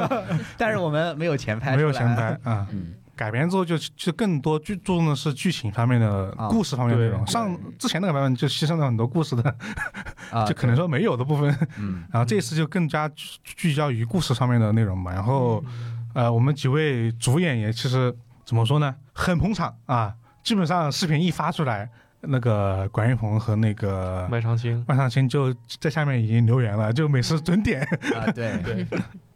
[SPEAKER 2] <laughs>
[SPEAKER 5] 但是我们没有钱拍，
[SPEAKER 2] 没有钱拍。
[SPEAKER 5] <laughs>
[SPEAKER 2] 啊。
[SPEAKER 5] 嗯，
[SPEAKER 2] 改编之后就就更多注注重的是剧情方面的、
[SPEAKER 5] 啊
[SPEAKER 2] 故事方面的内容。
[SPEAKER 4] 对
[SPEAKER 2] 上之前那个版本就牺牲了很多故事的，
[SPEAKER 5] 啊，
[SPEAKER 2] <laughs> 就可能说没有的部分。
[SPEAKER 5] 嗯
[SPEAKER 2] <laughs> 然后这次就更加聚聚焦于故事上面的内容吧。然后，
[SPEAKER 5] 嗯
[SPEAKER 2] 呃，我们几位主演也其实怎么说呢，很捧场啊。基本上视频一发出来，那个管一鹏和那个
[SPEAKER 4] 麦长青，
[SPEAKER 2] 万尚卿就在下面已经留言了，就每次准点。
[SPEAKER 5] 啊，对，
[SPEAKER 4] 对，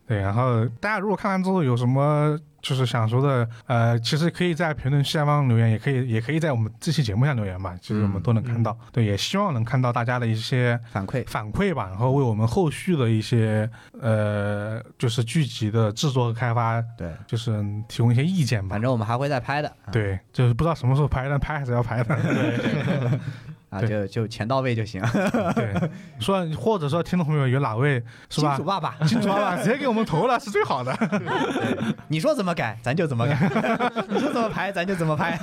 [SPEAKER 2] 对，然后大家如果看完之后有什么就是想说的，呃，其实可以在评论区下方留言，也可以也可以在我们这期节目下留言吧，其实
[SPEAKER 5] 嗯
[SPEAKER 2] 我们都能看到。对，也希望能看到大家的一些
[SPEAKER 5] 反馈
[SPEAKER 2] <laughs> 反馈吧，然后为我们后续的一些呃，就是剧集的制作和开发，
[SPEAKER 5] 对，
[SPEAKER 2] 就是提供一些意见吧
[SPEAKER 5] 反。正我们还会再拍的。啊
[SPEAKER 2] 对，就是不知道什么时候拍，但拍还是要拍的。
[SPEAKER 5] 啊，
[SPEAKER 2] 对
[SPEAKER 5] 就就钱到位就行，
[SPEAKER 2] 对， <laughs> 说或者说听众朋友有哪位是
[SPEAKER 5] 金
[SPEAKER 2] 吧
[SPEAKER 5] 主？爸爸，
[SPEAKER 2] 金主爸爸直接给我们投了是最好的。 <laughs>
[SPEAKER 5] 你说怎么改咱就怎么改，你说怎么拍咱就怎么拍。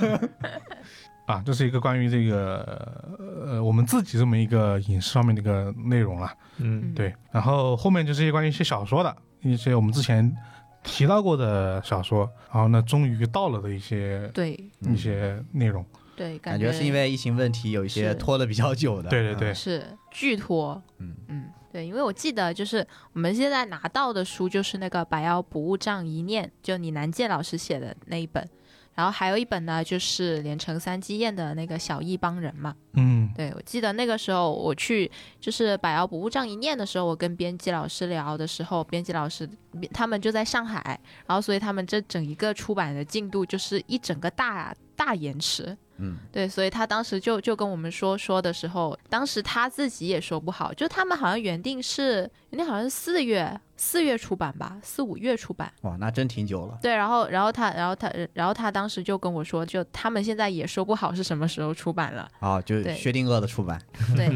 [SPEAKER 2] 啊，这是一个关于这个呃我们自己这么一个影视方面的一个内容了。
[SPEAKER 4] 嗯，
[SPEAKER 2] 对，然后后面就是一些关于一些小说的一些我们之前提到过的小说，然后呢，终于到了的一些
[SPEAKER 3] 对
[SPEAKER 2] 一些内容。
[SPEAKER 3] 对，
[SPEAKER 5] 感
[SPEAKER 3] 觉
[SPEAKER 5] 觉是因为疫情问题有一些
[SPEAKER 3] 是
[SPEAKER 5] 拖的比较久的，
[SPEAKER 2] 对对对，
[SPEAKER 3] 是剧托。
[SPEAKER 5] 嗯
[SPEAKER 3] 嗯，对，因为我记得就是我们现在拿到的书就是那个《百妖不物帐一念》，就李南健老师写的那一本，然后还有一本呢就是连城三基彦的那个《小一帮人》嘛。
[SPEAKER 2] 嗯，
[SPEAKER 3] 对，我记得那个时候我去就是百窑博物帐一念的时候，我跟编辑老师聊的时候，编辑老师他们就在上海，然后所以他们这整一个出版的进度就是一整个大大延迟。
[SPEAKER 5] 嗯，
[SPEAKER 3] 对，所以他当时就就跟我们说说的时候，当时他自己也说不好，就他们好像原定是原定好像是四月四月出版吧，四五月出版。
[SPEAKER 5] 哇，那真挺久了。
[SPEAKER 3] 对，然后，然后他，然后他，然后他当时就跟我说，就他们现在也说不好是什么时候出版了，
[SPEAKER 5] 啊，就是
[SPEAKER 3] 对
[SPEAKER 5] 薛定谔的出版， <laughs>
[SPEAKER 3] 对，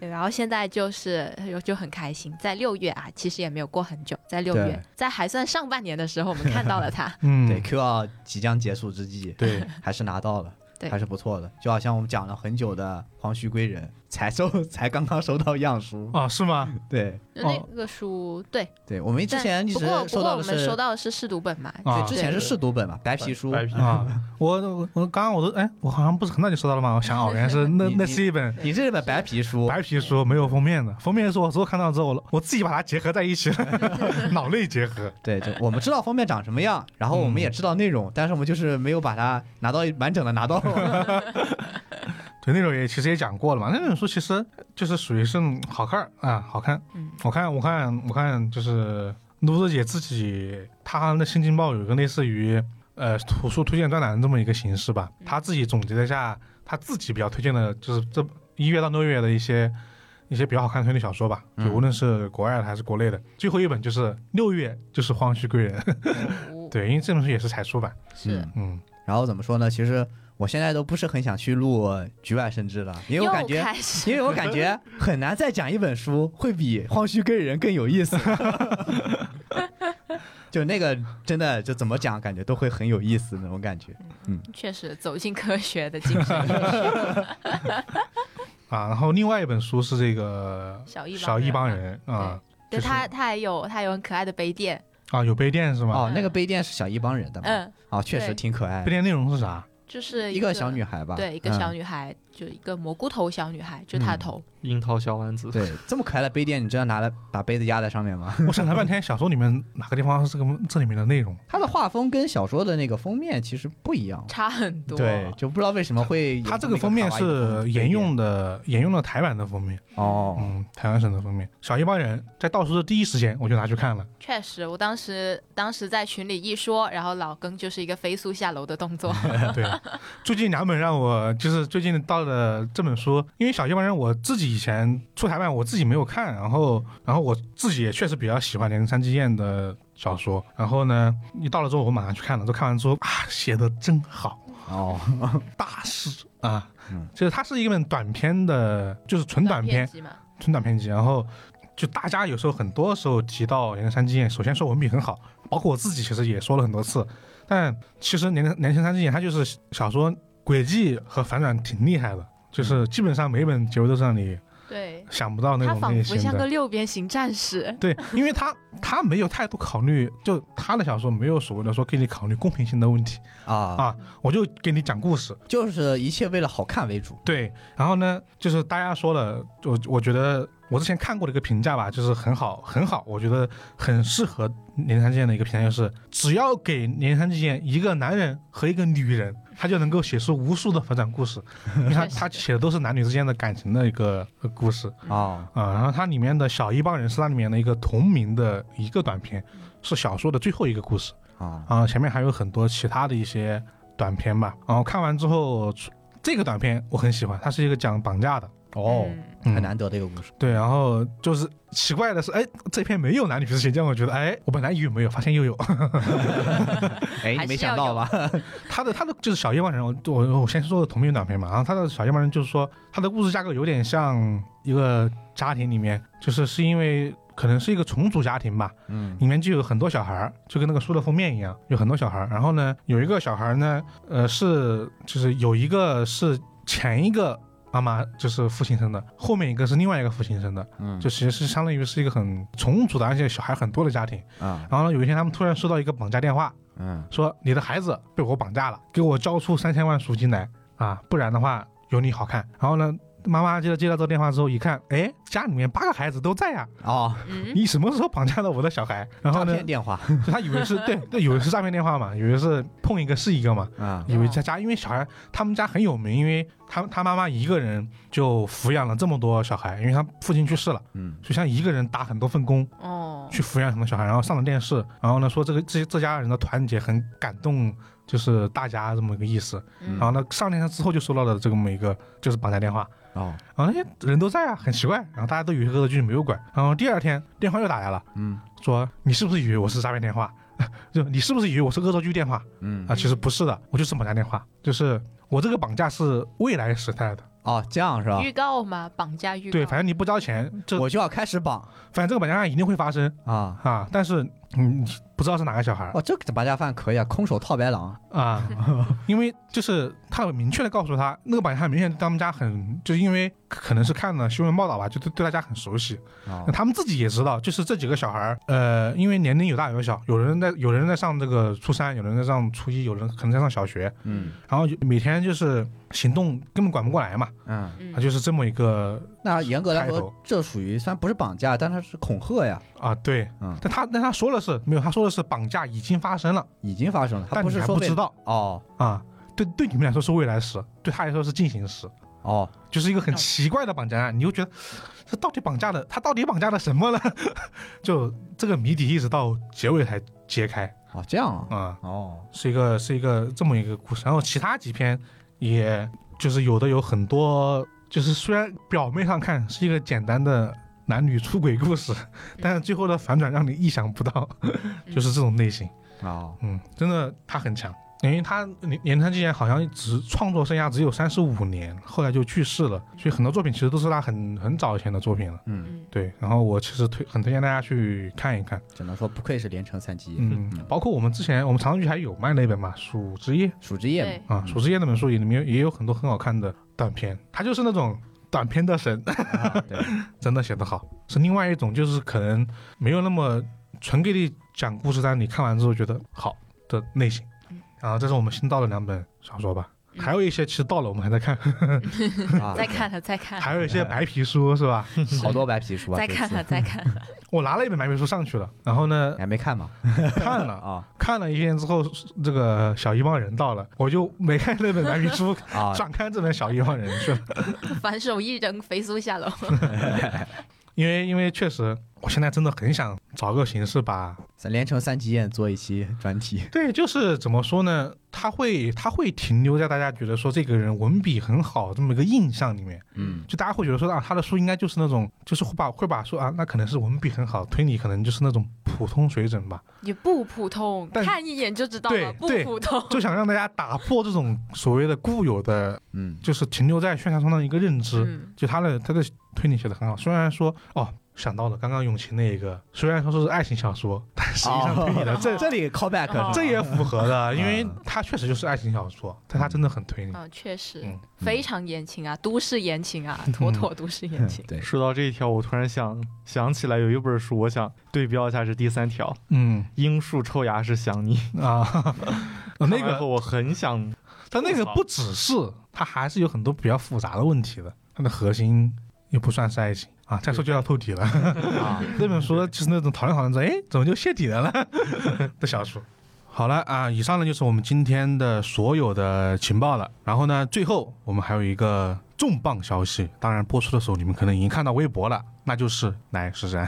[SPEAKER 3] 对然后现在就是就就很开心，在六月啊，其实也没有过很久，在六
[SPEAKER 5] 对
[SPEAKER 3] 月，在还算上半年的时候，我们看到了它
[SPEAKER 5] <laughs>
[SPEAKER 2] 嗯，
[SPEAKER 5] 对 Q 2即将结束之际，
[SPEAKER 2] 对，
[SPEAKER 5] 还是拿到了，
[SPEAKER 3] <laughs> 对
[SPEAKER 5] 还是不错的。就好像我们讲了很久的《黄须归人》，才收才刚刚收到样
[SPEAKER 2] <laughs>
[SPEAKER 5] 书，
[SPEAKER 2] 啊，是吗？
[SPEAKER 5] 对
[SPEAKER 3] 就
[SPEAKER 2] 哦
[SPEAKER 3] 那个书，对，
[SPEAKER 5] 对，我们之
[SPEAKER 3] 但
[SPEAKER 5] 前一
[SPEAKER 3] 不
[SPEAKER 5] 直
[SPEAKER 3] 过不
[SPEAKER 5] 收
[SPEAKER 3] 过
[SPEAKER 5] 到
[SPEAKER 3] 我
[SPEAKER 5] 的
[SPEAKER 3] 们
[SPEAKER 5] 是
[SPEAKER 3] 收。到的是试读本嘛，
[SPEAKER 2] 啊
[SPEAKER 5] 对，之前是试读本嘛，白皮书。
[SPEAKER 4] 白皮
[SPEAKER 2] 啊，我我我刚刚我都哎，我好像不是很早就收到了吗？我想哦，原来是那
[SPEAKER 5] 你
[SPEAKER 2] 那是一本
[SPEAKER 5] 你这本白皮书，
[SPEAKER 2] 白皮书，没有封面的，封面是我之后看到之后，我自己把它结合在一起了，脑内结合。
[SPEAKER 5] 对，就我们知道封面长什么样，然后我们也知道内容，但是我们就是没有把它拿到完整的拿到。
[SPEAKER 2] 对，内容也其实也讲过了嘛。那本书其实就是属于是好看儿啊，好看。
[SPEAKER 3] 嗯
[SPEAKER 2] 我看，我看，我看，就是露露姐自己，她的《新京报》有一个类似于呃图书推荐专栏这么一个形式吧。
[SPEAKER 3] 嗯
[SPEAKER 2] 她自己总结了一下，她自己比较推荐的就是这一月到六月的一些一些比较好看的推理小说吧，就
[SPEAKER 5] 嗯
[SPEAKER 2] 无论是国外的还是国内的。最后一本就是六月，就是《荒墟归人》。
[SPEAKER 5] <laughs>
[SPEAKER 3] 哦
[SPEAKER 2] 对，因为这本书也是才出版。
[SPEAKER 3] 是
[SPEAKER 5] 嗯。
[SPEAKER 2] 嗯，
[SPEAKER 5] 然后怎么说呢？其实我现在都不是很想去录《局外生枝》了，因为我感
[SPEAKER 3] 又
[SPEAKER 5] 觉
[SPEAKER 3] 开，始
[SPEAKER 5] 因为我感觉很难再讲一本书会比《荒须跟人》更有意思。 <laughs> 就那个真的就怎么讲，感觉都会很有意思那种感觉。
[SPEAKER 3] 确实走进科学的精
[SPEAKER 5] <laughs>
[SPEAKER 3] 神，
[SPEAKER 2] 啊，然后另外一本书是这个
[SPEAKER 3] 小一
[SPEAKER 2] 小一帮
[SPEAKER 3] 帮
[SPEAKER 2] 人啊
[SPEAKER 3] 对
[SPEAKER 2] 就是
[SPEAKER 3] 他他还有他有很可爱的杯垫，
[SPEAKER 2] 啊，有杯垫是吗？
[SPEAKER 5] 哦，那个杯垫是小一帮人的嘛？
[SPEAKER 3] 嗯，
[SPEAKER 5] 哦，确实
[SPEAKER 3] 对
[SPEAKER 5] 挺可爱
[SPEAKER 2] 杯
[SPEAKER 5] 的，
[SPEAKER 2] 垫内容是啥？
[SPEAKER 3] 就是
[SPEAKER 5] 一个小女孩吧？
[SPEAKER 3] 对，一个小
[SPEAKER 5] 嗯。
[SPEAKER 3] 女孩，就一个蘑菇头小女孩，就她的头。
[SPEAKER 4] 樱桃小丸子，
[SPEAKER 5] 对，这么可爱的杯垫，你知道拿来把杯子压在上面吗？ <laughs>
[SPEAKER 2] 我想了半天，小说里面哪个地方是这个这里面的内容？
[SPEAKER 5] 它的画风跟小说的那个封面其实不一样。
[SPEAKER 3] 差很多。
[SPEAKER 5] 对，就不知道为什么会有
[SPEAKER 2] 它这
[SPEAKER 5] 那
[SPEAKER 2] 个封面
[SPEAKER 5] 卡哇伊的
[SPEAKER 2] 是
[SPEAKER 5] 风
[SPEAKER 2] 沿用的沿用了台湾的封面，
[SPEAKER 5] 哦，
[SPEAKER 2] 嗯，台湾省的封面。小一帮人在到书的第一时间我就拿去看了， <laughs>
[SPEAKER 3] 确实，我当时当时在群里一说，然后老庚就是一个飞速下楼的
[SPEAKER 2] <laughs>
[SPEAKER 3] 动作。
[SPEAKER 2] 对。最近两本让我就是最近到了这本书，因为小一帮人我自己以前出台版我自己没有看，然后然后我自己也确实比较喜欢连山纪彦的小说，然后呢一到了之后我马上去看了，都看完之后啊写的真好，
[SPEAKER 5] 哦，
[SPEAKER 2] 大师啊
[SPEAKER 5] 嗯，
[SPEAKER 2] 就是它是一本短篇的，就是纯短篇，
[SPEAKER 3] 集嘛，
[SPEAKER 2] 纯短篇集。然后就大家有时候很多时候提到岩田三纪彦，首先说文笔很好，包括我自己其实也说了很多次。但其实岩田岩田三纪彦他就是小说轨迹和反转挺厉害的，就是基本上每一本结尾都是让你
[SPEAKER 3] 对，
[SPEAKER 2] 想不到那
[SPEAKER 3] 他
[SPEAKER 2] 种
[SPEAKER 3] 仿
[SPEAKER 2] 类
[SPEAKER 3] 佛
[SPEAKER 2] 型
[SPEAKER 3] 像个
[SPEAKER 2] 的。
[SPEAKER 3] 六边形战士。
[SPEAKER 2] 对，因为他他没有太多考虑，就他的小说没有所谓的说给你考虑公平性的问题，
[SPEAKER 5] 啊，
[SPEAKER 2] 我就给你讲故事。
[SPEAKER 5] 就是一切为了好看为主。
[SPEAKER 2] 对，然后呢，就是大家说了，我我觉得我之前看过的一个评价吧，就是很好，很好，我觉得很适合连山健的一个评价，就是只要给连山健一个男人和一个女人，他就能够写出无数的反转故事，因为他
[SPEAKER 3] 确实
[SPEAKER 2] 他写的都是男女之间的感情的一个一个故事
[SPEAKER 3] 嗯
[SPEAKER 5] 哦，
[SPEAKER 2] 啊、然后它里面的小一帮人是它里面的一个同名的一个短片，是小说的最后一个故事。
[SPEAKER 5] 啊，
[SPEAKER 2] 啊，前面还有很多其他的一些短片吧。然后看完之后，出这个短片我很喜欢，它是一个讲绑架的，
[SPEAKER 3] 嗯
[SPEAKER 2] 嗯
[SPEAKER 5] 哦很难得的一个故事。
[SPEAKER 2] 对。然后就是奇怪的是，哎，这篇没有男女之间，让我觉得，哎，我本来以为没有，发现又有。
[SPEAKER 5] 哎，你
[SPEAKER 3] 还
[SPEAKER 5] 没
[SPEAKER 3] 是
[SPEAKER 5] 想
[SPEAKER 3] 要
[SPEAKER 5] 到
[SPEAKER 3] 有
[SPEAKER 5] 吧？
[SPEAKER 2] 他的他的就是小夜半人，我我我先说的同名短片嘛。然后他的小夜半人就是说，他的故事架构有点像一个家庭里面，就是是因为。可能是一个重组家庭吧，
[SPEAKER 5] 嗯
[SPEAKER 2] 里面就有很多小孩儿，就跟那个书的封面一样，有很多小孩儿。然后呢，有一个小孩儿呢，呃，是就是有一个是前一个妈妈就是父亲生的，后面一个是另外一个父亲生的，
[SPEAKER 5] 嗯
[SPEAKER 2] 就其实是相当于是一个很重组的，而且小孩很多的家庭。
[SPEAKER 5] 啊
[SPEAKER 2] 然后呢，有一天他们突然收到一个绑架电话，
[SPEAKER 5] 嗯
[SPEAKER 2] 说你的孩子被我绑架了，给我交出三千万赎金来啊，不然的话有你好看。然后呢，妈妈接到接到这个电话之后一看，哎，家里面八个孩子都在呀、
[SPEAKER 5] 哦，
[SPEAKER 3] 嗯，
[SPEAKER 2] 你什么时候绑架了我的小孩？然后
[SPEAKER 5] 诈 <laughs>
[SPEAKER 2] 呢，
[SPEAKER 5] 骗电话
[SPEAKER 2] 他以为是对，对，以为是诈骗电话嘛，以为是碰一个是一个嘛，
[SPEAKER 5] 啊，
[SPEAKER 3] 嗯
[SPEAKER 2] 以为他家因为小孩他们家很有名，因为他他妈妈一个人就抚养了这么多小孩，因为他父亲去世了，
[SPEAKER 5] 嗯，
[SPEAKER 2] 所以他一个人打很多份工
[SPEAKER 3] 哦，
[SPEAKER 2] 去抚养很多小孩，然后上了电视，然后呢说这个这这家人的团结很感动，就是大家这么一个意思。
[SPEAKER 3] 嗯
[SPEAKER 2] 然后呢上电视之后就收到了这么一个就是绑架电话，
[SPEAKER 5] 哦，
[SPEAKER 2] 然后那些人都在啊，很奇怪，然后大家都以为恶作剧没有管，然后第二天电话又打来了。
[SPEAKER 5] 嗯
[SPEAKER 2] 说你是不是以为我是诈骗电话？ <laughs> 就你是不是以为我是恶作剧电话
[SPEAKER 5] 嗯，
[SPEAKER 2] 啊？其实不是的，我就是绑架电话，就是我这个绑架是未来时态的。
[SPEAKER 5] 哦，这样是吧？
[SPEAKER 3] 预告嘛，绑架预告，
[SPEAKER 2] 啊
[SPEAKER 3] 嗯
[SPEAKER 2] 对，反正你不交钱，这
[SPEAKER 5] 我就要开始绑
[SPEAKER 2] 反正这个绑架案一定会发生
[SPEAKER 5] 啊！
[SPEAKER 2] 啊。但是你你不知道是哪个小孩儿
[SPEAKER 5] 哦，这个绑架犯可以啊，空手套白狼
[SPEAKER 2] 啊， <laughs> 因为就是他很明确的告诉他，那个绑架案明显对他们家很，就是因为可能是看了新闻报道吧，就对对大家很熟悉。
[SPEAKER 5] 啊
[SPEAKER 2] 那他们自己也知道，就是这几个小孩儿，呃，因为年龄有大有小，有人在有人在上这个初三，有人在上初一，有人可能在上小学，
[SPEAKER 5] 嗯
[SPEAKER 2] 然后每天就是行动根本管不过来嘛，
[SPEAKER 5] 嗯，
[SPEAKER 3] 嗯
[SPEAKER 2] 他就是这么一个
[SPEAKER 5] 那严格来
[SPEAKER 2] 开
[SPEAKER 5] 说
[SPEAKER 2] 头，
[SPEAKER 5] 这属于虽然不是绑架，但它是恐吓呀，
[SPEAKER 2] 啊，对，
[SPEAKER 5] 嗯
[SPEAKER 2] 但他但他说的是没有，他说的是绑架已经发生了，
[SPEAKER 5] 已经发生了，它
[SPEAKER 2] 但
[SPEAKER 5] 不
[SPEAKER 2] 你
[SPEAKER 5] 是
[SPEAKER 2] 还
[SPEAKER 5] 说
[SPEAKER 2] 不
[SPEAKER 5] 被
[SPEAKER 2] 知道
[SPEAKER 5] 哦
[SPEAKER 2] 啊，对对你们来说是未来时，对他来说是进行时，
[SPEAKER 5] 哦，
[SPEAKER 2] 就是一个很奇怪的绑架案，你就觉得这到底绑架了他到底绑架了什么呢？ <laughs> 就这个谜底一直到结尾才揭开
[SPEAKER 5] 哦，这样啊，
[SPEAKER 2] 啊，
[SPEAKER 5] 哦，
[SPEAKER 2] 是一个是一个这么一个故事，然后其他几篇也就是有的有很多，就是虽然表面上看是一个简单的男女出轨故事，但是最后的反转让你意想不到， <laughs> 就是这种类型。
[SPEAKER 5] 哦，
[SPEAKER 2] 嗯，真的他很强，因为他连连川纪彦好像只创作生涯只有三十五年，后来就去世了，所以很多作品其实都是他很很早以前的作品了。
[SPEAKER 5] 嗯，
[SPEAKER 3] 嗯
[SPEAKER 2] 对，然后我其实推很推荐大家去看一看，
[SPEAKER 5] 只能说不愧是连城三基，
[SPEAKER 2] 嗯，包括我们之前我们长剧还有卖那本嘛《鼠之夜》。
[SPEAKER 5] 数之夜
[SPEAKER 3] 对
[SPEAKER 2] 啊，《鼠之夜》那本书里面也有很多很好看的短片，它就是那种短片的神，
[SPEAKER 5] 嘛，啊对，
[SPEAKER 2] 真的写得好。是另外一种，就是可能没有那么纯给你讲故事，但你看完之后觉得好的类型
[SPEAKER 3] 嗯。
[SPEAKER 2] 然后这是我们新到的两本小说吧，
[SPEAKER 3] 嗯
[SPEAKER 2] 还有一些其实到了我们还在
[SPEAKER 3] <laughs>
[SPEAKER 2] 看，
[SPEAKER 5] 啊
[SPEAKER 3] 再看了再看
[SPEAKER 2] <laughs>
[SPEAKER 3] 了，
[SPEAKER 2] 还有一些白皮书是吧？
[SPEAKER 5] 好多白皮书啊，
[SPEAKER 3] 再
[SPEAKER 5] 这
[SPEAKER 3] 看
[SPEAKER 5] 次
[SPEAKER 3] 了再看了， <laughs>
[SPEAKER 2] 我拿了一本白皮书上去了，然后呢
[SPEAKER 5] 你还没看吗？
[SPEAKER 3] 嗯
[SPEAKER 2] 看了
[SPEAKER 5] 啊
[SPEAKER 2] 看了一遍之后，这个小一帮人到了，我就没看那本白皮
[SPEAKER 3] <laughs>
[SPEAKER 2] 书，
[SPEAKER 5] 啊，
[SPEAKER 2] 转 <laughs> 看这本小一帮人去了。
[SPEAKER 3] 反手一扔，飞速下楼。
[SPEAKER 2] 因为因为确实，我现在真的很想找个形式把
[SPEAKER 5] 咱连城三基宴做一期专题，
[SPEAKER 2] 对，就是怎么说呢？他会他会停留在大家觉得说这个人文笔很好这么一个印象里面，
[SPEAKER 5] 嗯
[SPEAKER 2] 就大家会觉得说啊，他的书应该就是那种，就是会把会把说啊，那可能是文笔很好，推理可能就是那种普通水准吧，
[SPEAKER 3] 也不普通，
[SPEAKER 2] 但
[SPEAKER 3] 看一眼就知道了，
[SPEAKER 2] 对
[SPEAKER 3] 不
[SPEAKER 2] 对
[SPEAKER 3] 普通。
[SPEAKER 2] 就想让大家打破这种所谓的固有的，
[SPEAKER 5] 嗯
[SPEAKER 2] 就是停留在宣传上的一个认知。
[SPEAKER 3] 嗯
[SPEAKER 2] 就他的他的推理写的很好，虽然说哦想到了刚刚永琪那一个，虽然说是爱情小说，但实际上推理
[SPEAKER 5] <laughs>
[SPEAKER 2] 的这
[SPEAKER 5] 这里 callback 啊是吧
[SPEAKER 3] 哦
[SPEAKER 2] 这也符合的，因为
[SPEAKER 5] 哦嗯。
[SPEAKER 2] 它确实就是爱情小说，但它真的很推理。
[SPEAKER 3] 啊，确实
[SPEAKER 2] 嗯
[SPEAKER 3] 非常言情啊，都市言
[SPEAKER 2] <laughs>
[SPEAKER 3] 情啊，妥妥都市言情
[SPEAKER 5] 对，
[SPEAKER 4] 说到这一条，我突然想想起来有一本书，我想对标一下是第三条，《
[SPEAKER 2] 嗯
[SPEAKER 4] 樱树抽芽是想你》。
[SPEAKER 2] 啊，
[SPEAKER 4] <laughs>
[SPEAKER 2] 那
[SPEAKER 4] 看完后
[SPEAKER 2] 个
[SPEAKER 4] 我很想，
[SPEAKER 2] 它那个不只是，它还是有很多比较复杂的问题的。它的核心又不算是爱情啊，再说就要透底
[SPEAKER 4] <laughs>
[SPEAKER 2] 了。
[SPEAKER 5] 啊，
[SPEAKER 2] 那本书就是那种讨论讨论着，哎，怎么就泄底了呢 <laughs> 的小说。好了啊，以上呢就是我们今天的所有的情报了。然后呢，最后我们还有一个重磅消息，当然播出的时候你们可能已经看到微博了，那就是来十三。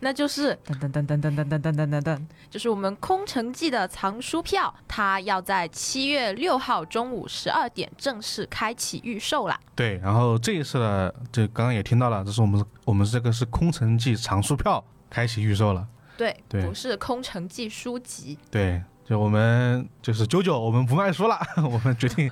[SPEAKER 3] 那就是噔噔噔噔噔噔噔噔噔噔噔，就是我们空城计的藏书票，它要在七月六号中午十二点正式开启预售啦。
[SPEAKER 2] 对，然后这一次呢，这刚刚也听到了，这是我们我们这个是空城计藏书票开启预售了。
[SPEAKER 3] 对，
[SPEAKER 2] 对
[SPEAKER 3] 不是空城计书籍，
[SPEAKER 2] 对，就我们就是九九，我们不卖书了， <laughs> 我们决定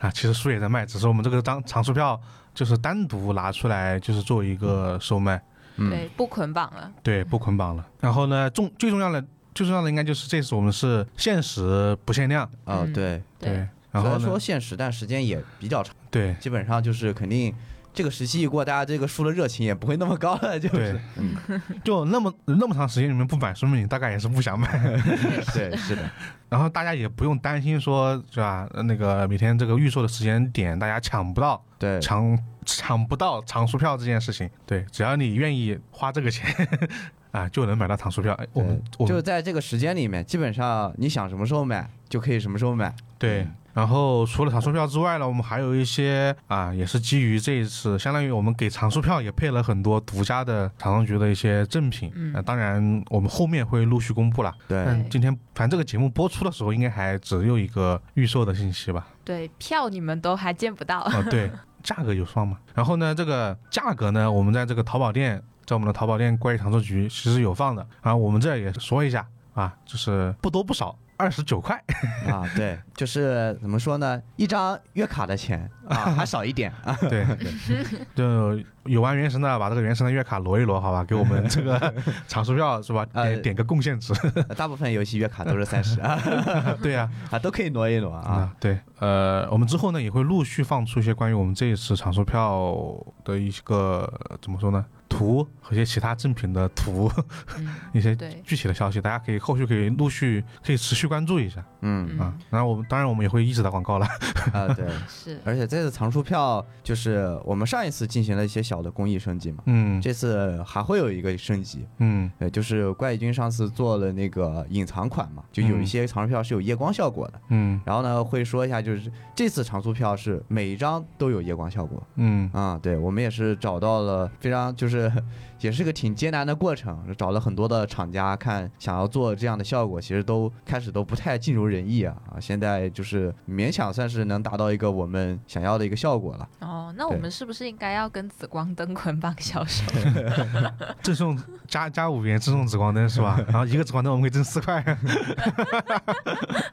[SPEAKER 2] 啊，其实书也在卖，只是我们这个张藏书票就是单独拿出来，就是做一个售卖，
[SPEAKER 5] 嗯
[SPEAKER 3] 对，不捆绑了。
[SPEAKER 2] 对，不捆绑了。然后呢，重最重要的最重要的应该就是这次我们是限时不限量，
[SPEAKER 3] 嗯
[SPEAKER 5] 啊对，
[SPEAKER 2] 对，然
[SPEAKER 5] 虽
[SPEAKER 2] 后
[SPEAKER 5] 然
[SPEAKER 2] 呢
[SPEAKER 5] 说，限时，但时间也比较长。
[SPEAKER 2] 对
[SPEAKER 5] 基本上就是肯定这个时期一过，大家这个书的热情也不会那么高了， <laughs> 就是
[SPEAKER 2] 对，就那么那么长时间你们不买，说明你大概也是不想买。
[SPEAKER 5] <laughs> 对，是的，
[SPEAKER 2] 然后大家也不用担心说是吧？那个每天这个预售的时间点大家抢不到，
[SPEAKER 5] 对，
[SPEAKER 2] 抢抢不到藏书票这件事情。对，只要你愿意花这个钱 <laughs> 啊，就能买到藏书票。哎我们我
[SPEAKER 5] 就
[SPEAKER 2] 们
[SPEAKER 5] 在这个时间里面，基本上你想什么时候买就可以什么时候买。
[SPEAKER 2] 对。
[SPEAKER 5] 嗯
[SPEAKER 2] 然后除了藏书票之外呢，我们还有一些啊，也是基于这一次，相当于我们给藏书票也配了很多独家的藏商局的一些赠品。
[SPEAKER 3] 嗯
[SPEAKER 2] 啊当然我们后面会陆续公布啦。
[SPEAKER 5] 对，
[SPEAKER 2] 但今天反正这个节目播出的时候，应该还只有一个预售的信息吧？
[SPEAKER 3] 对，票你们都还见不到。
[SPEAKER 2] 啊、对，价格有双嘛。然后呢，这个价格呢，我们在这个淘宝店，在我们的淘宝店怪异糖醋局其实有放的啊。我们这儿也说一下啊，就是不多不少，二十九
[SPEAKER 5] <laughs>
[SPEAKER 2] 块。
[SPEAKER 5] 啊，对，就是怎么说呢，一张月卡的钱啊，还少一点啊。
[SPEAKER 2] 对，就有玩原神的，把这个原神的月卡挪一挪，好吧，给我们这个场书票是吧？
[SPEAKER 5] <laughs> 呃
[SPEAKER 2] 点点个贡献
[SPEAKER 5] <laughs>
[SPEAKER 2] 值。
[SPEAKER 5] 大部分游戏月卡都是三十啊，
[SPEAKER 2] 对呀、
[SPEAKER 5] 啊都可以挪一挪啊。
[SPEAKER 2] <laughs> 啊，对，呃，我们之后呢也会陆续放出一些关于我们这一次场售票的一个呃怎么说呢图和一些其他赠品的图， <laughs>
[SPEAKER 3] 嗯
[SPEAKER 2] 一些
[SPEAKER 3] <laughs> 对
[SPEAKER 2] 具体的消息，大家可以后续可以陆续可以持续关注一下
[SPEAKER 5] 嗯
[SPEAKER 2] 啊
[SPEAKER 3] 嗯。
[SPEAKER 2] 然后我们当然我们也会一直打广 <laughs> 告了，
[SPEAKER 5] 啊，对，
[SPEAKER 3] 是，
[SPEAKER 5] 而且这次藏书票就是我们上一次进行了一些小的工艺升级嘛，
[SPEAKER 2] 嗯
[SPEAKER 5] 这次还会有一个升级，
[SPEAKER 2] 嗯
[SPEAKER 5] 呃，就是怪异君上次做了那个隐藏款嘛，就有一些藏书票是有夜光效果的。
[SPEAKER 2] 嗯
[SPEAKER 5] 然后呢，会说一下，就是这次藏书票是每一张都有夜光效果
[SPEAKER 2] 嗯
[SPEAKER 5] 啊、对我们也是找到了非常就是也是个挺艰难的过程，找了很多的厂家看想要做这样的效果，其实都开始都不太尽如人意啊啊，现在就是勉强算是能达到一个我们想要的一个效果了。
[SPEAKER 3] 哦，那我
[SPEAKER 5] 对
[SPEAKER 3] 们是不是应该要跟紫光灯捆绑销售？
[SPEAKER 2] 赠送加加五元赠送紫光灯是 <laughs> 吧？然后一个紫光灯我们可以挣四块，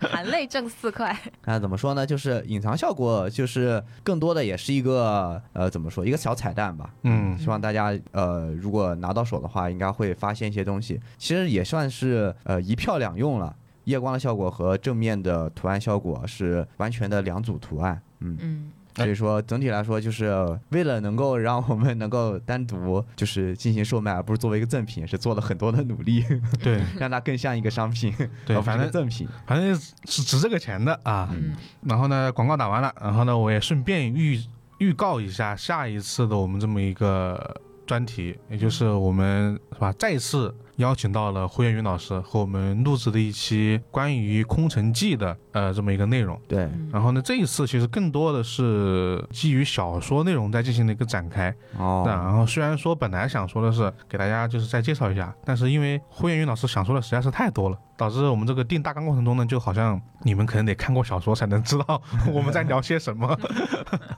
[SPEAKER 3] 含泪挣四块。
[SPEAKER 5] 那怎么说呢？就是隐藏效果，就是更多的也是一个呃，怎么说，一个小彩蛋吧。
[SPEAKER 2] 嗯
[SPEAKER 5] 希望大家呃，如果拿到手的话，应该会发现一些东西。其实也算是呃一票两用了，夜光的效果和正面的图案效果是完全的两组图案。嗯，
[SPEAKER 3] 嗯，
[SPEAKER 2] 哎
[SPEAKER 5] 所以说整体来说，就是为了能够让我们能够单独就是进行售卖，而不是作为一个赠品，也是做了很多的努力，
[SPEAKER 2] <laughs>
[SPEAKER 5] <laughs>
[SPEAKER 2] 对
[SPEAKER 5] 让它更像一个商品，
[SPEAKER 2] 对，
[SPEAKER 5] 而不是
[SPEAKER 2] 反
[SPEAKER 5] 一个
[SPEAKER 2] 正
[SPEAKER 5] 赠品。
[SPEAKER 2] 反正是值这个钱的啊，
[SPEAKER 3] 嗯
[SPEAKER 2] 然后呢，广告打完了，然后呢，我也顺便预预告一下下一次的我们这么一个专题，也就是我们是吧，再次邀请到了胡彦云老师和我们录制的一期关于《空城计》的呃这么一个内容。
[SPEAKER 5] 对，
[SPEAKER 2] 然后呢，这一次其实更多的是基于小说内容在进行的一个展开。
[SPEAKER 5] 哦
[SPEAKER 2] 那然后虽然说本来想说的是给大家就是再介绍一下，但是因为胡彦云老师想说的实在是太多了，导致我们这个定大纲过程中呢，就好像你们可能得看过小说才能知
[SPEAKER 5] <laughs>
[SPEAKER 2] 道我们在聊些什么。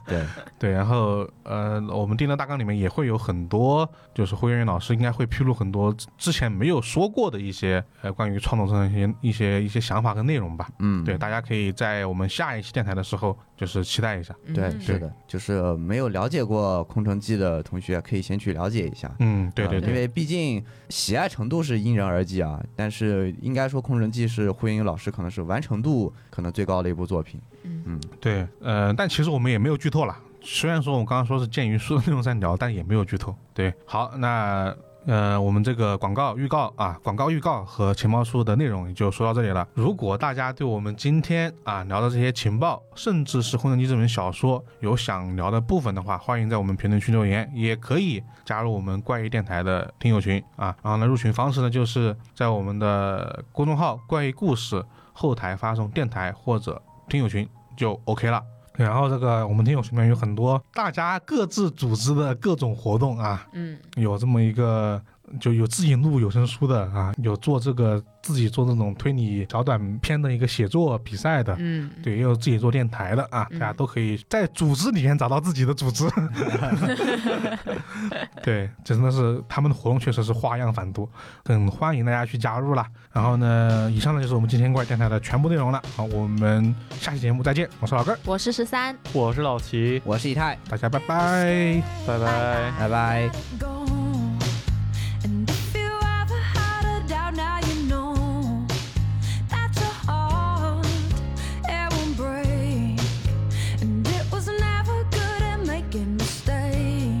[SPEAKER 5] 对，
[SPEAKER 2] 对，然后呃，我们定的大纲里面也会有很多，就是胡彦云老师应该会披露很多之之前没有说过的一些呃关于创作上的一些一些一些想法跟内容吧。
[SPEAKER 5] 嗯，
[SPEAKER 2] 对，大家可以在我们下一期电台的时候就是期待一下。
[SPEAKER 5] 对，
[SPEAKER 3] 嗯
[SPEAKER 5] 是的，就是呃没有了解过《空城计》的同学，可以先去了解一下。
[SPEAKER 2] 嗯， <laughs> 对对
[SPEAKER 5] 呃因
[SPEAKER 2] 对，
[SPEAKER 5] 为毕竟喜爱程度是因人而异啊，但是应该说《空城计》是胡彦云老师可能是完成度可能最高的一部作品。
[SPEAKER 3] 嗯
[SPEAKER 2] 对，呃，但其实我们也没有剧透啦。虽然说我刚刚说是鉴于书的内容在聊，但也没有剧透。对，好，那呃，我们这个广告预告啊，广告预告和情报书的内容也就说到这里了。如果大家对我们今天啊聊的这些情报，甚至是《空城计》这本小说有想聊的部分的话，欢迎在我们评论区留言，也可以加入我们怪异电台的听友群啊。然后呢，入群方式呢就是在我们的公众号“怪异故事”后台发送“电台”或者“听友群”就 OK 了。然后这个我们听友群里面有很多大家各自组织的各种活动啊，
[SPEAKER 3] 嗯
[SPEAKER 2] 有这么一个就有自己录有声书的啊，有做这个自己做这种推理小短片的一个写作比赛的。
[SPEAKER 3] 嗯，
[SPEAKER 2] 对，也有自己做电台的啊，大
[SPEAKER 3] 嗯
[SPEAKER 2] 家都可以在组织里面找到自己的组
[SPEAKER 3] <laughs>
[SPEAKER 2] 织。对，真的是他们的活动确实是花样繁多，很欢迎大家去加入啦。然后呢，以上呢就是我们今天怪电台的全部内容了。好，我们下期节目再见，我是老根儿，
[SPEAKER 3] 我是十三，
[SPEAKER 4] 我是老齐，
[SPEAKER 5] 我是以太，
[SPEAKER 2] 大家拜拜。
[SPEAKER 4] 拜拜
[SPEAKER 5] 拜拜。
[SPEAKER 1] gone. And if you ever had a doubt, now you know that your heart it won't break. And it was never good at making mistakes.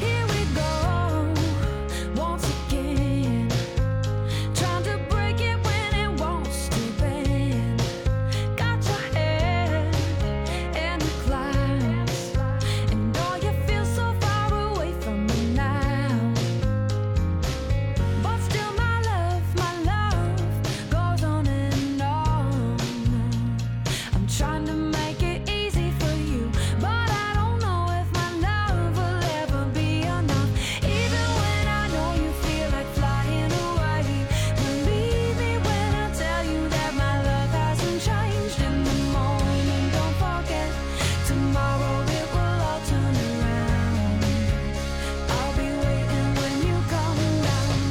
[SPEAKER 1] Here we go once again, trying to break it when it wants to bend. Got your head in the clouds, and all you feel so far away from me now. But still, my love, my love goes on and on. I'm trying to make it easy for you, but I don't know if my love will ever be enough. Even when I know you feel like flying away, believe me when I tell you that my love hasn't changed. In the morning, don't forget, tomorrow it will all turn around. I'll be waiting when you come down.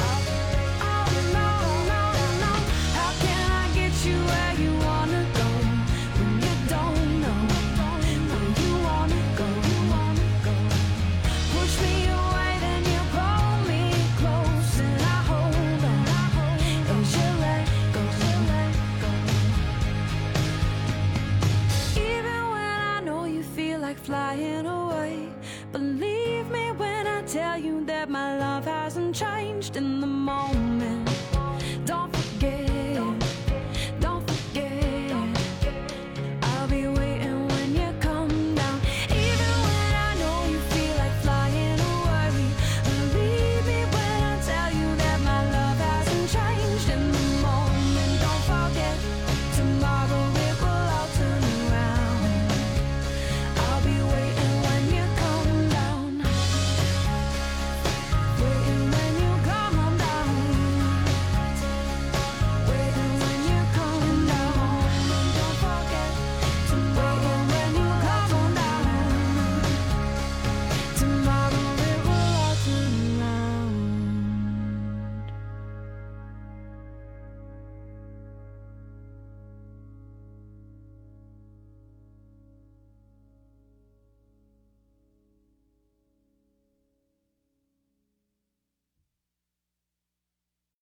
[SPEAKER 1] Oh no, no, no, how can I get you where you wanna go when you don't know where you wanna go? Push me away, then you pull me close, and I hold on, I hold on, you let go, you let go. Even when I know you feel like flying away, believe me when I tell you that my love hasn't changed in the moment.